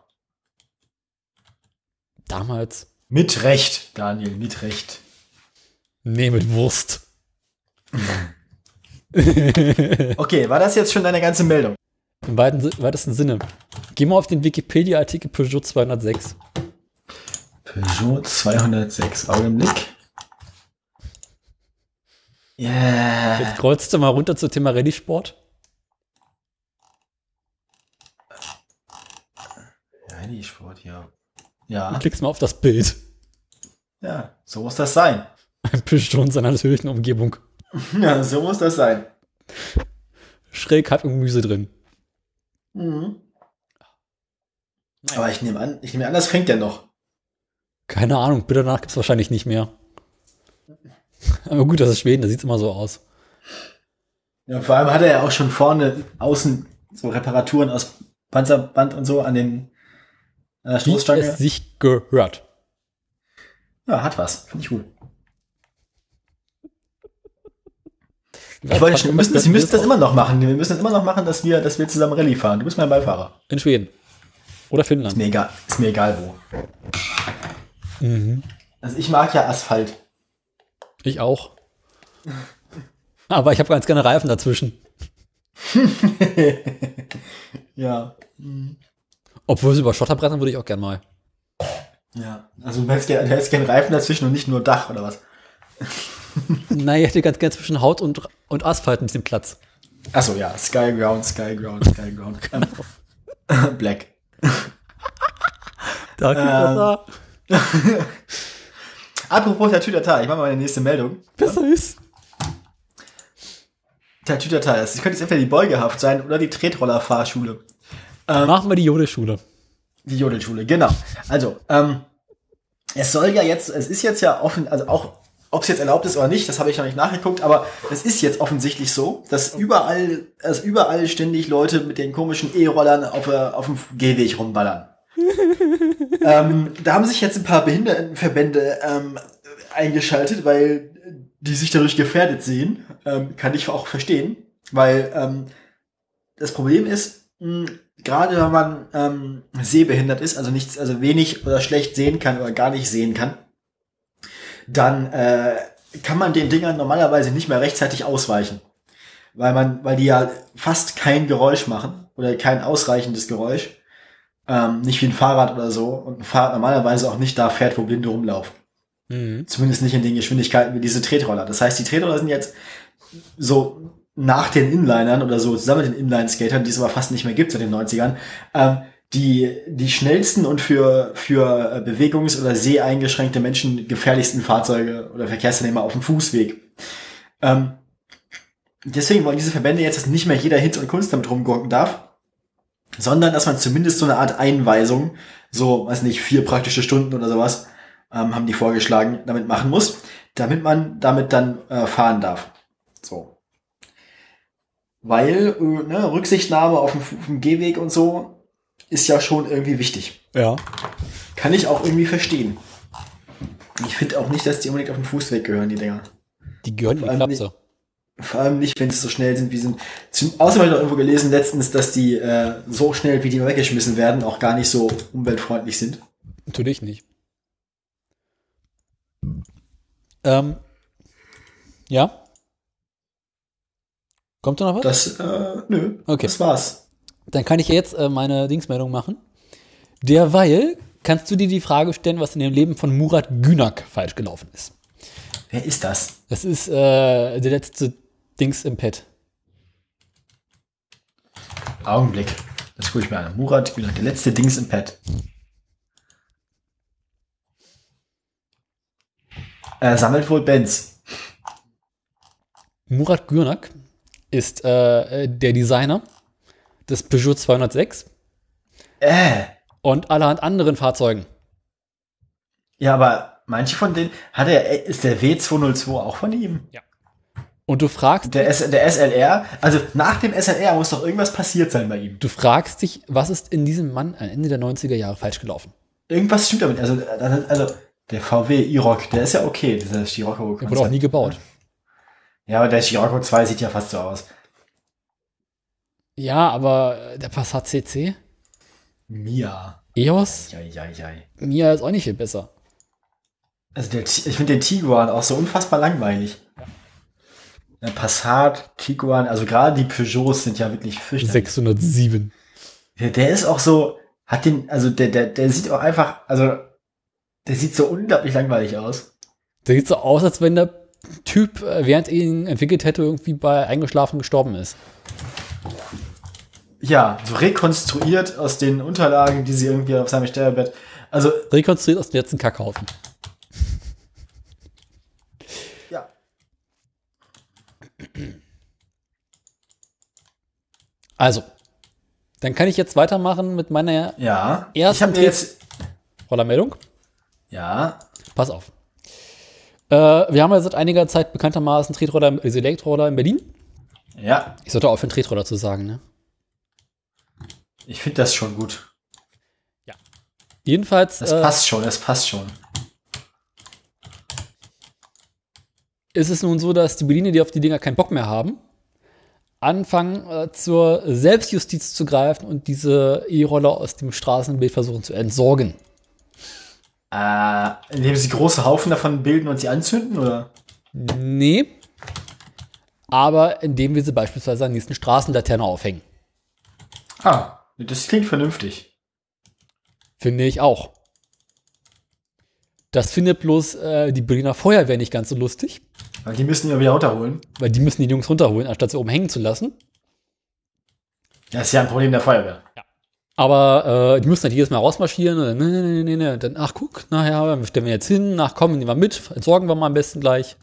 S2: Damals.
S1: Mit Recht, Daniel, mit Recht.
S2: Nee, mit Wurst.
S1: Okay, war das jetzt schon deine ganze Meldung?
S2: Im weiten, Si- weitesten Sinne. Geh mal auf den Wikipedia-Artikel Peugeot 206.
S1: Peugeot 206, Augenblick. Yeah.
S2: Jetzt kreuzt du mal runter zum Thema Rallye-Sport.
S1: Rallye-Sport, ja. Ja,
S2: Klickst mal auf das Bild.
S1: ja, so muss das sein.
S2: Ein Peugeot in seiner natürlichen Umgebung.
S1: Ja, so muss das sein.
S2: Schräg hat Gemüse drin.
S1: Mhm. Aber ich nehme an, ich nehme an, das fängt ja noch.
S2: Keine Ahnung, bitte danach gibt es wahrscheinlich nicht mehr. Aber gut, das ist Schweden, da sieht es immer so aus.
S1: Ja, vor allem hat er ja auch schon vorne außen so Reparaturen aus Panzerband und so an den an der
S2: Wie es
S1: Stoßstange.
S2: sich gehört.
S1: Ja, hat was. Finde ich gut. Ich wollte schon, wir müssen, das, wir müssen das immer noch machen. Wir müssen das immer noch machen, dass wir, dass wir zusammen Rallye fahren. Du bist mein Beifahrer.
S2: In Schweden. Oder Finnland.
S1: Ist mir egal, ist mir egal wo. Also ich mag ja Asphalt.
S2: Ich auch. Aber ich habe ganz gerne Reifen dazwischen.
S1: Ja.
S2: Obwohl es über Schotterbrettern würde ich auch gern mal.
S1: Ja. Also du hättest gerne du hättest gern Reifen dazwischen und nicht nur Dach oder was?
S2: Nein, ich hätte ganz gern zwischen Haut und, und Asphalt ein bisschen Platz.
S1: Achso, ja. Skyground, Skyground, Skyground. Ähm, Black.
S2: Da geht
S1: Ähm,
S2: da.
S1: Apropos Tatütata, ich mache mal meine nächste Meldung.
S2: Besser ist.
S1: Tatütata, das könnte jetzt entweder die Beugehaft sein oder die Tretrollerfahrschule. Ähm,
S2: Machen wir die Jodeschule.
S1: Die Jodelschule, genau. Also, ähm, es soll ja jetzt, es ist jetzt ja offen, also auch, ob es jetzt erlaubt ist oder nicht, das habe ich noch nicht nachgeguckt, aber es ist jetzt offensichtlich so, dass überall, dass überall ständig Leute mit den komischen E-Rollern auf, der- auf dem Gehweg rumballern. ähm, da haben sich jetzt ein paar Behindertenverbände ähm, eingeschaltet, weil die sich dadurch gefährdet sehen. Ähm, kann ich auch verstehen, weil ähm, das Problem ist, mh, gerade wenn man ähm, sehbehindert ist, also nichts, also wenig oder schlecht sehen kann oder gar nicht sehen kann, dann äh, kann man den Dingern normalerweise nicht mehr rechtzeitig ausweichen. Weil man, weil die ja fast kein Geräusch machen oder kein ausreichendes Geräusch. Ähm, nicht wie ein Fahrrad oder so. Und ein Fahrrad normalerweise auch nicht da fährt, wo Blinde rumlaufen.
S2: Mhm.
S1: Zumindest nicht in den Geschwindigkeiten wie diese Tretroller. Das heißt, die Tretroller sind jetzt so nach den Inlinern oder so zusammen mit den Inline-Skatern, die es aber fast nicht mehr gibt seit den 90ern, ähm, die, die schnellsten und für, für äh, bewegungs- oder seheingeschränkte Menschen gefährlichsten Fahrzeuge oder Verkehrsteilnehmer auf dem Fußweg. Ähm, deswegen wollen diese Verbände jetzt, dass nicht mehr jeder Hitz und Kunst damit rumgurken darf, sondern dass man zumindest so eine Art Einweisung, so, weiß nicht, vier praktische Stunden oder sowas, ähm, haben die vorgeschlagen, damit machen muss, damit man damit dann äh, fahren darf. So. Weil äh, ne, Rücksichtnahme auf dem, Fu- auf dem Gehweg und so ist ja schon irgendwie wichtig.
S2: Ja.
S1: Kann ich auch irgendwie verstehen. Ich finde auch nicht, dass die unbedingt auf den Fußweg gehören, die Dinger.
S2: Die gehören in die
S1: Vor allem
S2: Klapse.
S1: Vor allem nicht, wenn sie so schnell sind wie sind. Zum- Außerdem habe ich noch irgendwo gelesen letztens, dass die äh, so schnell, wie die weggeschmissen werden, auch gar nicht so umweltfreundlich sind.
S2: Natürlich nicht. Ähm, ja. Kommt da noch was?
S1: Das, äh, nö.
S2: Okay.
S1: Das war's.
S2: Dann kann ich ja jetzt äh, meine Dingsmeldung machen. Derweil kannst du dir die Frage stellen, was in dem Leben von Murat Günak falsch gelaufen ist.
S1: Wer ist das?
S2: Das ist äh, der letzte Dings im Pad.
S1: Augenblick. Das gucke ich mir an. Murat Günak, der letzte Dings im Pad. Er Äh, sammelt wohl Bands.
S2: Murat Günak ist äh, der Designer des Peugeot 206
S1: Äh.
S2: und allerhand anderen Fahrzeugen.
S1: Ja, aber manche von denen hat er, ist der W202 auch von ihm?
S2: Und du fragst,
S1: Der, S, der SLR, also nach dem SLR muss doch irgendwas passiert sein bei ihm.
S2: du fragst dich, was ist in diesem Mann am Ende der 90er Jahre falsch gelaufen?
S1: Irgendwas stimmt damit. Also, also der VW E-Rock, der ist ja okay, dieser Scirocco.
S2: Der wurde auch nie gebaut.
S1: Ja, aber der Scirocco 2 sieht ja fast so aus.
S2: Ja, aber der Passat CC,
S1: Mia.
S2: EOS,
S1: Jai, jai, jai.
S2: Mia ist auch nicht viel besser.
S1: Also der, Ti- ich finde den Tiguan auch so unfassbar langweilig. Der Passat, Tiguan, also gerade die Peugeots sind ja wirklich fürchterlich.
S2: 607.
S1: Der, der ist auch so, hat den, also der, der, der sieht auch einfach, also der sieht so unglaublich langweilig aus.
S2: Der sieht so aus, als wenn der Typ, äh, während er ihn entwickelt hätte, irgendwie bei eingeschlafen gestorben ist.
S1: Ja, so rekonstruiert aus den Unterlagen, die sie irgendwie auf seinem Sterbebett. Also,
S2: Rekonstruiert aus dem letzten Kackhaufen.
S1: ja.
S2: Also, dann kann ich jetzt weitermachen mit meiner
S1: Ja.
S2: Erst
S1: ich habe mir
S2: mit-
S1: jetzt.
S2: Rollermeldung.
S1: Ja.
S2: Pass auf. Äh, wir haben ja seit einiger Zeit bekanntermaßen Tretroller, also Elektroroller in Berlin.
S1: Ja.
S2: Ich sollte aufhören, Tretroller zu sagen, ne?
S1: Ich finde das schon gut.
S2: Jedenfalls
S1: Das
S2: äh,
S1: passt schon, das passt schon.
S2: ist es nun so, dass die Berliner, die auf die Dinger keinen Bock mehr haben, anfangen äh, zur Selbstjustiz zu greifen und diese E-Roller aus dem Straßenbild versuchen zu entsorgen.
S1: Äh, indem sie große Haufen davon bilden und sie anzünden, oder?
S2: Nee. Aber indem wir sie beispielsweise an nächsten Straßenlaterne aufhängen.
S1: Ah, das klingt vernünftig.
S2: Finde ich auch. Das findet bloß äh, die Berliner Feuerwehr nicht ganz so lustig.
S1: Weil die müssen ja wieder runterholen.
S2: Weil die müssen die Jungs runterholen, anstatt sie oben hängen zu lassen.
S1: Das ist ja ein Problem der Feuerwehr.
S2: Aber äh, die müssen halt jedes Mal rausmarschieren ne, und dann, nee, nee, nee, nee, dann, ach guck, nachher stellen wir jetzt hin, nach kommen, nehmen wir mit, entsorgen wir mal am besten gleich.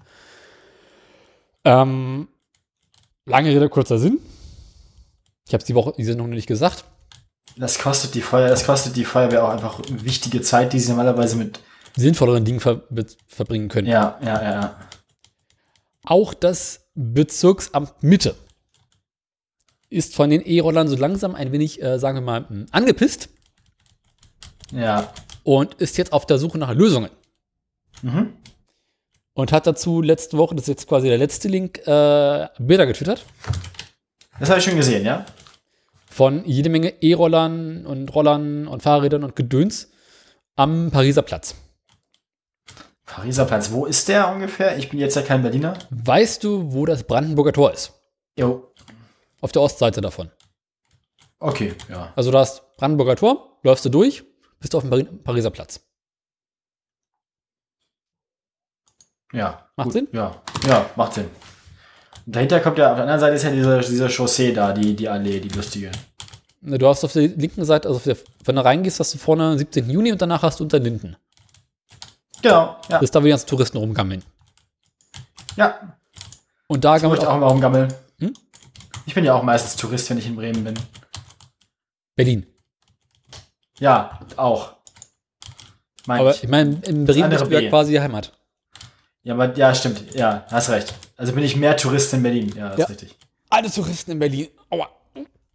S2: Ähm, lange Rede, kurzer Sinn. Ich habe es die Woche, die Sendung noch nicht gesagt.
S1: Das kostet die Feuer, das kostet die Feuerwehr auch einfach wichtige Zeit, die sie normalerweise mit.
S2: Sinnvolleren Dingen ver mit verbringen können.
S1: Ja, ja, ja, ja.
S2: Auch das Bezirksamt Mitte ist von den E-Rollern so langsam ein wenig, äh, sagen wir mal, mh, angepisst
S1: Ja.
S2: und ist jetzt auf der Suche nach Lösungen.
S1: Mhm.
S2: Und hat dazu letzte Woche, das ist jetzt quasi der letzte Link, äh, Bilder getwittert
S1: Das habe ich schon gesehen, ja?
S2: von jede Menge E-Rollern und Rollern und Fahrrädern und Gedöns am Pariser Platz.
S1: Pariser Platz, wo ist der ungefähr? Ich bin jetzt ja kein Berliner.
S2: Weißt du, wo das Brandenburger Tor ist?
S1: Jo.
S2: Auf der Ostseite davon.
S1: Okay, ja.
S2: Also da ist Brandenburger Tor, läufst du durch, bist du auf dem Pari Pariser Platz.
S1: Ja.
S2: Macht Sinn?
S1: Ja, ja, macht Sinn. Und dahinter kommt ja, auf der anderen Seite ist ja diese, diese Chaussee da, die, die Allee, die lustige.
S2: Ne, Du hast auf der linken Seite, also auf der, wenn du reingehst, hast du vorne 17. Juni und danach hast du unter Linden.
S1: Genau, ja.
S2: Bis da wo die ganzen Touristen rumgammeln.
S1: Ja,
S2: Und da
S1: ich
S2: gammelt
S1: möchte auch
S2: auch
S1: immer rumgammeln.
S2: Hm?
S1: Ich bin ja auch meistens Tourist, wenn ich in Bremen bin.
S2: Berlin.
S1: Ja, auch. Mein
S2: Aber
S1: ich.
S2: ich meine, in Berlin
S1: andere
S2: ist ja
S1: B.
S2: quasi die Heimat.
S1: Ja, aber, ja, stimmt. Ja, hast recht. Also bin ich mehr Tourist in Berlin. Ja, das
S2: Ja.
S1: ist richtig.
S2: Alle Touristen in Berlin. Aua.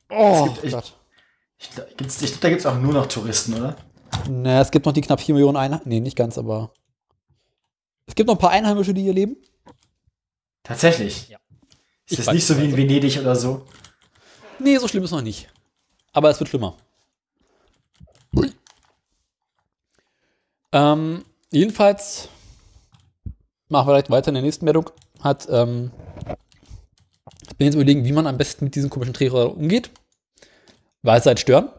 S2: Oh,
S1: Es gibt echt-
S2: Gott.
S1: Ich, gl- gibt's, ich glaube, da gibt es auch nur noch Touristen, oder?
S2: Na, es gibt noch die knapp 4 Millionen Einheimischen. Nee, nicht ganz, aber. Es gibt noch ein paar Einheimische, die hier leben.
S1: Tatsächlich.
S2: Ja. Ich
S1: Ist das
S2: weiß
S1: nicht so wie in Venedig oder so?
S2: Nee, so schlimm ist noch nicht. Aber es wird schlimmer. Ähm, jedenfalls machen wir vielleicht weiter in der nächsten Meldung. Hat, ähm, ich bin jetzt überlegen, wie man am besten mit diesen komischen Tretrollern umgeht. Weil sie halt stören.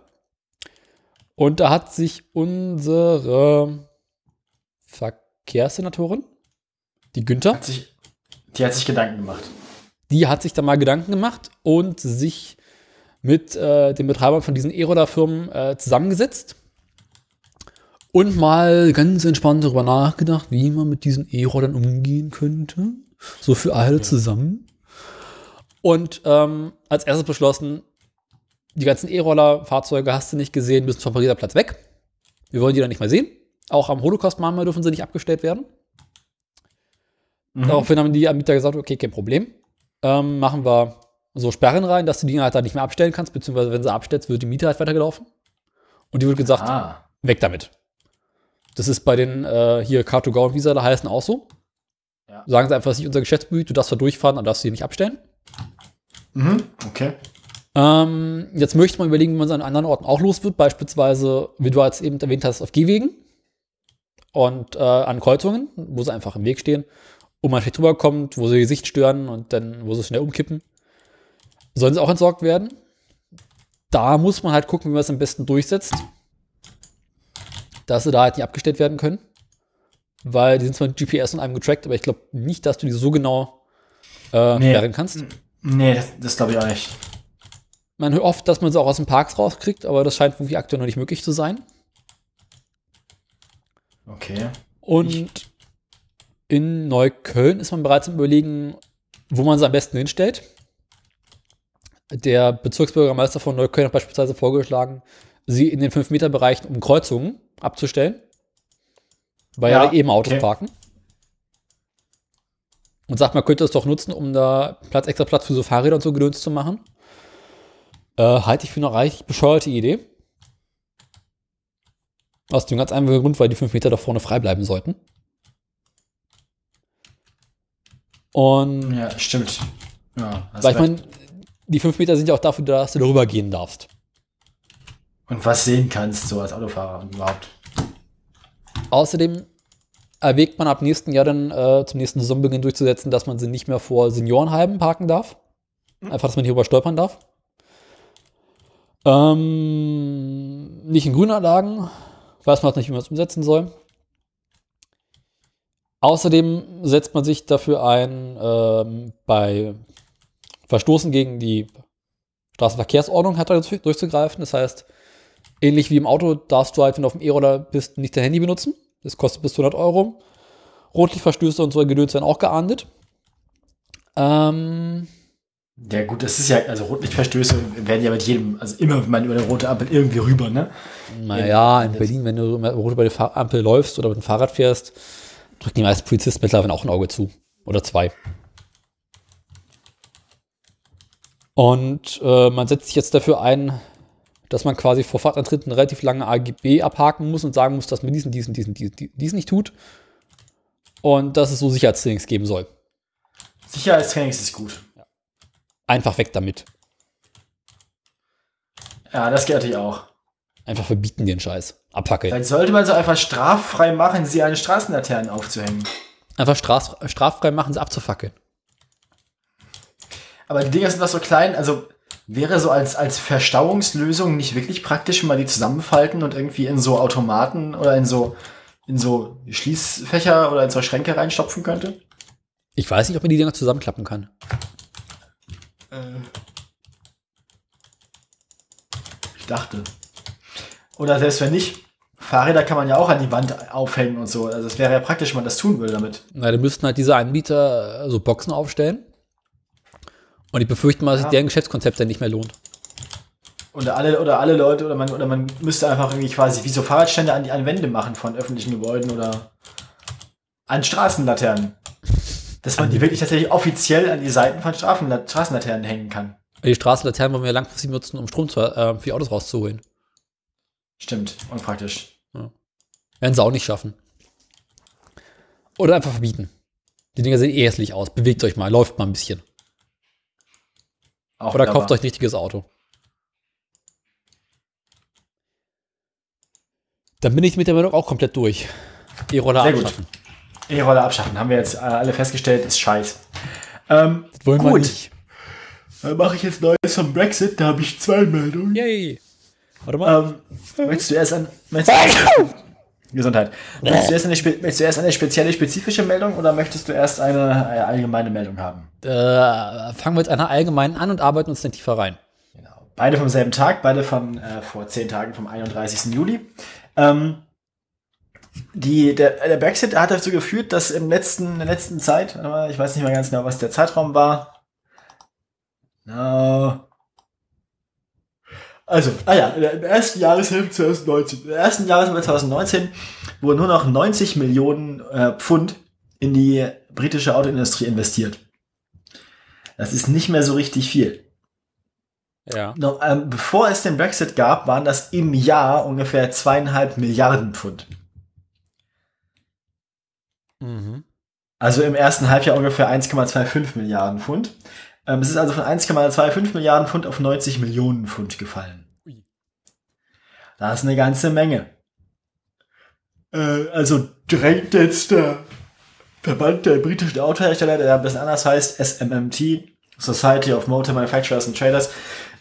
S2: Und da hat sich unsere Verkehrssenatorin, die Günther,
S1: Hat sich, die hat sich Gedanken gemacht.
S2: die hat sich da mal Gedanken gemacht und sich mit äh, den Betreibern von diesen E-Roller-Firmen äh, zusammengesetzt und mal ganz entspannt darüber nachgedacht, wie man mit diesen E-Rollern umgehen könnte. So für alle zusammen. Und ähm, als erstes beschlossen, die ganzen E-Roller-Fahrzeuge hast du nicht gesehen, müssen vom Pariser Platz weg. Wir wollen die da nicht mehr sehen. Auch am Holocaust-Mahnmal dürfen sie nicht abgestellt werden. Daraufhin haben die Anbieter gesagt, okay, kein Problem. Ähm, machen wir so Sperren rein, dass du die halt da nicht mehr abstellen kannst, beziehungsweise wenn sie abstellst, wird die Miete halt weitergelaufen. Und die wird gesagt,
S1: Ah,
S2: weg damit. Das ist bei den äh, hier Car2Go und Visa da heißen auch so.
S1: Ja.
S2: Sagen sie einfach, das ist nicht unser Geschäftsgebiet, du darfst da durchfahren, aber darfst du hier nicht abstellen.
S1: okay.
S2: Ähm, jetzt möchte man überlegen, wie man es an anderen Orten auch los wird, beispielsweise, wie du jetzt eben erwähnt hast, auf Gehwegen und äh, an Kreuzungen, wo sie einfach im Weg stehen, wo man schlecht rüberkommt, wo sie ihr Gesicht stören und dann, wo sie schnell umkippen. Sollen sie auch entsorgt werden? Da muss man halt gucken, wie man es am besten durchsetzt, dass sie da halt nicht abgestellt werden können, weil die sind zwar mit GPS und einem getrackt, aber ich glaube nicht, dass du die so genau äh,
S1: Nee.
S2: sperren kannst.
S1: Nee, das, das glaube ich auch nicht.
S2: Man hofft, dass man sie auch aus den Parks rauskriegt, aber das scheint irgendwie aktuell noch nicht möglich zu sein.
S1: Okay.
S2: Und in Neukölln ist man bereits am Überlegen, wo man sie am besten hinstellt. Der Bezirksbürgermeister von Neukölln hat beispielsweise vorgeschlagen, sie in den 5-Meter-Bereichen um Kreuzungen abzustellen, weil
S1: Ja,
S2: ja eben Autos
S1: okay.
S2: parken. Und sagt, man könnte es doch nutzen, um da Platz, extra Platz für so Fahrräder und so Gedöns zu machen. Äh, halte ich für eine reich bescheuerte Idee. Aus dem ganz einfachen Grund, weil die 5 Meter da vorne frei bleiben sollten. Und
S1: ja, stimmt. Ja, hast
S2: weil ich
S1: recht.
S2: meine, die fünf Meter sind ja auch dafür da, dass du darüber gehen darfst.
S1: und was sehen kannst, so als Autofahrer überhaupt.
S2: Außerdem erwägt man ab nächsten Jahr dann äh, zum nächsten Saisonbeginn durchzusetzen, dass man sie nicht mehr vor Seniorenheimen parken darf. Einfach, dass man hier überstolpern darf. Ähm, nicht in Grünanlagen. Weiß man auch nicht, wie man es umsetzen soll. Außerdem setzt man sich dafür ein, ähm, bei Verstoßen gegen die Straßenverkehrsordnung hat er durchzu- durchzugreifen. Das heißt, ähnlich wie im Auto darfst du halt, wenn du auf dem E-Roller bist, nicht dein Handy benutzen. Das kostet bis zu 100 Euro. Rotlichtverstöße und so ein Gedöns werden auch geahndet. Ähm,
S1: Ja gut, das ist ja, also Rotlichtverstöße werden ja mit jedem, also immer wenn man über eine rote Ampel irgendwie rüber, ne?
S2: naja, in Berlin, wenn du immer rot über die Fahr- Ampel läufst oder mit dem Fahrrad fährst, drücken die meisten Polizisten mittlerweile auch ein Auge zu. Oder zwei. Und äh, man setzt sich jetzt dafür ein, dass man quasi vor Fahrtantritten relativ lange AGB abhaken muss und sagen muss, dass man diesen, diesen, diesen, diesen, diesen nicht tut. Und dass es so Sicherheitstrainings geben soll.
S1: Sicherheitstrainings ist gut.
S2: Einfach weg damit.
S1: Ja, das geht natürlich auch.
S2: Einfach verbieten den Scheiß. Abfackeln.
S1: Dann sollte man so einfach straffrei machen, sie an Straßenlaternen aufzuhängen.
S2: Einfach straf straffrei machen, sie abzufackeln.
S1: Aber die Dinger sind doch so klein, also wäre so als, als Verstauungslösung nicht wirklich praktisch, wenn man die zusammenfalten und irgendwie in so Automaten oder in so, in so Schließfächer oder in so Schränke reinstopfen könnte?
S2: Ich weiß nicht, ob man die Dinger zusammenklappen kann.
S1: Ich dachte. Oder selbst wenn nicht, Fahrräder kann man ja auch an die Wand aufhängen und so. Also es wäre ja praktisch, wenn man das tun würde damit.
S2: Na, da müssten halt diese Anbieter äh, so Boxen aufstellen. Und ich befürchte mal, dass
S1: Ja.
S2: sich deren Geschäftskonzept dann nicht mehr lohnt.
S1: Oder alle, oder alle Leute, oder man, oder man müsste einfach irgendwie quasi wie so Fahrradstände an die an Wände machen von öffentlichen Gebäuden oder an Straßenlaternen. Dass man die wirklich tatsächlich offiziell an die Seiten von Strafenla- Straßenlaternen hängen kann.
S2: Weil die Straßenlaternen wollen wir langfristig nutzen, um Strom zu, äh, für die Autos rauszuholen.
S1: Stimmt, unpraktisch.
S2: Werden sie auch nicht schaffen. Oder einfach verbieten. Die Dinger sehen eh hässlich aus. Bewegt euch mal, läuft mal ein bisschen.
S1: Auch
S2: Oder
S1: clever.
S2: kauft euch ein richtiges Auto. Dann bin ich mit der Meldung auch komplett durch. E-Roller
S1: Sehr gut.
S2: abschaffen.
S1: E-Roller abschaffen, haben wir jetzt äh, alle festgestellt, ist scheiß. Ähm,
S2: Das wollen wir
S1: Gut.
S2: nicht.
S1: dann mache ich jetzt Neues vom Brexit, da habe ich zwei Meldungen.
S2: Yay. Warte mal.
S1: Ähm, möchtest du erst an. Möchtest du, Gesundheit. Möchtest du, erst eine, spe- möchtest du erst eine spezielle, spezifische Meldung oder möchtest du erst eine äh, allgemeine Meldung haben?
S2: äh, fangen wir mit einer allgemeinen an und arbeiten uns dann tiefer rein.
S1: Beide vom selben Tag, beide von äh, vor zehn Tagen, vom 31. Juli. Ähm, die, der, der Brexit hat dazu geführt, dass im letzten, in der letzten Zeit, warte mal, ich weiß nicht mehr ganz genau, was der Zeitraum war. Na. Also, ah ja, in der- in der ersten Jahreshälfte 2019, in der ersten Jahreshälfte 2019 wurden nur noch 90 Millionen äh, Pfund in die britische Autoindustrie investiert. Das ist nicht mehr so richtig viel.
S2: Ja.
S1: No, ähm, bevor es den Brexit gab, waren das im Jahr ungefähr zweieinhalb Milliarden Pfund.
S2: Mhm.
S1: Also im ersten Halbjahr ungefähr 1,25 Milliarden Pfund. Ähm, es ist also von 1,25 Milliarden Pfund auf 90 Millionen Pfund gefallen.
S2: Ui.
S1: Das ist eine ganze Menge. Äh, also drängt jetzt der Verband der britischen Autohersteller, der ein bisschen anders heißt, SMMT, Society of Motor Manufacturers and Traders,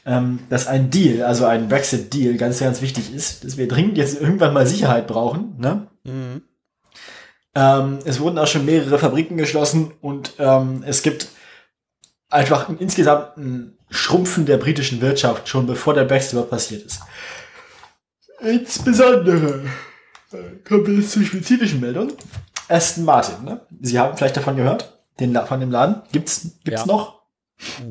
S1: ähm, dass ein Deal, also ein Brexit-Deal, ganz, ganz wichtig ist, dass wir dringend jetzt irgendwann mal Sicherheit brauchen. Ne?
S2: Mhm.
S1: Ähm, es wurden auch schon mehrere Fabriken geschlossen und ähm, es gibt einfach ein- insgesamt ein Schrumpfen der britischen Wirtschaft, schon bevor der Brexit überhaupt passiert ist. Insbesondere äh, kommen wir jetzt zur spezifischen Meldung. Aston Martin, ne? Sie haben vielleicht davon gehört, den, La- von dem Laden. Gibt's, gibt's
S2: Ja.
S1: noch?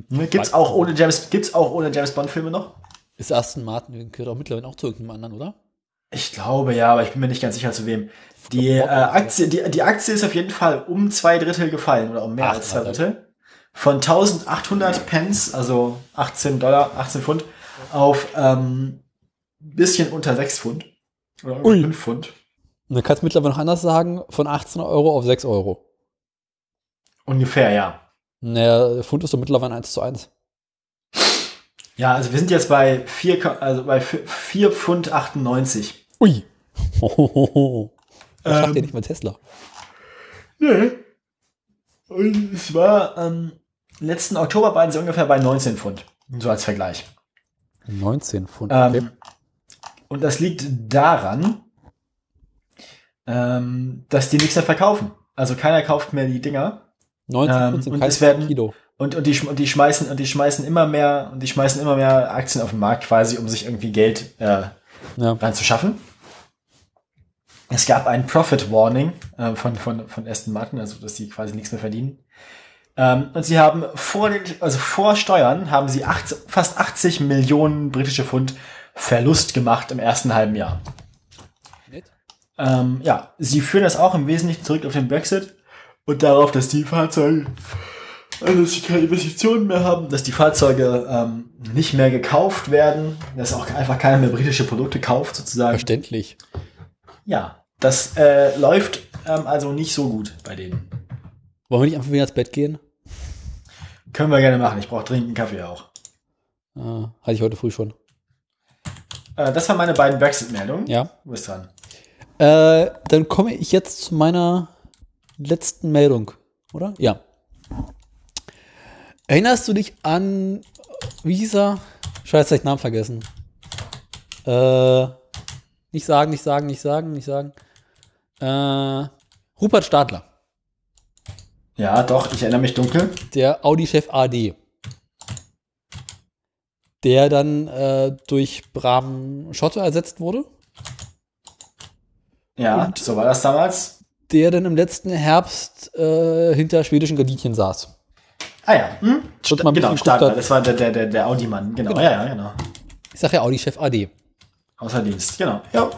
S1: Ne, Gibt's auch ohne James, gibt's auch ohne James Bond Filme noch?
S2: Ist Aston Martin gehört auch mittlerweile auch zu irgendeinem anderen, oder?
S1: Ich glaube ja, aber ich bin mir nicht ganz sicher, zu wem. Die, äh, Aktie, die, die Aktie ist auf jeden Fall um zwei Drittel gefallen oder um mehr
S2: Ach,
S1: als zwei
S2: Alter.
S1: Drittel. Von 1800 Pence, also 18 Dollar, 18 Pfund, auf ähm, bisschen unter 6 Pfund. Oder
S2: Ui.
S1: 5 Pfund.
S2: Und dann kannst du mittlerweile noch anders sagen, von 18 Euro auf 6 Euro.
S1: Ungefähr, ja.
S2: Naja, der Fund ist doch mittlerweile 1 zu 1.
S1: Ja, also wir sind jetzt bei 4, Ko- also bei 4 Pfund 98.
S2: Ui. Hohoho. Das schafft
S1: Ähm.
S2: ja nicht mal Tesla.
S1: Nee. Und es war ähm, letzten Oktober waren sie ungefähr bei 19 Pfund. So als Vergleich.
S2: 19 Pfund.
S1: Ähm,
S2: okay.
S1: Und das liegt daran, ähm, dass die nichts mehr verkaufen. Also keiner kauft mehr die Dinger.
S2: 19
S1: Ähm,
S2: Pfund sind
S1: und
S2: kein
S1: es werden
S2: Kilo.
S1: und, und, die, schm- und die schmeißen und die schmeißen immer mehr und die schmeißen immer mehr Aktien auf den Markt quasi, um sich irgendwie Geld äh,
S2: Ja.
S1: reinzuschaffen. Es gab ein Profit Warning äh, von, von, von Aston Martin, also dass sie quasi nichts mehr verdienen. Ähm, und sie haben vor den, also vor Steuern haben sie 80, fast 80 Millionen britische Pfund Verlust gemacht im ersten halben Jahr.
S2: Nett.
S1: Ähm, ja, sie führen das auch im Wesentlichen zurück auf den Brexit und darauf, dass die Fahrzeuge, also dass sie keine Investitionen mehr haben, dass die Fahrzeuge ähm, nicht mehr gekauft werden, dass auch einfach keiner mehr britische Produkte kauft sozusagen.
S2: Verständlich.
S1: Ja, das äh, läuft ähm, also nicht so gut bei denen.
S2: Wollen wir nicht einfach wieder ins Bett gehen?
S1: Können wir gerne machen. Ich brauche dringend einen Kaffee auch.
S2: Äh, hatte ich heute früh schon.
S1: Äh, das waren meine beiden Brexit-Meldungen.
S2: Ja.
S1: Du bist dran.
S2: Äh, dann komme ich jetzt zu meiner letzten Meldung, oder? Ja. Erinnerst du dich an wie hieß er? Scheiße, ich Namen vergessen. Äh, nicht sagen, nicht sagen, nicht sagen, nicht sagen. Äh, Rupert Stadler,
S1: Ja, doch, ich erinnere mich dunkel.
S2: der Audi-Chef AD. Der dann äh, durch Bram Schotte ersetzt wurde.
S1: Ja,
S2: Und-
S1: so war das damals.
S2: der dann im letzten Herbst äh, hinter schwedischen Gardinchen saß.
S1: Ah ja, hm?
S2: Sollte man
S1: genau,
S2: ein bisschen geguckt
S1: Stadler.
S2: haben.
S1: Das war der, der, der, der Audi-Mann. Genau.
S2: Genau.
S1: ja, ja, genau.
S2: Ich sage ja Audi-Chef AD. Äh,
S1: Außer Dienst, genau. Ja.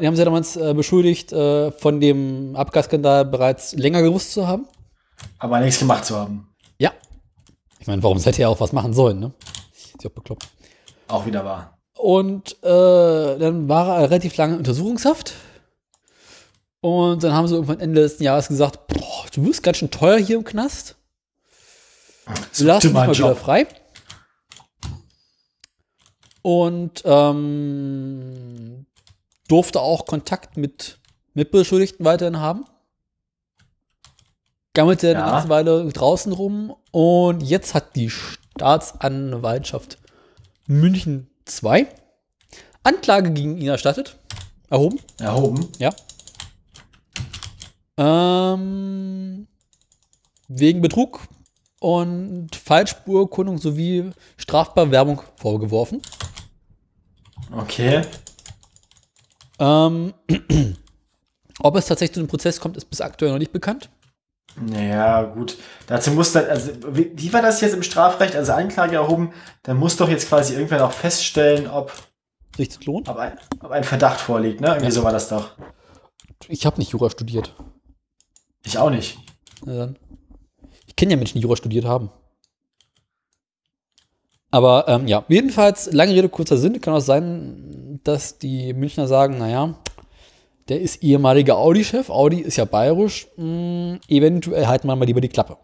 S2: die haben sie damals äh, beschuldigt, äh, von dem Abgasskandal bereits länger gewusst zu haben.
S1: Aber nichts gemacht zu haben.
S2: Ja. Ich meine, warum hätte er auch was machen sollen, ne? Ist ja auch bekloppt.
S1: Auch wieder wahr.
S2: Und äh, dann war er relativ lange in Untersuchungshaft. Und dann haben sie irgendwann Ende letzten Jahres gesagt, boah, du wirst ganz schön teuer hier im Knast. Du lass
S1: tut
S2: mich
S1: mein
S2: mal wieder
S1: Job.
S2: frei. Und ähm, durfte auch Kontakt mit Mitbeschuldigten weiterhin haben. Gammelte
S1: Ja.
S2: eine ganze Weile draußen rum und jetzt hat die Staatsanwaltschaft München 2 Anklage gegen ihn erstattet. Erhoben,
S1: Erhoben.
S2: ja. Ähm, wegen Betrug und Falschbeurkundung sowie strafbar Werbung vorgeworfen.
S1: Okay.
S2: Ähm, ob es tatsächlich zu einem Prozess kommt, ist bis aktuell noch nicht bekannt.
S1: Naja, gut. Dazu muss dann, also, wie, wie war das jetzt im Strafrecht? Also Anklage erhoben, dann muss doch jetzt quasi irgendwer auch feststellen, ob,
S2: Sich zu lohnen?
S1: ob, ein, ob ein Verdacht vorliegt, ne? Irgendwie so war das doch.
S2: Ich habe nicht Jura studiert.
S1: Ich auch nicht.
S2: Na dann. Ich kenne ja Menschen, die Jura studiert haben. Aber ähm, ja, jedenfalls, lange Rede, kurzer Sinn, kann auch sein, dass die Münchner sagen, naja, der ist ehemaliger Audi-Chef, Audi ist ja bayerisch, mh, eventuell halten wir mal lieber die Klappe.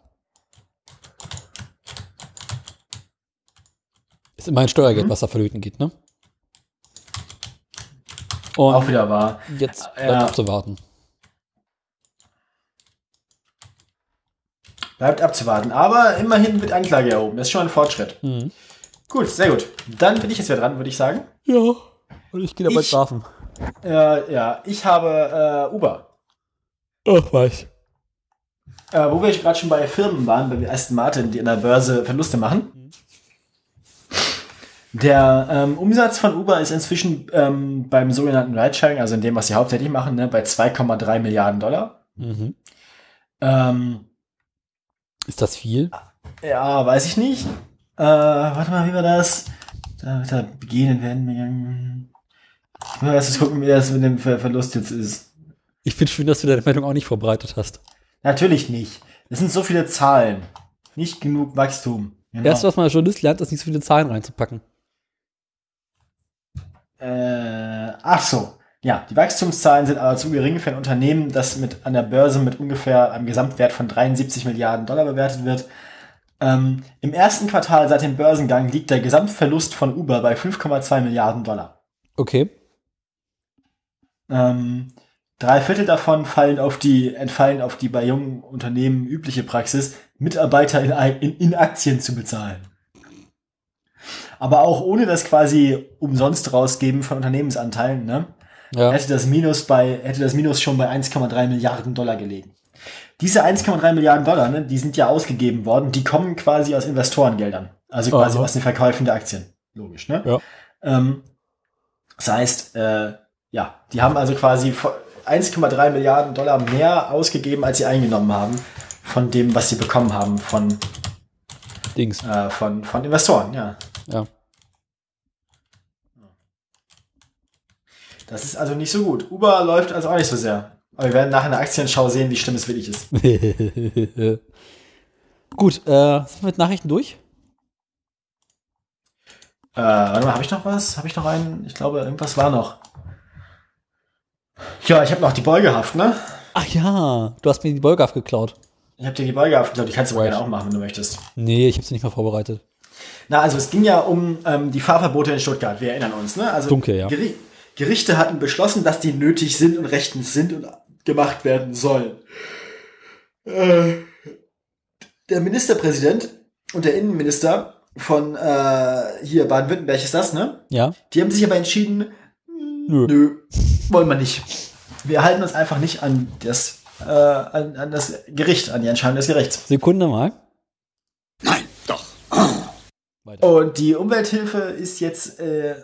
S2: Ist immerhin
S1: Mhm.
S2: Steuergeld, was da verlöten geht, ne? Und
S1: Auch wieder wahr.
S2: jetzt bleibt
S1: Ja.
S2: abzuwarten.
S1: Bleibt abzuwarten. Aber immerhin wird Anklage erhoben. Das ist schon ein Fortschritt.
S2: Mhm.
S1: Gut, sehr gut. Dann bin ich jetzt wieder dran, würde ich sagen.
S2: Ja, und ich gehe dabei
S1: Ich-
S2: schlafen.
S1: Äh, ja, ich habe äh, Uber.
S2: Ach, weiß.
S1: Äh, wo wir gerade schon bei Firmen waren, bei Aston Martin, die an der Börse Verluste
S2: Mhm.
S1: machen. Der ähm, Umsatz von Uber ist inzwischen ähm, beim sogenannten Ridesharing, also in dem, was sie hauptsächlich machen, ne, bei 2,3 Milliarden Dollar.
S2: Mhm.
S1: Ähm,
S2: Ist das viel?
S1: ja, weiß ich nicht. Äh, warte mal, wie war das? Da, da begehen werden wir. Ich muss erst gucken, wie das mit dem Ver Verlust jetzt ist.
S2: Ich finde schön, dass du deine Meldung auch nicht vorbereitet hast.
S1: Natürlich nicht. Es sind so viele Zahlen. Nicht genug Wachstum. Genau.
S2: Erst was man als Journalist lernt, ist nicht so viele Zahlen reinzupacken.
S1: Äh, ach so. Ja, die Wachstumszahlen sind aber zu gering für ein Unternehmen, das mit an der Börse mit ungefähr einem Gesamtwert von 73 Milliarden Dollar bewertet wird. Ähm, Im ersten Quartal seit dem Börsengang liegt der Gesamtverlust von Uber bei 5,2 Milliarden Dollar.
S2: Okay.
S1: Ähm, drei Viertel davon fallen auf die, entfallen auf die bei jungen Unternehmen übliche Praxis, Mitarbeiter in, Ei- in, in Aktien zu bezahlen. Aber auch ohne das quasi umsonst rausgeben von Unternehmensanteilen, ne?
S2: Ja.
S1: hätte das Minus bei, hätte das Minus schon bei 1,3 Milliarden Dollar gelegen. Diese 1,3 Milliarden Dollar, ne, die sind ja ausgegeben worden, die kommen quasi aus Investorengeldern. Also quasi
S2: Aha.
S1: aus den Verkäufen der Aktien. Logisch, ne?
S2: Ja.
S1: Ähm, das heißt, äh, ja, die haben also quasi vo- 1,3 Milliarden Dollar mehr ausgegeben, als sie eingenommen haben, von dem, was sie bekommen haben von,
S2: Dings.
S1: äh, von, von Investoren, ja.
S2: Ja.
S1: Das ist also nicht so gut. Uber läuft also auch nicht so sehr. Aber wir werden nachher in der Aktienschau sehen, wie schlimm es wirklich ist.
S2: Gut, äh, sind wir mit Nachrichten durch?
S1: Äh, warte mal, habe ich noch was? Habe ich noch einen? Ich glaube, irgendwas war noch. Ja, ich habe noch die Beugehaft, ne?
S2: Ach ja, du hast mir die Beuge abgeklaut.
S1: Ich habe dir die Beugehaft geklaut. Die kannst du aber gerne auch machen, wenn du möchtest.
S2: Nee, ich habe sie nicht mal vorbereitet.
S1: Na, also es ging ja um ähm, die Fahrverbote in Stuttgart. Wir erinnern uns, ne? Also
S2: Dunkel, ja.
S1: Geri Gerichte hatten beschlossen, dass die nötig sind und rechtens sind und gemacht werden sollen. Äh, der Ministerpräsident und der Innenminister von äh, hier Baden-Württemberg ist das, ne?
S2: Ja?
S1: Die haben sich aber entschieden,
S2: Nö.
S1: Nö, wollen wir nicht. Wir halten uns einfach nicht an das, äh, an, an das Gericht, an die Entscheidung des Gerichts.
S2: Sekunde mal.
S1: Und die Umwelthilfe ist jetzt. Äh,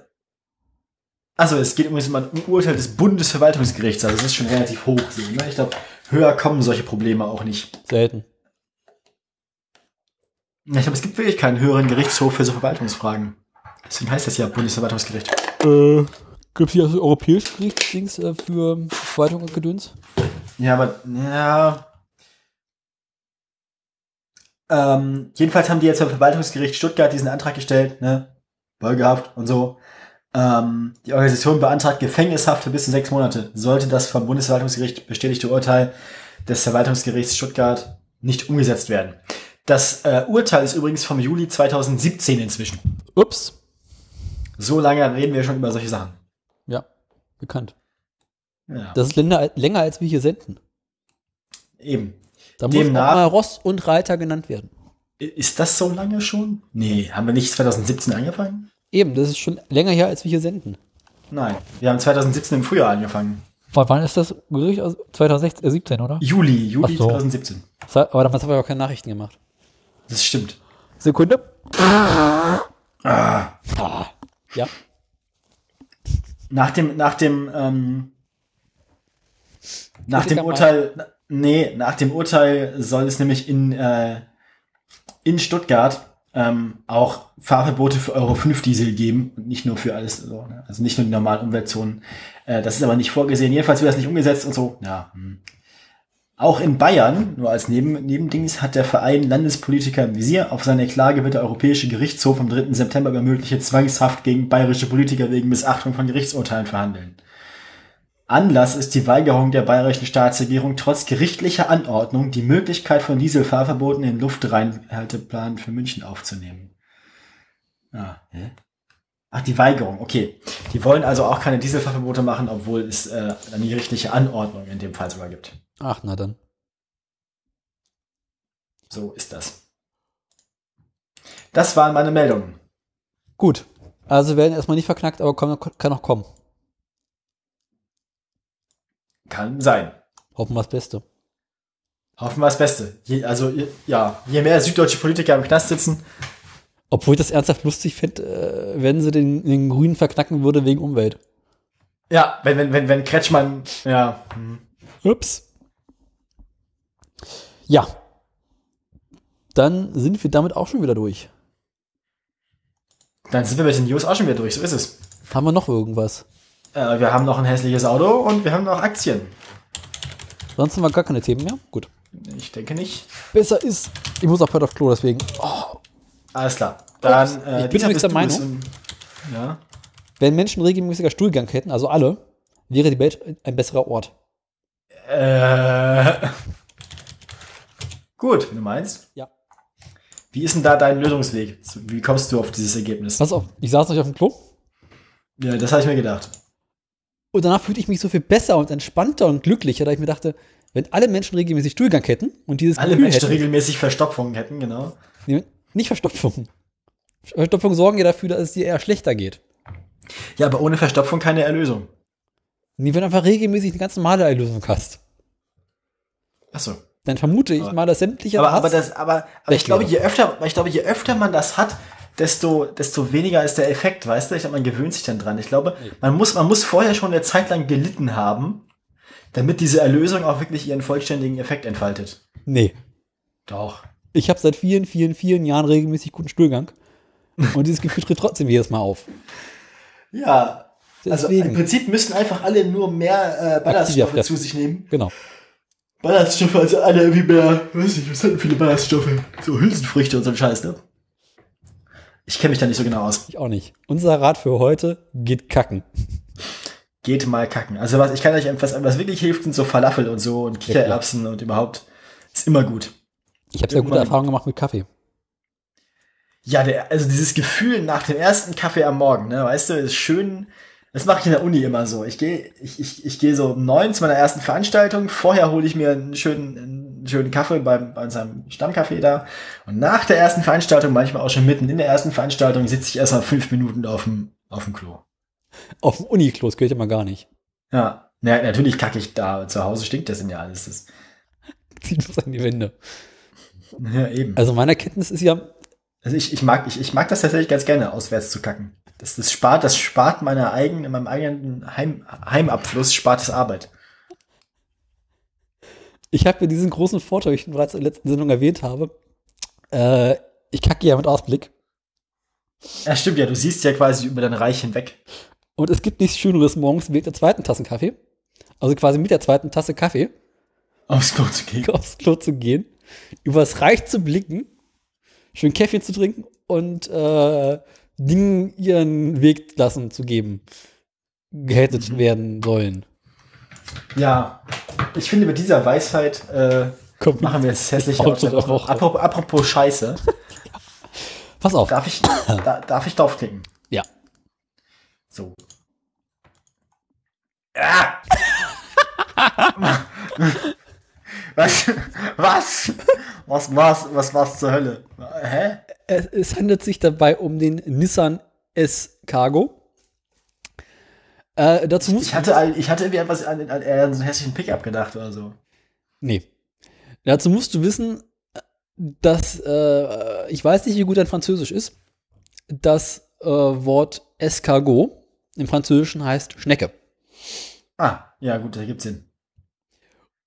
S1: also es geht übrigens um ein Urteil des Bundesverwaltungsgerichts, also es ist schon relativ hoch. So, ne? Ich glaube, höher kommen solche Probleme auch nicht.
S2: Selten.
S1: Ja, Ich glaube, es gibt wirklich keinen höheren Gerichtshof für so Verwaltungsfragen. Deswegen heißt das ja Bundesverwaltungsgericht.
S2: Äh, gibt es hier das europäische Gerichtsdings äh, für Verwaltung und Gedöns?
S1: Ja, aber, ja. Ähm, jedenfalls haben die jetzt beim Verwaltungsgericht Stuttgart diesen Antrag gestellt, ne? Beugehaft und so. Ähm, die Organisation beantragt Gefängnishaft für bis zu sechs Monate. Sollte das vom Bundesverwaltungsgericht bestätigte Urteil des Verwaltungsgerichts Stuttgart nicht umgesetzt werden. Das äh, Urteil ist übrigens vom Juli 2017 inzwischen.
S2: Ups.
S1: So lange reden wir schon über solche Sachen.
S2: Ja, bekannt.
S1: Ja,
S2: Das ist länger, länger als wir hier senden.
S1: eben.
S2: Da muss auch
S1: Demnach-
S2: mal Ross und Reiter genannt werden.
S1: Ist das so lange schon? Nee, haben wir nicht 2017 angefangen?
S2: Eben, das ist schon länger her, als wir hier senden.
S1: Nein, wir haben 2017 im Frühjahr angefangen.
S2: Wann, wann ist das Gericht? aus- 2016, äh, 17, oder?
S1: Juli, Juli
S2: Ach so.
S1: 2017.
S2: Das hat- Aber damals haben wir ja auch keine Nachrichten gemacht.
S1: Das stimmt.
S2: Sekunde. Ah. Ja.
S1: Nach dem, nach dem, ähm, nach
S2: Bitte
S1: dem
S2: kann man-
S1: Urteil, na- nee, nach dem Urteil soll es nämlich in, äh, in Stuttgart ähm, auch Fahrverbote für Euro 5 Diesel geben und nicht nur für alles, so, ne? also nicht nur die normalen Umweltzonen. Äh, das ist aber nicht vorgesehen. Jedenfalls wird das nicht umgesetzt und so. Ja. Hm. Auch in Bayern, nur als Neben Nebendings, hat der Verein Landespolitiker im Visier. Auf seine Klage wird der Europäische Gerichtshof am 3. September über mögliche Zwangshaft gegen bayerische Politiker wegen Missachtung von Gerichtsurteilen verhandeln. Anlass ist die Weigerung der bayerischen Staatsregierung, trotz gerichtlicher Anordnung die Möglichkeit von Dieselfahrverboten in den Luftreinhalteplan für München aufzunehmen. Ah, hä? Ach, die Weigerung, okay. Die wollen also auch keine Dieselfahrverbote machen, obwohl es äh, eine gerichtliche Anordnung in dem Fall sogar gibt.
S2: Ach, na dann.
S1: So ist das. Das waren meine Meldungen.
S2: Gut. Also werden erstmal nicht verknackt, aber kommen, kann noch kommen.
S1: Kann sein.
S2: Hoffen wir das Beste.
S1: Hoffen wir das Beste. Je, also, je, ja, je mehr süddeutsche Politiker im Knast sitzen,
S2: Obwohl ich das ernsthaft lustig fände, äh, wenn sie den, den Grünen verknacken würde wegen Umwelt.
S1: ja, wenn, wenn, wenn, wenn Kretschmann, ja, hm.
S2: Ups. Ja. Dann sind wir damit auch schon wieder durch.
S1: dann sind wir mit den News auch schon wieder durch, so ist es.
S2: Haben wir noch irgendwas?
S1: Äh, wir haben noch ein hässliches Auto und wir haben noch Aktien.
S2: Sonst haben wir gar keine Themen mehr? Gut.
S1: Ich denke nicht.
S2: Besser ist, ich muss auch heute auf Klo, deswegen. Oh,
S1: Alles klar. Dann, äh,
S2: Ups, ich bin
S1: Dieter,
S2: übrigens
S1: bist du
S2: der
S1: es
S2: Meinung.
S1: und- Ja,
S2: wenn Menschen regelmäßiger Stuhlgang hätten, also alle, wäre die Welt ein besserer Ort?
S1: Äh, gut, wenn du meinst.
S2: Ja.
S1: Wie ist denn da dein Lösungsweg? Wie kommst du auf dieses Ergebnis?
S2: Pass auf, ich saß nicht auf dem Klo
S1: Ja, das habe ich mir gedacht.
S2: und danach fühlte ich mich so viel besser und entspannter und glücklicher, da ich mir dachte, wenn alle Menschen regelmäßig Stuhlgang hätten und dieses
S1: Alle
S2: Gefühl
S1: Menschen
S2: hätten,
S1: regelmäßig Verstopfungen hätten, genau.
S2: Nee, Nicht Verstopfung. Verstopfung sorgen ja dafür, dass es dir eher schlechter geht.
S1: Ja, aber ohne Verstopfung keine Erlösung.
S2: Nee, wenn du einfach regelmäßig eine ganz normale Erlösung hast,
S1: Achso.
S2: dann vermute ich mal, dass sämtliche
S1: Aber,
S2: Hass-
S1: aber, das, aber, aber ich,
S2: Schlecht
S1: glaube,
S2: wäre.
S1: je öfter, weil ich glaube, je öfter man das hat, desto, desto weniger ist der Effekt, weißt du? Ich glaube, man gewöhnt sich dann dran. Ich glaube, man muss, man muss vorher schon eine Zeit lang gelitten haben, damit diese Erlösung auch wirklich ihren vollständigen Effekt entfaltet.
S2: Nee.
S1: Doch.
S2: Ich habe seit vielen, vielen, vielen Jahren regelmäßig guten Stuhlgang. Und dieses Gefühl tritt trotzdem jedes Mal auf.
S1: Ja.
S2: Deswegen.
S1: Also im Prinzip müssen einfach alle nur mehr äh, Ballaststoffe
S2: Aktivia
S1: zu sich nehmen.
S2: Genau.
S1: Ballaststoffe, also alle irgendwie mehr, weiß nicht, was hatten viele Ballaststoffe? So Hülsenfrüchte und so ein Scheiß, ne? Ich kenne mich da nicht so genau aus.
S2: Ich auch nicht. Unser Rat für heute geht kacken.
S1: Geht mal kacken. Also was, ich kann euch etwas, was wirklich hilft, sind so Falafel und so und
S2: klar.
S1: Kichererbsen und überhaupt. Ist immer gut.
S2: Ich habe sehr gute
S1: Irgendwann-
S2: Erfahrungen gemacht mit Kaffee.
S1: Ja, der, also dieses Gefühl nach dem ersten Kaffee am Morgen, ne, weißt du, ist schön. Das mache ich in der Uni immer so. Ich gehe ich, ich, ich gehe so um neun zu meiner ersten Veranstaltung. Vorher hole ich mir einen schönen, einen schönen Kaffee beim, bei unserem Stammcafé da. Und nach der ersten Veranstaltung, manchmal auch schon mitten in der ersten Veranstaltung, sitze ich erstmal fünf Minuten auf dem, auf dem Klo.
S2: Auf dem Uniklo, das gehört ja mal gar nicht.
S1: Ja, na, natürlich kacke ich da. Zu Hause stinkt das in ja alles. Das,
S2: Zieht was an die Wände.
S1: ja, eben.
S2: Also meiner Kenntnis ist ja,
S1: Also ich, ich mag, ich, ich mag das tatsächlich ganz gerne, auswärts zu kacken. Das, das spart, das spart meiner eigenen, in meinem eigenen Heim, Heimabfluss, spart es Arbeit.
S2: ich habe ja diesen großen Vorteil, den ich bereits in der letzten Sendung erwähnt habe. Äh, ich kacke ja mit Ausblick.
S1: Ja, stimmt ja, du siehst ja quasi über dein Reich hinweg.
S2: Und es gibt nichts Schöneres morgens mit der zweiten Tasse Kaffee. Also quasi mit der zweiten Tasse Kaffee
S1: Aufs Klo zu gehen.
S2: aufs Klo zu gehen, übers Reich zu blicken, schön Kaffee zu trinken und äh, Dingen ihren Weg lassen zu geben, gehatet werden sollen.
S1: Ja, ich finde, mit dieser Weisheit äh,
S2: Komm,
S1: machen wir jetzt hässlich
S2: Auto der Woche.
S1: Apropos, apropos Scheiße,
S2: Pass auf.
S1: darf ich, da, darf ich draufklicken?
S2: Ja.
S1: So. Ah! was? Was? Was war's, was war's zur Hölle? Hä?
S2: Es, es handelt sich dabei um den Nissan S Cargo. Äh, dazu muss
S1: Ich hatte, ein- ich hatte irgendwie etwas an, an, eher an so einen hässlichen Pickup gedacht oder so.
S2: Nee. Dazu musst du wissen, dass, äh, ich weiß nicht, wie gut dein Französisch ist, das äh, Wort Escargot im Französischen heißt Schnecke.
S1: Ah, ja, gut, da gibt's Sinn.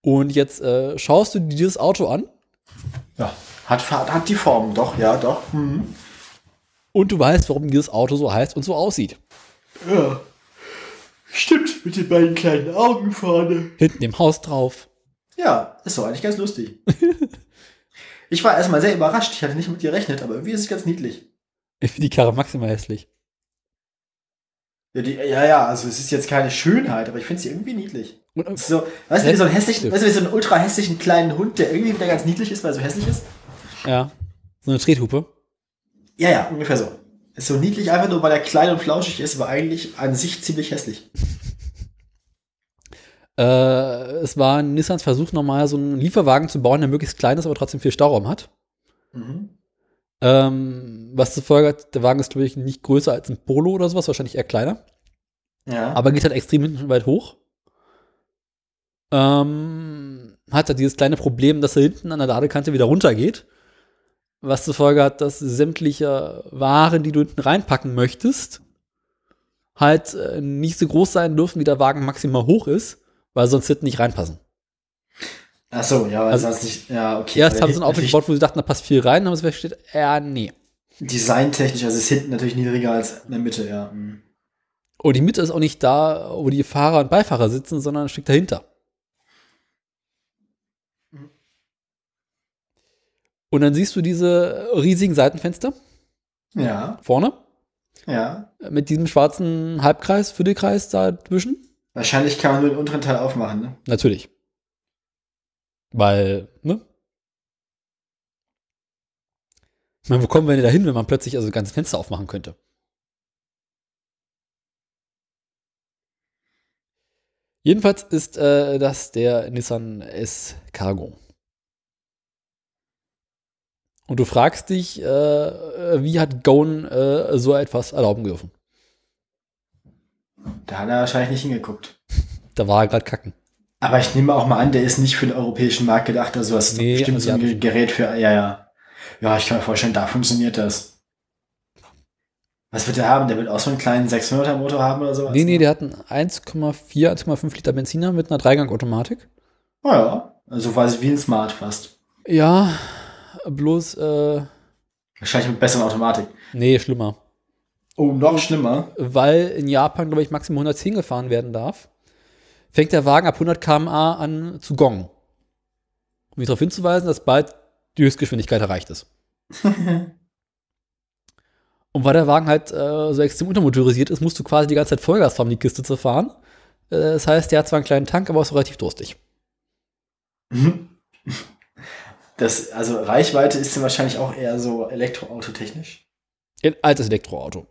S2: Und jetzt äh, schaust du dir dieses Auto an
S1: Ja. Hat, Fa- hat die Form, doch, ja, doch. Mhm.
S2: und du weißt, warum dieses Auto so heißt und so aussieht.
S1: Ja. Stimmt, mit den beiden kleinen Augen vorne.
S2: Hinten im Haus drauf.
S1: Ja, ist doch eigentlich ganz lustig. ich war erstmal sehr überrascht, ich hatte nicht mit gerechnet, aber irgendwie ist es ganz niedlich.
S2: Ich finde die Karre maximal hässlich.
S1: Ja, die, ja, ja, also es ist jetzt keine Schönheit, aber ich finde sie irgendwie niedlich.
S2: Und, äh,
S1: Es ist So, weißt du, wie so einen hässlichen,
S2: Stimmt.
S1: weißt du, wie so einen ultra hässlichen kleinen Hund, der irgendwie wieder ganz niedlich ist, weil er so hässlich ist?
S2: äh, ja, so eine Trethupe.
S1: Ja, ja, ungefähr so. Ist so niedlich einfach nur, weil er klein und flauschig ist, aber eigentlich an sich ziemlich hässlich.
S2: Äh, es war Nissans Versuch, nochmal so einen Lieferwagen zu bauen, der möglichst klein ist, aber trotzdem viel Stauraum hat.
S1: Mhm.
S2: Ähm, was zur Folge hat, der Wagen ist, glaube ich, nicht größer als ein Polo oder sowas, wahrscheinlich eher kleiner.
S1: Ja.
S2: Aber geht halt extrem hinten weit hoch. Ähm, hat halt dieses kleine Problem, dass er hinten an der Ladekante wieder runtergeht. Was zur Folge hat, dass sämtliche Waren, die du hinten reinpacken möchtest, halt äh, nicht so groß sein dürfen, wie der Wagen maximal hoch ist, weil sonst hinten nicht reinpassen.
S1: Ach so, ja, weil
S2: Also-
S1: sonst nicht. Ja, okay. Also
S2: Erst haben
S1: Weil
S2: sie ein Auto
S1: natürlich
S2: gebaut, wo sie dachten, da passt viel rein, dann haben sie festgestellt, ja, nee.
S1: Designtechnisch, also ist hinten natürlich niedriger als in der Mitte, ja. Mhm.
S2: Und Oh, die Mitte ist auch nicht da, wo die Fahrer und Beifahrer sitzen, sondern ein Stück dahinter. Und dann siehst du diese riesigen Seitenfenster
S1: Ja,
S2: vorne
S1: ja.
S2: mit diesem schwarzen Halbkreis, Viertelkreis dazwischen.
S1: Wahrscheinlich kann man nur den unteren Teil aufmachen, ne?
S2: Natürlich. Weil, ne? Ich meine, wo kommen wir denn da hin, wenn man plötzlich also ganze Fenster aufmachen könnte? Jedenfalls ist äh, das der Nissan S Cargo. Und du fragst dich, äh, äh, wie hat Gone äh, so etwas erlauben dürfen?
S1: Da hat er wahrscheinlich nicht hingeguckt.
S2: Da war er gerade kacken.
S1: Aber ich nehme auch mal an, der ist nicht für den europäischen Markt gedacht, also hast
S2: Nee,
S1: nee, bestimmt so
S2: asiatisch.
S1: ein Gerät für. Ja, ja. Ja, ich kann mir vorstellen, da funktioniert das. Was wird der haben? Der wird auch so einen kleinen 600er Motor haben oder sowas? ne?
S2: Nee, nee, der hat einen 1,4, 1,5 Liter Benziner mit einer Dreigang-Automatik.
S1: Oh ja, also quasi wie ein Smart fast.
S2: Ja, bloß, äh,
S1: Wahrscheinlich mit besserer Automatik.
S2: nee, schlimmer.
S1: Oh, noch schlimmer.
S2: Weil in Japan, glaube ich, maximal 110 gefahren werden darf, fängt der Wagen ab 100 km/h an zu gongen. Um mich darauf hinzuweisen, dass bald die Höchstgeschwindigkeit erreicht ist. Und weil der Wagen halt äh, so extrem untermotorisiert ist, musst du quasi die ganze Zeit Vollgas fahren, um die Kiste zu fahren. Äh, das heißt, der hat zwar einen kleinen Tank, aber ist auch relativ durstig.
S1: Das, also Reichweite ist ja wahrscheinlich auch eher so elektroautotechnisch.
S2: Ein altes Elektroauto.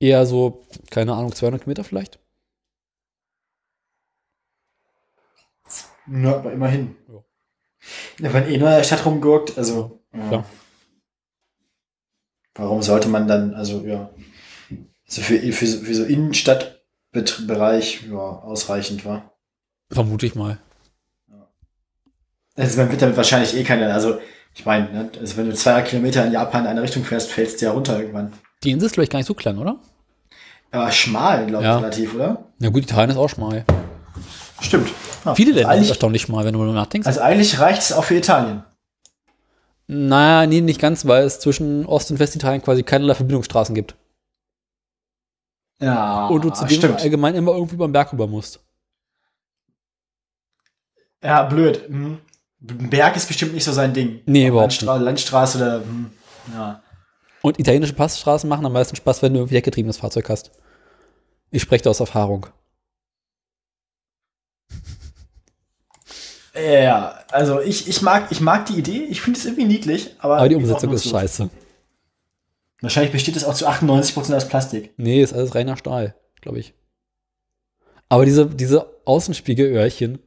S2: Eher so, keine Ahnung, 200 Kilometer vielleicht?
S1: Ja, aber immerhin.
S2: Ja.
S1: Ja. Wenn eh nur in der Stadt rumgurkt, also. Ja.
S2: klar.
S1: Warum sollte man dann, also ja. Also für, für, so- für so Innenstadtbereich ja, ausreichend war.
S2: Vermute ich mal.
S1: Also man wird damit wahrscheinlich eh keine, also ich meine, ne, also wenn du 200 Kilometer in Japan in eine Richtung fährst, fällst du ja runter irgendwann.
S2: Die Insel ist, glaube ich, gar nicht so klein, oder?
S1: Aber schmal, glaube ich,
S2: Ja.
S1: relativ, oder?
S2: Na gut, Italien ist auch schmal.
S1: Stimmt. Ja.
S2: Viele Länder sind
S1: eigentlich-
S2: erstaunlich schmal, wenn du mal nachdenkst.
S1: Also eigentlich reicht es auch für Italien.
S2: naja, nee, nicht ganz, weil es zwischen Ost- und Westitalien quasi keinerlei Verbindungsstraßen gibt.
S1: Ja,
S2: und Oh, du zudem
S1: Ah, stimmt.
S2: allgemein immer irgendwie über den Berg rüber musst.
S1: Ja, blöd. Mhm. Ein Berg ist bestimmt nicht so sein Ding.
S2: Nee, überhaupt
S1: Landstra Landstraße oder. hm, Ja.
S2: Und italienische Passstraßen machen am meisten Spaß, wenn du irgendwie heckgetriebenes Fahrzeug hast. Ich spreche da aus Erfahrung.
S1: Ja, ja, also ich, ich, mag, ich mag die Idee, ich finde es irgendwie niedlich, aber.
S2: Aber die
S1: irgendwie auch
S2: Umsetzung ist
S1: nutzlos.
S2: scheiße.
S1: Wahrscheinlich besteht es auch zu 98% aus Plastik.
S2: Nee, ist alles reiner Stahl, glaube ich. Aber diese, diese Außenspiegelöhrchen,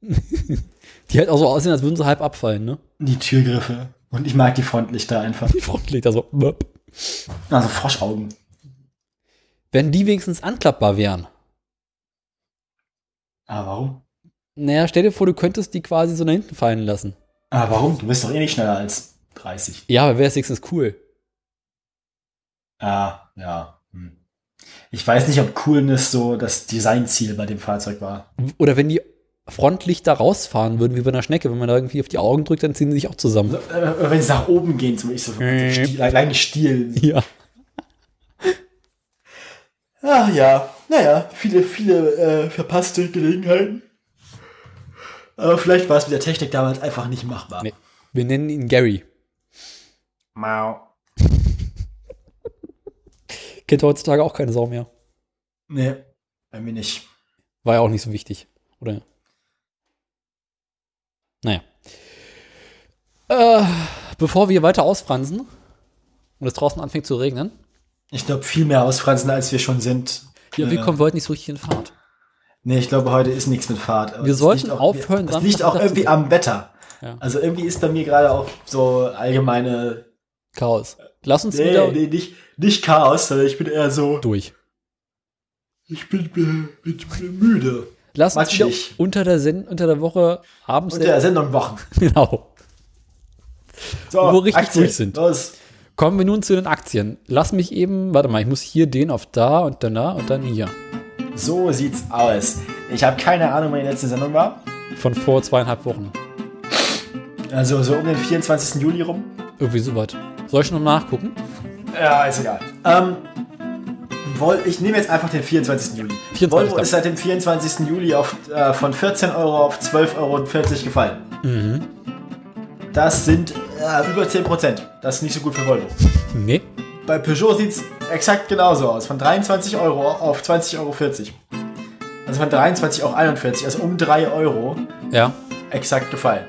S2: die halt auch so aussehen, als würden sie halb abfallen, ne?
S1: die Türgriffe. Und ich mag die Frontlichter einfach.
S2: Die Frontlichter so. möp.
S1: Also Froschaugen.
S2: Wenn die wenigstens anklappbar wären.
S1: Aber warum?
S2: Naja, stell dir vor, du könntest die quasi so nach hinten fallen lassen.
S1: Aber warum? Du bist doch eh nicht schneller als 30.
S2: Ja, aber wäre es wenigstens cool.
S1: Ah, ja. Hm. Ich weiß nicht, ob Coolness so das Designziel bei dem Fahrzeug war.
S2: Oder wenn die Frontlichter rausfahren würden, wie bei einer Schnecke. Wenn man da irgendwie auf die Augen drückt, dann ziehen sie sich auch zusammen.
S1: So, äh, Wenn sie nach oben gehen, so ich so
S2: Mhm.
S1: Stiel, allein Stiel.
S2: Ja.
S1: Ach Ah, ja, naja, viele, viele äh, verpasste Gelegenheiten. Aber vielleicht war es mit der Technik damals einfach nicht machbar.
S2: Nee. Wir nennen ihn Gary.
S1: Mau.
S2: Kennt heutzutage auch keine Sau mehr.
S1: Nee, bei mir nicht.
S2: War ja auch nicht so wichtig, oder? Naja. Äh, bevor wir weiter ausfransen und es draußen anfängt zu regnen,
S1: Ich glaube, viel mehr ausfransen, als wir schon sind.
S2: ja, wie
S1: Äh,
S2: kommen wir heute nicht so richtig in Fahrt?
S1: Nee, ich glaube, heute ist nichts mit Fahrt. Aber
S2: Wir
S1: das
S2: sollten
S1: liegt
S2: aufhören,
S1: Das liegt auch
S2: Samstagmittag zu
S1: irgendwie
S2: gehen.
S1: am Wetter.
S2: Ja.
S1: Also irgendwie ist bei mir gerade auch so allgemeine.
S2: Chaos. Lass uns
S1: Nee,
S2: wieder
S1: nee, nicht, nicht Chaos, sondern ich bin eher so.
S2: durch.
S1: Ich bin, bin, bin, müde.
S2: Lass uns
S1: Matschig.
S2: wieder unter der, Sen unter der Woche abends.
S1: Unter der Sendung Wochen.
S2: genau.
S1: So,
S2: Wo wir richtig
S1: Aktien,
S2: durch sind.
S1: Los.
S2: Kommen wir nun zu den Aktien. Lass mich eben, warte mal, ich muss hier den auf da und dann da und dann hier.
S1: So sieht's aus. Ich habe keine Ahnung, wann die letzte Sendung war.
S2: Von vor zweieinhalb Wochen.
S1: Also so um den 24. Juli rum.
S2: Irgendwie so weit. Soll ich noch nachgucken?
S1: Ja, ist egal. Ähm, woll, ich nehme jetzt einfach den 24. Juli.
S2: 24.
S1: Volvo ist seit dem 24. Juli auf, äh, von 14 Euro auf 12,40 Euro gefallen.
S2: Mhm.
S1: Das sind äh, über 10 Prozent. Das ist nicht so gut für Volvo.
S2: Nee.
S1: Bei Peugeot sieht es exakt genauso aus. Von 23 Euro auf 20,40 Euro. Also von 23 auf 41, also um 3 Euro
S2: Ja.
S1: exakt gefallen.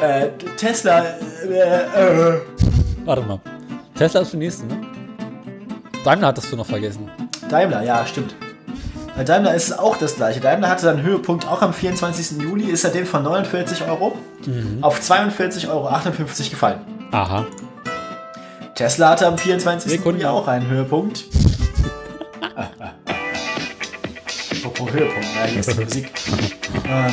S1: Äh, Tesla, äh, äh,
S2: Warte mal. Tesla ist zum nächsten, ne? Daimler hattest du noch vergessen.
S1: Daimler, ja, stimmt. Bei Daimler ist es auch das gleiche. Daimler hatte seinen Höhepunkt auch am 24. Juli, ist seitdem von 49 Euro auf 42,58 Euro gefallen.
S2: Aha.
S1: Tesla hatte am 24. Juli auch einen Höhepunkt. Apropos Höhepunkt, na, hier ist die Musik. Ähm,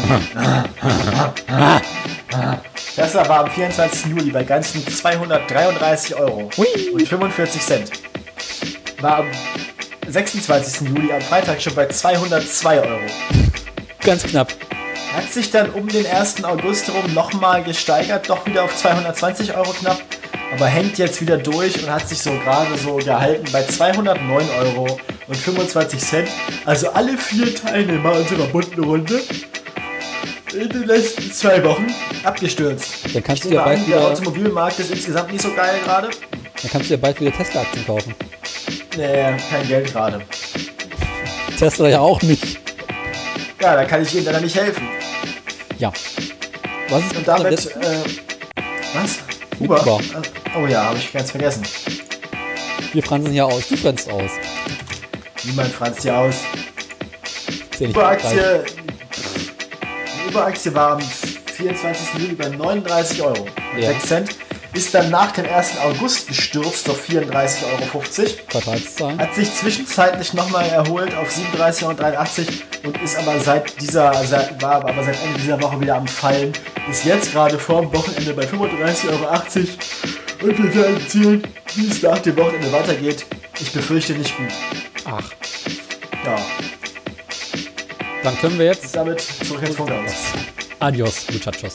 S1: Tesla war am 24. Juli bei ganzen 233 Euro und 45 Cent. War am 26. Juli am Freitag schon bei 202 Euro.
S2: Ganz knapp.
S1: Hat sich dann um den 1. August rum nochmal gesteigert, doch wieder auf 220 Euro knapp, aber hängt jetzt wieder durch und hat sich so gerade so gehalten bei 209 Euro und 25 Cent. Also alle vier Teilnehmer unserer bunten Runde in den letzten zwei Wochen abgestürzt.
S2: Dann kannst
S1: Ich
S2: du ja
S1: nehme
S2: bald
S1: an, der
S2: wieder,
S1: Automobilmarkt ist insgesamt nicht so geil gerade.
S2: dann kannst du ja bald wieder Tesla-Aktien kaufen.
S1: Nee, kein Geld gerade.
S2: Tesla ja auch nicht.
S1: Ja, da kann ich Ihnen leider nicht helfen.
S2: Ja. Was ist
S1: Und
S2: mit der
S1: damit,
S2: letzten?
S1: äh, was?
S2: Mit
S1: Uber?
S2: Uber.
S1: Oh ja, habe ich ganz vergessen.
S2: Wir fransen hier aus. Du franst aus.
S1: Niemand franzt hier aus.
S2: Ist ja nicht hilfreich.
S1: Uberaktie. Uberaktie war am 24. Juli bei 39 Euro und
S2: Ja.
S1: 6 Cent. Ist dann nach dem 1. August gestürzt auf 34,50 Euro.
S2: Quartalszahlen.
S1: Hat sich zwischenzeitlich nochmal erholt auf 37,83 Euro und ist aber seit dieser, seit, war aber seit Ende dieser Woche wieder am Fallen. Ist jetzt gerade vorm Wochenende bei 35,80 Euro. Und wir werden sehen, wie es nach dem Wochenende weitergeht. Ich befürchte nicht gut.
S2: Ach.
S1: Ja,
S2: Dann können wir jetzt.
S1: damit zurück ins Funkhaus.
S2: Adios, Muchachos.